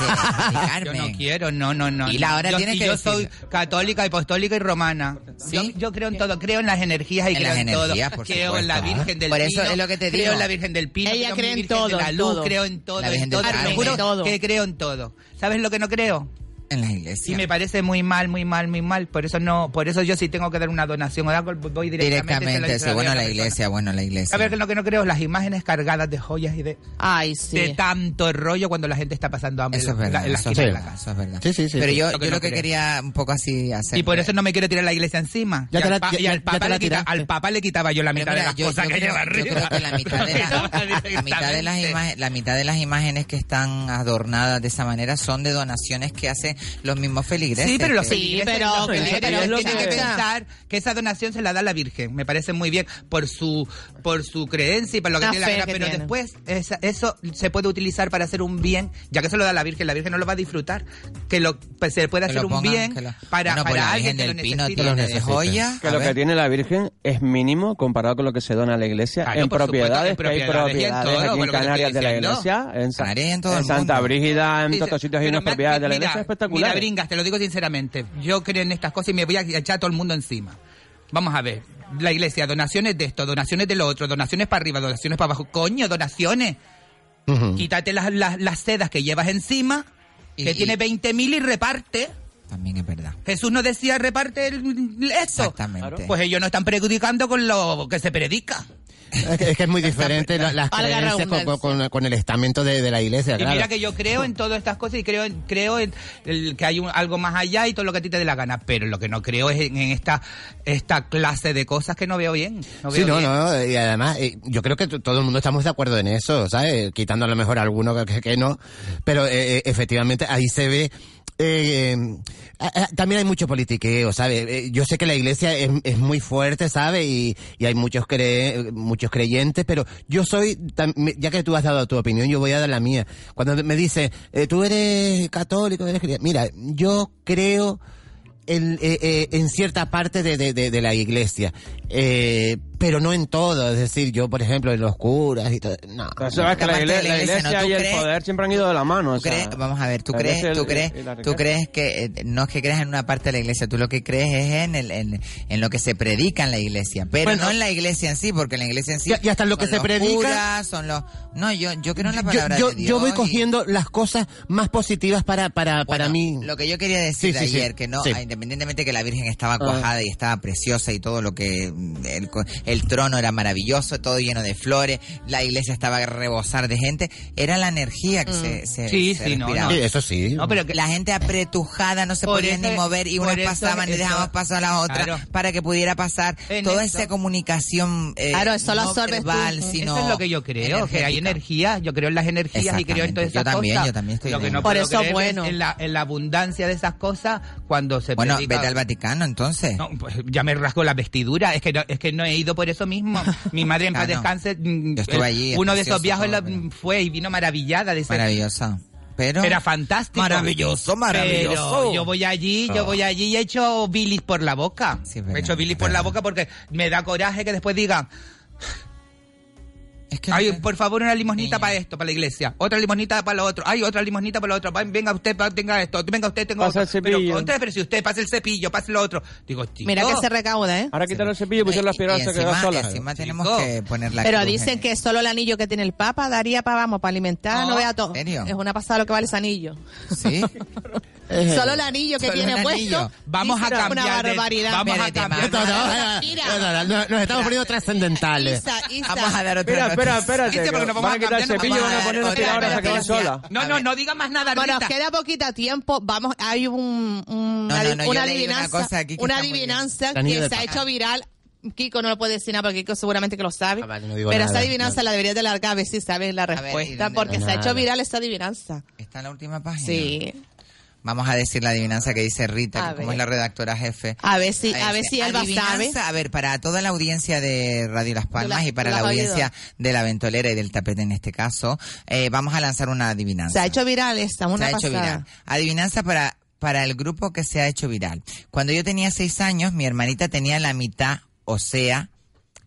H: Yo no quiero, no, no, no.
D: Y la hora
H: yo,
D: tienes
H: y
D: que
H: yo
D: decirlo.
H: soy católica, apostólica y romana. Yo, yo creo en todo, creo en las energías y
D: En
H: creo
D: las
H: en todo.
D: energías, por
H: creo en
D: supuesto. ¿ah?
H: la Virgen del
D: Por eso
H: Pino,
D: es lo que te
H: Creo
D: digo.
H: en la Virgen del Pino. creo
D: Ella
H: en
D: cree
H: mi
D: en
H: Virgen
D: todo,
H: de la
D: en
H: luz,
D: todo.
H: creo en todo.
D: La Virgen
H: en
D: del
H: todo. Te lo
D: Carmen,
H: juro
D: en todo.
H: que creo en todo. ¿Sabes lo que no creo?
D: En las
H: Y
D: iglesias.
H: me parece muy mal, muy mal, muy mal. Por eso no, por eso yo sí tengo que dar una donación o algo, voy directamente. se la-
D: Directamente,
H: se
D: sí,
H: doy a
D: bueno,
H: otra
D: la
H: persona.
D: iglesia, bueno, la iglesia.
H: A ver, que lo que no creo es las imágenes cargadas de joyas y de,
F: Ay, sí.
H: de tanto rollo cuando la gente está pasando hambre
D: Eso es
H: en la-
D: verdad,
H: en la
D: eso es
H: esquina de la
D: verdad,
H: casa.
D: eso es verdad.
H: Sí, sí, sí,
D: Pero
H: sí.
D: yo,
H: Lo que
D: yo
H: no
D: lo que
H: creo.
D: quería un poco así hacer.
H: Y por eso no me quiero tirar la iglesia encima.
D: Ya
H: y,
D: te
H: al
D: la-
H: pa-
D: ya-
H: y al
D: ya
H: papá
D: te la
H: le quita- al papá le quitaba yo la mitad de las cosas que lleva arriba.
D: creo que la mitad de, la- la mitad de las
H: Directamente.
D: imágenes, la mitad de las imágenes que están adornadas de esa manera son de donaciones que hacen los mismos feligreses.
H: Sí, pero los
D: que-
H: feligreses- los feligreses tienen que pensar que esa donación se la da la Virgen. Me parece muy bien por su por su creencia y para lo que
F: La
H: tiene
F: fe
H: la
F: que
H: Pero
F: tiene.
H: después esa- eso se puede utilizar para hacer un bien, ya que se lo da la Virgen, la Virgen no lo va a disfrutar. Que lo pues, se puede
D: Que
H: hacer
D: lo
H: un
D: pongan,
H: bien
D: que lo-
H: para,
D: Bueno, pues
H: para
D: la
H: alguien que
D: Virgen
H: lo
D: del Pino
H: necesite.
D: tiene de joya.
J: Que
D: a
J: lo que
D: ver.
J: tiene la Virgen es mínimo comparado con lo que se dona a la iglesia
H: Claro,
J: en
H: por supuesto,
J: propiedades,
H: en
J: que hay
H: propiedades y en
J: propiedades
H: todo,
J: aquí
H: por
J: en
H: lo que te
J: Canarias de
H: estoy
J: la
H: diciendo.
J: iglesia, en, Sa-
D: Canarias y en todo
J: en
D: el
J: Santa
D: mundo.
J: Brígida, en
H: Sí,
J: tantos
H: sí.
J: sitios hay
H: Pero
J: unas
H: me-
J: propiedades de la
H: mira,
J: iglesia
H: Mira,
J: espectaculares.
H: bringas, te lo digo sinceramente. Yo creo en estas cosas y me voy a echar a todo el mundo encima. Vamos a ver. La iglesia, donaciones de esto, donaciones de lo otro, donaciones para arriba, donaciones para abajo. Coño, donaciones.
G: Mm.
H: Quítate las, las, las sedas que llevas encima, que tiene 20 mil y reparte.
D: También es verdad.
H: Jesús no decía reparte el, eso.
D: Exactamente.
H: Pues ellos no están predicando con lo que se predica.
G: Es que, es que es muy diferente la- las
H: Valga la
G: creencias con,
H: redundancia.
G: con- con el estamento de, de la iglesia,
H: Y
G: claro.
H: mira que yo creo en todas estas cosas y creo en, creo en el- que hay un- algo más allá y todo lo que a ti te dé la gana. Pero lo que no creo es en, en esta, esta clase de cosas que no veo bien. No
G: Sí,
H: veo
G: no,
H: bien.
G: no, y además eh, yo creo que t- todo el mundo estamos de acuerdo en eso, ¿sabes? Quitando a lo mejor alguno que- que, que no, pero eh, eh, efectivamente ahí se ve... eh, eh, ah, ah, también hay mucho politiqueo, ¿sabes? Eh, yo sé que la iglesia es, es muy fuerte, ¿sabes? Y, y hay muchos, cre- muchos creyentes, pero yo soy, tam- me- ya que tú has dado tu opinión, yo voy a dar la mía. Cuando me dicen, eh, tú eres católico, eres creyente, mira, yo creo en, eh, eh, en cierta parte de, de- de- de la iglesia, eh, pero no en todo. Es decir, yo, por ejemplo, en los curas y todo. No.
J: Pero eso es que la,
G: Aparte de
J: igle- la iglesia,
D: ¿no? ¿Tú
J: y el
D: crees?
J: poder siempre han ido de la mano. o
D: ¿Tú crees?
J: sea,
D: Vamos a ver, ¿tú
J: la
D: crees,
J: iglesia y-
D: tú crees,
J: y la
D: tú
J: riqueza.
D: crees que eh, no es que creas en una parte de la iglesia, tú lo que crees es en el, en, en lo que se predica en la iglesia, pero
G: Bueno.
D: no en la iglesia en sí, porque en la iglesia en sí
G: Ya- ya está lo que
D: son
G: se
D: los
G: predica.
D: curas, son los no, yo yo creo en la
G: Yo-
D: palabra
G: yo,
D: de
G: yo,
D: Dios.
G: voy
D: y-
G: cogiendo las cosas más positivas para, para, para mí.
D: Lo que yo quería decir
G: Sí, sí, sí.
D: ayer, que no,
G: Sí. Ah.
D: ah, independientemente que la Virgen estaba cuajada y estaba preciosa y todo lo que, mm, el, co- el trono era maravilloso, todo lleno de flores, la iglesia estaba a rebosar de gente, era la energía que se, se,
H: Mm. Sí,
D: se
H: sí, no,
D: respiraba.
H: no. Sí,
G: eso sí.
H: No, pero que-
D: La gente apretujada, no se
H: Por
D: podía ni
H: eso-
D: mover y
H: por
D: unas
H: eso
D: pasaban y
H: eso-
D: dejaban pasar a la otra
H: Claro.
D: para que pudiera pasar
H: En
D: toda
H: eso-
D: esa comunicación eh,
F: Claro, eso lo
D: no
F: absorbes tú.
D: verbal, sino
H: Eso es lo que yo creo, que hay
D: energética.
H: energía, yo creo en las energías y creo en todas
D: Exactamente, yo
H: esas
D: también,
H: cosas.
D: yo también estoy
H: Lo que
D: en
H: no
D: ello. Por
H: puedo
D: eso,
H: creer es
D: bueno.
H: en la, en la abundancia de esas cosas cuando se
D: Bueno,
H: predica-
D: vete al Vaticano entonces.
H: No, pues ya me rasgo la vestidura, es que no, es que no he ido por eso mismo. Mi madre en paz
D: Claro.
H: descanse, mm,
D: Ah, Yo estuve allí, es
H: uno de esos
D: precioso
H: viajes
D: todo,
H: la-
D: pero-
H: fue y vino maravillada, dice,
D: Maravillosa. Pero
H: Era fantástico.
D: Maravilloso, maravilloso.
H: Pero yo voy allí, yo
D: Ah.
H: voy allí y he hecho bilis por la boca. he hecho bilis por la boca porque me da coraje que después digan... Ay, por favor, una limosnita para esto, para la iglesia. Otra limosnita para lo otro. Ay, otra limosnita para lo otro. Ay, Venga usted, pa- tenga esto. Venga usted, tenga
J: Pasa
H: otro.
J: el
H: pero,
J: cepillo.
H: contra, pero si usted pasa el cepillo, pase lo otro. Digo, tío.
F: Mira que se recauda, ¿eh?
J: Ahora quitar el cepillo y pusieron pues, la aspiradora, se quedó sola.
D: Encima tenemos que poner la
F: Pero
D: cruz
F: dicen
D: en-
F: que solo el anillo que tiene el Papa daría para, vamos, para alimentar, no,
D: No,
F: vea todo.
D: ¿en serio?
F: Es una pasada lo que vale ese anillo.
D: Sí.
G: Eh.
F: Solo el anillo que
D: Solo
F: tiene
D: un
F: puesto.
D: anillo.
H: Vamos a
F: dice,
H: cambiar
F: Una
H: de-
F: barbaridad.
H: vamos a
F: Espérate,
H: cambiar
F: Marta.
G: No, no, no, no, no, no, nos estamos poniendo trascendentales.
F: Isa, Isa.
D: Vamos a dar
J: Espera,
D: otra
J: espera,
D: noticia.
J: espera.
H: Viste, porque nos vamos
J: Van a
H: a
J: quitar el
H: cambiar, nos
J: cepillo y
H: vamos
J: van
H: a
J: a
H: dar
J: poner una
H: otra
J: aspiradora, se quedó
H: referencia.
J: sola.
H: No, no, no diga más nada,
F: Bueno,
H: Rita.
F: nos queda poquito tiempo. Vamos, hay un, un-
D: No,
F: una,
D: no, no,
F: una
D: yo leí una
F: adivinanza, una,
D: cosa aquí que está muy bien.
F: adivinanza
D: El anillo
F: que
D: de
F: se ha
D: Papa.
F: hecho viral. Kiko no lo puede decir nada porque Kiko seguramente que lo sabe.
G: Ah, no digo
F: pero
G: nada,
F: esa adivinanza
G: no.
F: la deberías de largar a ver si sabes la
D: ver, ¿y
F: respuesta
D: dónde
F: porque
G: lo-
F: se ha
G: Nada.
F: hecho viral esa adivinanza.
D: Está en la última página.
F: Sí.
D: Vamos a decir la adivinanza que dice Rita,
F: A
D: que como
F: ver.
D: es la redactora jefe.
F: A ver si,
D: Ahí
F: a ver
D: dice,
F: si Elba
D: adivinanza,
F: sabe.
D: A ver, para toda la audiencia de Radio Las Palmas
F: la-
D: y para
F: la
D: la
F: has oído.
D: audiencia de la ventolera y del tapete en este caso, eh, vamos a lanzar una adivinanza.
F: Se ha hecho viral esta, una
D: se ha hecho
F: pasada.
D: viral. Adivinanza para, para el grupo que se ha hecho viral. Cuando yo tenía seis años, mi hermanita tenía la mitad, o sea...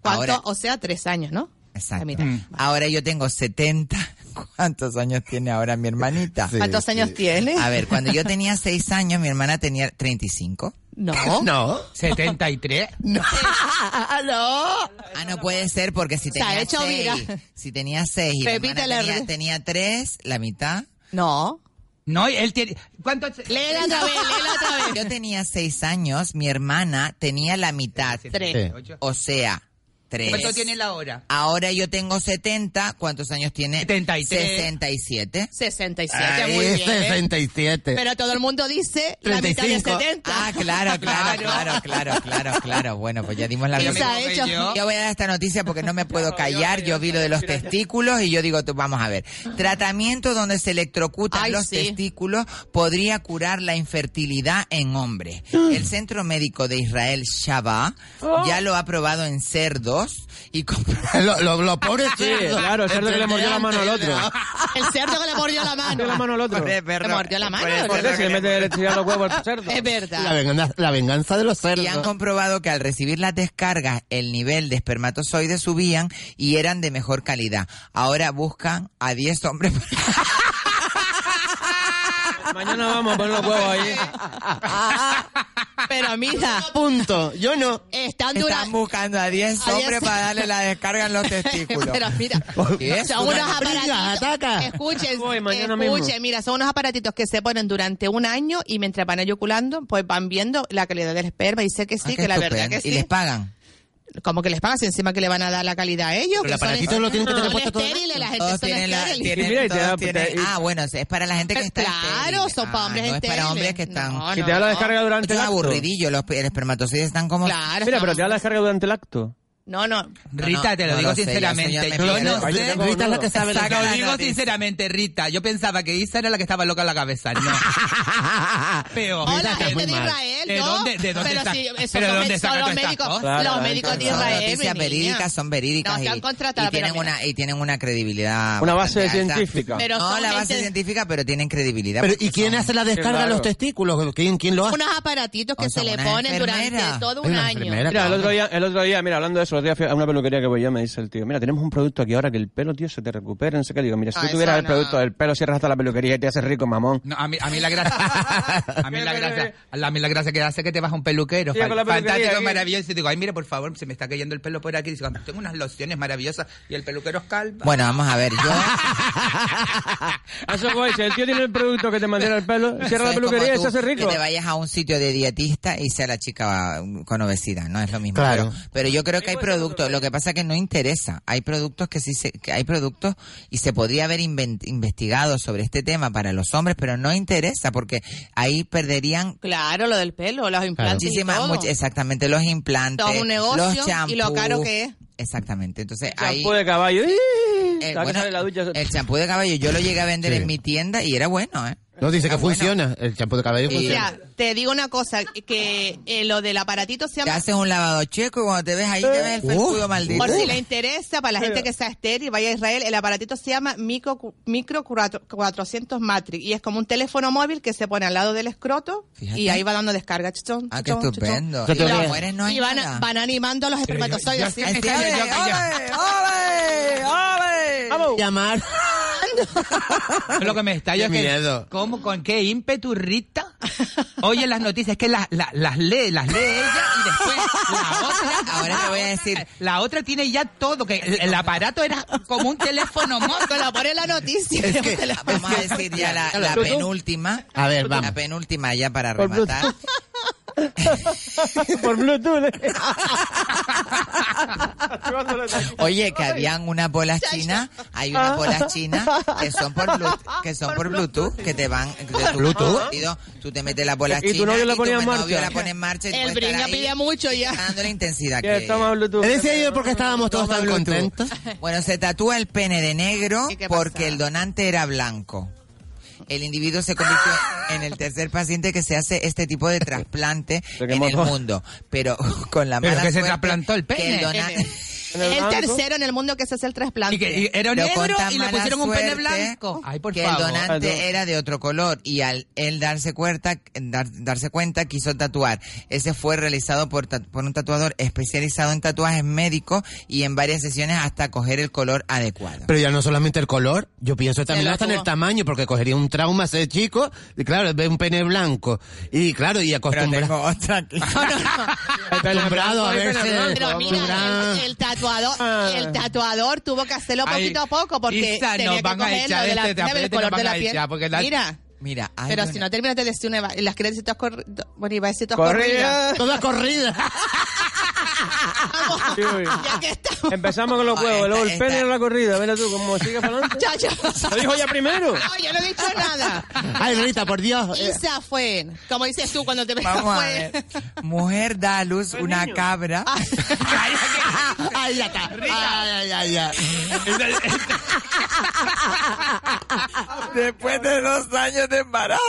F: ¿Cuánto?
D: ahora-
F: o sea, tres años, ¿no?
D: exacto. Mm. Ahora yo tengo 70. ¿Cuántos años tiene ahora mi hermanita?
F: ¿Cuántos años tiene?
D: A ver, cuando yo tenía seis años, mi hermana tenía 35.
F: No.
H: No. 73.
D: No.
F: no.
D: Ah, no puede ser porque si
F: Se ha
D: tenía
F: hecho
D: seis,
F: viral.
D: si tenía seis y mi
F: Pepita
D: hermana
F: la
D: tenía,
F: re-
D: tenía tres, la mitad.
F: No.
H: No, él tiene. ¿Cuánto?
F: Léela otra vez, léela otra vez.
D: Yo tenía seis años, mi hermana tenía la mitad.
H: Tres. Sí.
D: O sea, tres.
H: ¿Cuánto tiene la hora?
D: Ahora yo tengo 70. ¿Cuántos años tiene?
H: 73.
D: 67.
F: 67,
D: Ahí,
F: muy
G: Este
F: bien. ¿eh?
D: 67.
F: Pero todo el mundo dice la mitad de
D: 35.
F: 70.
D: Ah, claro, claro, claro, claro, claro, claro. Bueno, pues ya dimos la
F: Pero se ha hecho.
D: Yo voy a dar esta noticia porque no me puedo callar. Yo vi lo de los testículos y yo digo, tú, vamos a ver. Tratamiento donde se electrocutan
F: Ay,
D: los
F: sí.
D: testículos podría curar la infertilidad en hombres. El Centro Médico de Israel, Shaba, ya lo ha probado en cerdos y
G: Lo, lo, lo pobre
D: Sí,
G: cerdo.
D: claro, el cerdo que le mordió la mano al otro.
F: El cerdo que le mordió la mano.
D: La mano al otro. Pobre perro.
F: Le mordió la mano. ¿verdad?
D: Pobre cerdo que le mete electricidad a los huevos al cerdo.
F: Es verdad.
G: La venganza, la venganza de los cerdos.
D: Y han comprobado que al recibir las descargas, el nivel de espermatozoides subían y eran de mejor calidad. Ahora buscan a 10 hombres.
J: Mañana vamos a poner los huevos ahí.
F: Pero mira,
G: Punto. Yo no.
F: están dura-
D: Están buscando a 10
F: A
D: hombres
F: 10.
D: para darle la descarga en los testículos.
F: Pero mira,
D: ¿Qué es?
F: son unos
D: Una-
F: aparatitos. Escuchen,
J: mañana mismo.
F: escuchen, mira, son unos aparatitos que se ponen durante un año y mientras van eyaculando, pues van viendo la calidad del esperma y dice que sí,
D: Ah, qué
F: que la verdad
D: estupendo.
F: que sí.
D: Y les pagan.
F: como que les pagas encima que le van a dar la calidad a ellos.
G: Pero
F: que
G: el
F: son
G: aparatito lo tienen que tener
F: son
G: puesto todo el
F: estériles,
G: rato.
F: la gente
D: Todos
F: son
D: tienen la-
F: estériles.
D: tienen-
J: mira, y te
D: todos
J: da-
D: tienen-
J: te- y-
D: ah, bueno, es para la gente que está
F: Claro,
D: estéril.
F: son para
D: Ah,
F: hombres
D: no es para
F: estériles.
D: hombres que están...
F: No,
J: Que te da la descarga durante
D: Son
J: el acto.
D: aburridillos, los el espermatozoides están como...
F: Claro,
J: Mira,
F: son-
J: pero te da la descarga durante el acto.
F: No, no.
H: Rita, te lo
D: no
H: digo
D: lo sé, ya,
H: sinceramente.
D: eso ya me
H: yo
D: pierdo.
H: no
D: Ay, yo
H: sé.
D: tengo Rita es la que
H: Te
D: sabe la
H: lo
D: cara,
H: digo
D: dice.
H: sinceramente, Rita. Yo pensaba que Isa era la que estaba loca en la cabeza. No. Peor.
F: Hola, gente de
G: mal.
F: Israel,
H: ¿De
F: ¿no?
H: dónde- de dónde
F: pero
H: está-
F: sí, esos
H: pero
F: son
H: dónde
F: me-
H: saca
F: son los
H: todas estas
F: médicos,
H: cosas?
J: Claro,
F: los
J: claro,
F: médicos de
J: claro.
D: Son
F: Israel.
D: noticias
F: mi niña.
D: verídicas, son verídicas.
F: No, están
D: y-
F: contratadas,
D: y tienen
F: pero mira.
D: una Y tienen una credibilidad.
J: Una base
D: bastante alta.
J: científica.
F: Pero
D: no,
F: son
D: la base
F: gente-
D: científica, pero tienen credibilidad.
G: Pero,
D: porque
G: ¿Y quién
D: son-
G: hace la descarga de
J: raro.
G: los testículos? ¿Quién, quién lo hace?
F: Unos aparatitos que
D: Oh, Son-
F: se
D: son
F: le
D: unas
F: ponen durante
D: enfermeras.
F: todo
G: Hay
F: un
G: una
F: año.
G: enfermera.
J: Mira, el
G: cabrón.
J: otro día, el otro día, mira, hablando de eso, el otro día fui a una peluquería que voy yo, me dice el tío, mira, tenemos un producto aquí ahora que el pelo, tío, se te recupera, no sé qué. Digo, mira, si
F: Ah,
J: tú
F: eso
J: tuvieras el
F: no.
J: producto del pelo, cierras hasta la peluquería y te haces rico, mamón.
H: No, a mí, a mí la gracia. A mí la gracia. A mí la gracia que hace que te vas a un peluquero.
J: Llega
H: fan-
J: con la peluquería
H: fantástico,
J: aquí.
H: maravilloso. Y digo, ay, mire, por favor, se me está cayendo el pelo por aquí. Digo, "Ah, tengo unas lociones maravillosas. Y el peluquero es calva.
D: Bueno, vamos a ver, yo
J: A Eso voy, si el tío tiene el producto que te mantiene el pelo, cierra la
D: soy como
J: peluquería y
D: tú,
J: se hace rico.
D: que te vayas a un sitio de dietista y sea la chica mm, con obesidad, no es lo mismo.
G: Claro.
D: Pero, pero yo creo que hay productos, lo que pasa que no interesa. Hay productos que sí se, que hay productos y se podría haber inven- investigado sobre este tema para los hombres, pero no interesa porque ahí perderían
F: Claro, lo del pelo, los implantes. y
D: Muchísimas,
F: todo.
D: much- exactamente, los implantes,
F: Todo un negocio
D: los champús.
F: y lo caro que es.
D: Exactamente, entonces ahí...
J: Champú de caballo. ¡ih!
D: eh,
J: La que
D: bueno,
J: sale de la ducha.
D: el champú de caballo yo lo llegué a vender
G: Sí.
D: en mi tienda y era bueno, ¿eh?
G: No, dice
D: Era
G: que
D: bueno.
G: funciona. El champú de cabello
D: Y-
G: funciona.
F: Mira, te digo una cosa, que eh, lo del aparatito se
D: Te
F: llama...
D: haces un lavado checo y cuando te ves ahí te ves el
J: Uh.
D: felpudo maldito.
F: Eh. Por si le interesa, para la gente que sea estéril, vaya a Israel, el aparatito se llama Micro, micro 400 400 Matrix y es como un teléfono móvil que se pone al lado del escroto
D: Fíjate.
F: y ahí va dando descarga. Chuchón,
D: Ah, qué
F: chuchón, chuchón.
D: estupendo.
G: Yo
D: Y
G: te
D: las
G: voy a-
D: mujeres no hay
F: y van,
D: nada.
F: van animando a los espermatozoides. así.
D: Así,
H: Yo-
D: ole,
H: yo- yo-
D: ole, ole.
G: Llamar.
H: Lo que me estalla es
G: Qué miedo.
H: que, ¿cómo, con qué ímpetu, Rita? Oye, las noticias, es que las, las, las lee, las lee ella y después la otra.
D: Ahora te voy a decir-
H: La otra tiene ya todo, que el, el aparato era como un teléfono
F: Te
H: móvil.
F: la pone la noticia.
G: Es que-
F: Te la-
D: Vamos a decir ya la, la
G: Tú, tú.
D: penúltima.
G: A ver,
D: La
G: vamos.
D: penúltima ya para rematar.
J: Por Bluetooth. eh.
D: Oye, que habían unas bolas chinas, hay unas bolas chinas que son por Bluetooth, que son por Bluetooth, que te van de tu
G: Bluetooth.
D: partido, tú te metes las bolas
J: Y tu
D: chinas
J: novio la ponía en
D: novio
J: marcha.
D: la pone en marcha y
F: el
D: puedes estar
F: brinca
D: ahí
F: pide mucho ya.
D: dando la intensidad
J: Ya
D: que-
J: estamos a Bluetooth.
G: Él decía yo porque estábamos todos tan contentos.
D: Bueno, se tatúa el pene de negro
F: ¿Y qué pasa?
D: porque el donante era blanco. el individuo se convirtió en el tercer paciente que se hace este tipo de trasplante en el
J: quemó.
D: mundo. Pero con la
J: Pero
D: mala
J: que se
D: suerte
J: trasplantó el
D: que
J: pene.
D: dona-
F: El, tercero en el mundo que se hace el trasplante.
H: Y que y era
D: Pero con
H: negro
D: tan
H: y le
D: mala
H: pusieron un pene
D: suerte
H: blanco. Ay, por
D: que
H: favor.
D: el donante era de otro color y al él darse cuenta, dar- darse cuenta quiso tatuar. Ese fue realizado por, ta- por un tatuador especializado en tatuajes médicos y en varias sesiones hasta coger el color adecuado.
G: Pero ya no solamente el color, yo pienso también
D: lo
G: hasta en el
D: tuvo.
G: tamaño, porque cogería un trauma ese chico, y claro, ve un pene blanco, y claro, y acostumbrado. acostumbrado a verse.
F: Pero mira,
G: acostumbrado.
F: el, el tatuador, el tatuador tuvo que hacerlo
D: Ah. Ay,
F: poquito a poco porque
D: Isa,
F: tenía
D: nos
F: que
D: van a
F: coger
D: echar
F: lo de la
D: este
F: piel, el
D: tapete,
F: color
D: nos
F: de
D: van
F: la
D: a
F: piel.
D: echar, porque la-
F: Mira,
D: Mira, ay,
F: pero
D: no,
F: si
D: no.
F: no terminas de decir una eva- las créditos corridas, bueno, iba a decir todas
J: Corrida.
F: corridas.
G: Todas corridas.
J: Sí, uy. Empezamos con
D: Ah,
J: los huevos, luego el pene en la corrida. Mira tú, como sigue para adelante. Lo dijo ya primero.
F: No, yo no he dicho nada.
G: Ay, Rita, por Dios.
F: Isa fue, como dices tú cuando te ves
D: Vamos a
F: fue.
D: ver. Mujer da a luz una cabra.
G: Ah. Ay, ya está. Ay, ay, ay, ay.
D: Después de dos años de embarazo.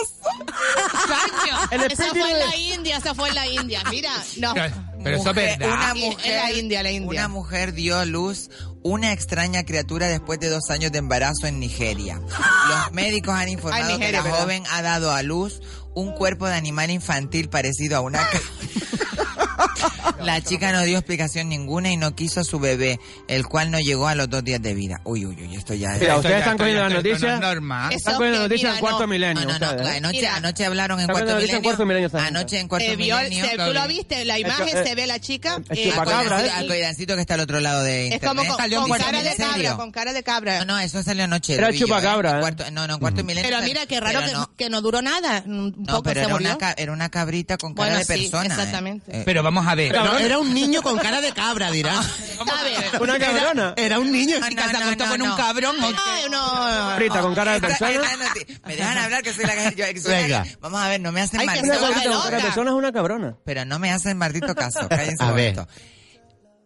J: El
F: Esa
J: espíritu
F: fue en
J: de-
F: la India, esa fue en la India. Mira, no.
H: Pero, pero eso es
D: Mujer-
H: verdad.
D: Una
F: Sí, en
D: mujer,
F: la India, la India.
D: Una mujer dio a luz una extraña criatura después de dos años de embarazo en Nigeria. Los médicos han informado
F: Ay, Nigeria,
D: que la
F: ¿verdad?
D: joven ha dado a luz un cuerpo de animal infantil parecido a una ca- La chica no dio explicación ninguna y no quiso a su bebé, el cual no llegó a los dos días de vida. Uy, uy, uy, esto ya es...
J: Mira, ustedes
H: ya
J: están
H: está,
J: cogiendo
H: ya
J: las
H: está, esto no
J: noticias.
H: es normal.
J: Están
F: Eso
J: cogiendo
F: que,
J: las noticias
F: mira,
J: en cuarto
F: no.
J: milenio.
D: No, no,
J: ustedes, ¿eh?
D: Anoche,
F: Mira.
D: anoche hablaron en
J: Están
D: cuarto
J: cogiendo las noticias en
D: milenio.
J: cuarto milenio. esta gente.
D: Anoche en cuarto
F: Se Eh, vio,
D: milenio.
F: se- tú lo viste, la imagen
J: Esto, eh,
F: se ve la chica.
J: el
F: eh,
J: chupacabra,
F: con-
J: ¿eh?
D: Al coidancito que está al otro lado de
F: Es
D: internet.
F: como con,
D: Salió en
F: con
D: Cuarto
F: cara de
D: Milenio, ¿en
F: cabra,
D: serio?
F: con cara de cabra.
D: No, no, eso salió anoche.
J: Era
D: lo vi yo,
J: chupacabra,
D: en
J: ¿eh?
D: Cuarto- no, no, en cuarto milenio.
F: Pero
D: sal-
F: mira qué raro
D: pero
F: que,
D: no,
F: que no duró nada. Un
D: no,
F: poco
D: pero
F: se
D: era
F: murió.
D: una, ca- era una cabrita con cara
F: Bueno,
D: de
F: sí,
D: persona. ¿eh?
F: exactamente.
D: Eh,
H: Pero vamos a ver.
G: Pero era un niño con cara de cabra, dirá.
F: ¿Sabes?
J: Una cabrona.
G: Era un niño.
D: no,
H: se
D: no,
H: acostó
D: no,
H: con
D: no.
H: un cabrón. ¿o qué?
F: Ay, no.
J: Frita con cara de
D: Esta-
J: persona.
D: esta noti- Ah, Me dejan hablar que soy la que yo soy la-
G: Venga.
D: Vamos a ver, no me hacen
F: Hay que
D: maldito
J: Una
F: Está
J: cabrita con
D: caso.
J: cara de
F: loca.
J: persona es una cabrona.
D: Pero no me hacen maldito caso. Cállense
G: A
D: un
G: ver.
D: momento.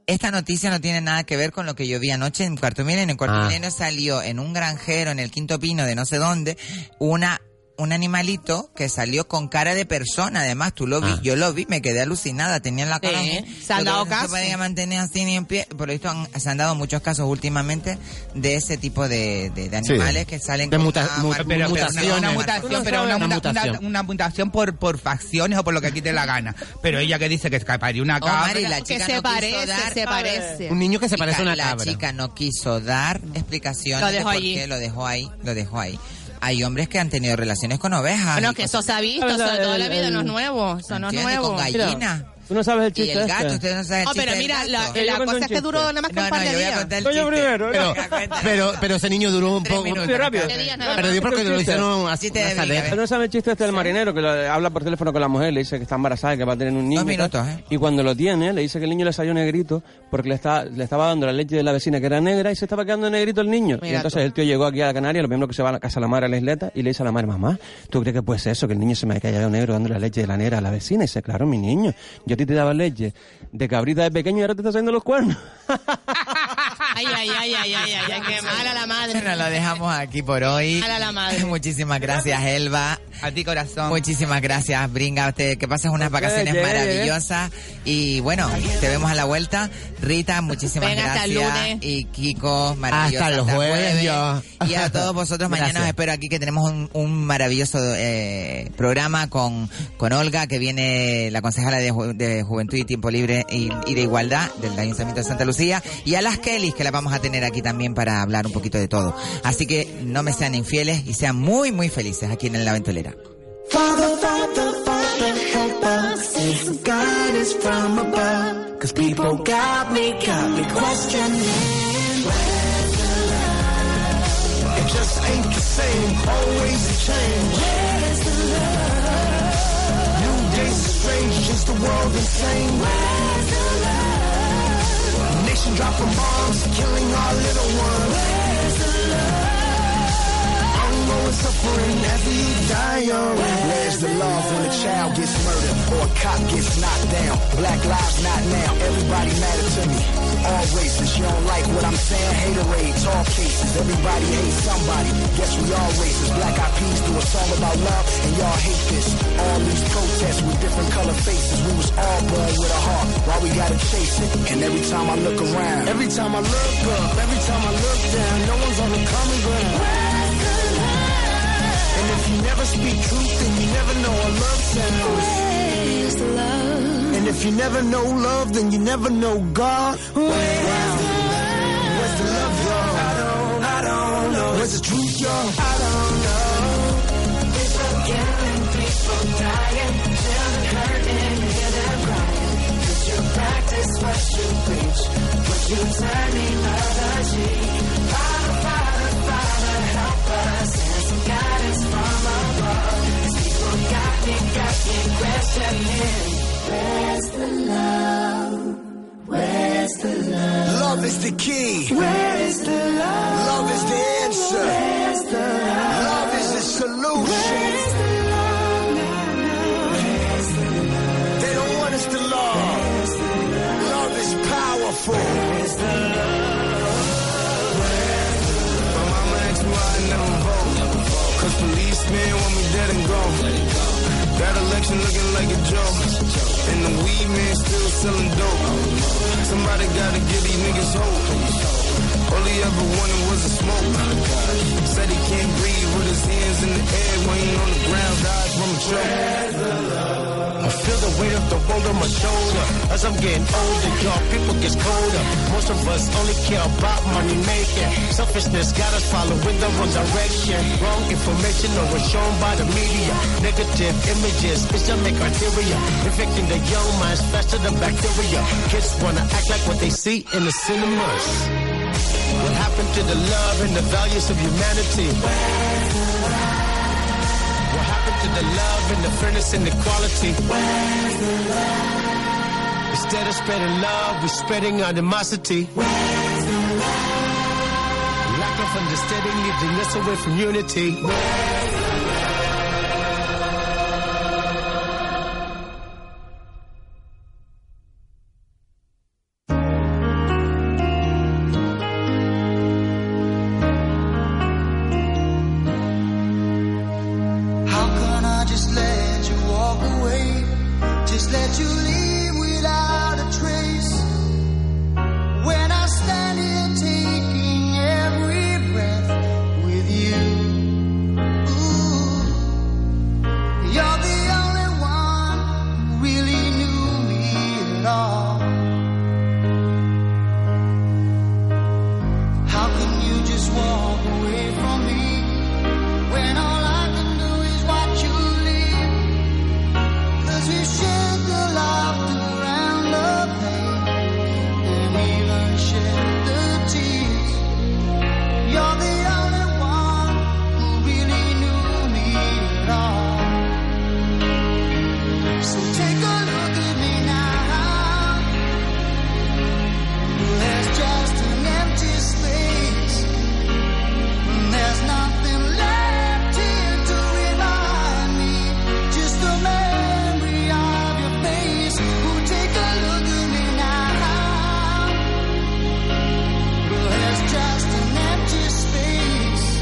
D: Esta noticia no tiene nada que ver con lo que yo vi anoche en Cuarto Milenio. En Cuarto
G: Ah.
D: Milenio salió en un granjero, en el Quinto Pino de no sé dónde, una un animalito que salió con cara de persona. Además, tú lo vi,
G: Ah.
D: yo lo vi, me quedé alucinada. Tenía la cara...
F: Sí,
D: Yo
F: se han
D: creo
F: dado
D: que no
F: casos.
D: podía mantener así ni en pie. Por lo visto, han- se han dado muchos casos últimamente de ese tipo de, de- de
G: Sí.
D: animales que salen
G: De
D: con
G: muta-
D: una
G: mu-
D: marca-
H: Pero, pero
G: mutaciones.
H: una, una
D: marca-
H: mutación, pero una,
G: Una
H: muta-
G: mutación.
H: una- una mutación por, por facciones o por lo que aquí te la gana. Pero ella que dice que escaparía una
D: Oh, Mari,
H: cabra.
D: la
F: Que
D: chica
F: se
D: no quiso
F: parece,
D: dar
F: se parece.
G: Un niño que se parece a una
D: la
G: cabra.
D: chica no quiso dar explicaciones
F: Lo dejó
D: de por
F: allí.
D: qué lo dejó ahí, lo dejó ahí. Hay hombres que han tenido relaciones con ovejas.
F: Bueno,
D: y
F: que eso
D: cosas-
F: se ha visto,
J: Pero
F: eso de toda
J: el-
F: la vida,
J: el-
F: no es nuevo, eso no es
D: ¿entiendes?
F: nuevo.
D: con gallina.
J: Tú no sabes el
D: Y
J: chiste.
D: el gato,
J: este.
D: ustedes no saben el
F: Oh, pero
D: chiste del
F: mira, la,
D: gato.
J: Yo
F: la
J: cuento un
F: cosa es que
J: chiste.
F: duró nada más que
D: No,
F: un
D: no,
F: par
D: yo
F: de
D: voy a
F: días.
D: contar el
J: Soy yo
D: chiste.
J: primero,
D: Pero,
J: ¿no?
G: Pero, pero ese niño duró un
D: Tres
G: poco.
D: minutos.
J: Muy rápido.
F: Tres días nada
G: Pero
F: más.
G: yo porque lo hicieron así.
D: Chiste de
G: una
D: Vega,
G: salera.
J: Pero no sabe el chiste este del marinero que lo- habla por teléfono con la mujer, le dice que está embarazada, que va a tener un niño.
D: Dos
J: y tal.
D: minutos, ¿eh?
J: Y cuando lo tiene, le dice que el niño le salió negrito porque le, está, le estaba dando la leche de la vecina que era negra y se estaba quedando negrito el niño. y
F: Mira
J: entonces
F: tú.
J: el tío llegó aquí a la Canaria, lo primero que se va a la casa de la madre a la isleta y le dice a la madre, mamá, ¿tú crees que puede ser eso? Que el niño se me haya quedado negro dando la leche de la negra a la vecina. Y dice, claro, mi niño, yo a ti te daba leche de cabrita de pequeño y ahora te estás saliendo los cuernos.
F: Ay, ay, ay, ay, ay, ay, ay, qué mala la madre.
D: Bueno, lo dejamos aquí por hoy.
F: A la la madre.
D: Muchísimas gracias, Elba.
H: A ti, corazón.
D: Muchísimas gracias, Bringa. Usted, que pases unas vacaciones
G: ¿eh?
J: llegué,
D: maravillosas. Y bueno, te vemos a la vuelta. Rita, muchísimas
F: Venga, hasta
D: gracias.
F: el lunes.
D: Y Kiko, maravilloso.
G: Hasta el jueves, ya.
D: Y a todos vosotros, mañana
G: Gracias.
D: os espero aquí que tenemos un, un maravilloso eh, programa con, con Olga, que viene la concejala de, Ju- de Juventud y Tiempo Libre y, y de Igualdad del Ayuntamiento de Santa Lucía. Y a las Kellys, que la vamos a tener aquí también para hablar un poquito de todo. Así que no me sean infieles y sean muy, muy felices aquí en La Ventolera.
O: Father, Father, Father, help us. Some guidance from above. Cause people got me, got me questioning. It just ain't the same, always a change. Where's the love? New days are strange, is the world insane? Where's the love? Nation dropping bombs, killing our little ones. Where's the love? Ongoing suffering as we die on. Where's the love when a child gets murdered or a cop gets knocked down? Black lives not now, everybody matter to me.
P: all races. You don't like what I'm saying? Haterades, all cases. Everybody hates somebody. Guess we all racist. Black Eyed Peas do a song about love, and y'all hate this. All these protests with different color faces. We was all born with a heart. Why we gotta chase it? And every time I look around, every time I look up, every time I look down, no one's on the common ground. And if you never speak truth, then you never know what love sounds. And if you never know love, then you never know God. Wow. Where's the love, y'all? I don't, I don't know. Where's the truth, y'all? I don't know. People killing, people dying, children hurting, hear them crying. Could you practice what you preach? Would you turn the other cheek? Father, Father, Father, help us. And some guidance from above. These people got me, got me questioning. Where's the love? Where's the love? Love is the key. Where is the love? Love is the answer. Where's the love? Love is the solution. Where's the love? Where's the love? They don't want us to love. Where's the love? Love is powerful. Where's the love? Where's the love? My mama asked me why I never vote. Cause policemen want me dead and gone. That election looking like a joke. And the weed man still selling dope. Somebody gotta give these niggas hope. All he ever wanted was a smoke. Said he can't breathe with his hands in the air. Waiting on the ground, died from a choke. I feel the weight of the world on my shoulder. As I'm getting older, y'all, people gets colder. Most of us only care about money making. Selfishness got us following the wrong direction. Wrong information that was shown by the media. Negative images, it's just make criteria. Infecting the young minds faster than bacteria. Kids wanna act like what they see in the cinemas. What happened to the love and the values of humanity? What happened to the love and the fairness and equality? Where's the love? Instead of spreading love, we're spreading animosity. Where's the love? Lack of understanding leading us away from unity. Where's the
Q: How can I just let you walk away? Just let you leave without a trace. When I stand here taking every breath with you, ooh, you're the only one who really knew me at all. How can you just walk away from me? When all I can do is watch you leave Cause we shared the laughter and the pain And even shared the tears You're the only one who really knew me at all So take a look at me now There's just an empty space there's nothing left here to remind me. Just a memory of your face. Oh, take a look at me now. There's just an empty space.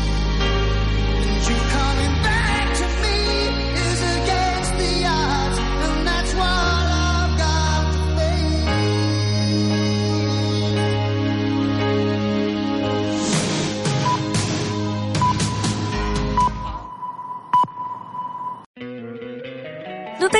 Q: And you coming back to me is against the odds. And that's what I've got to face.
R: ¿No te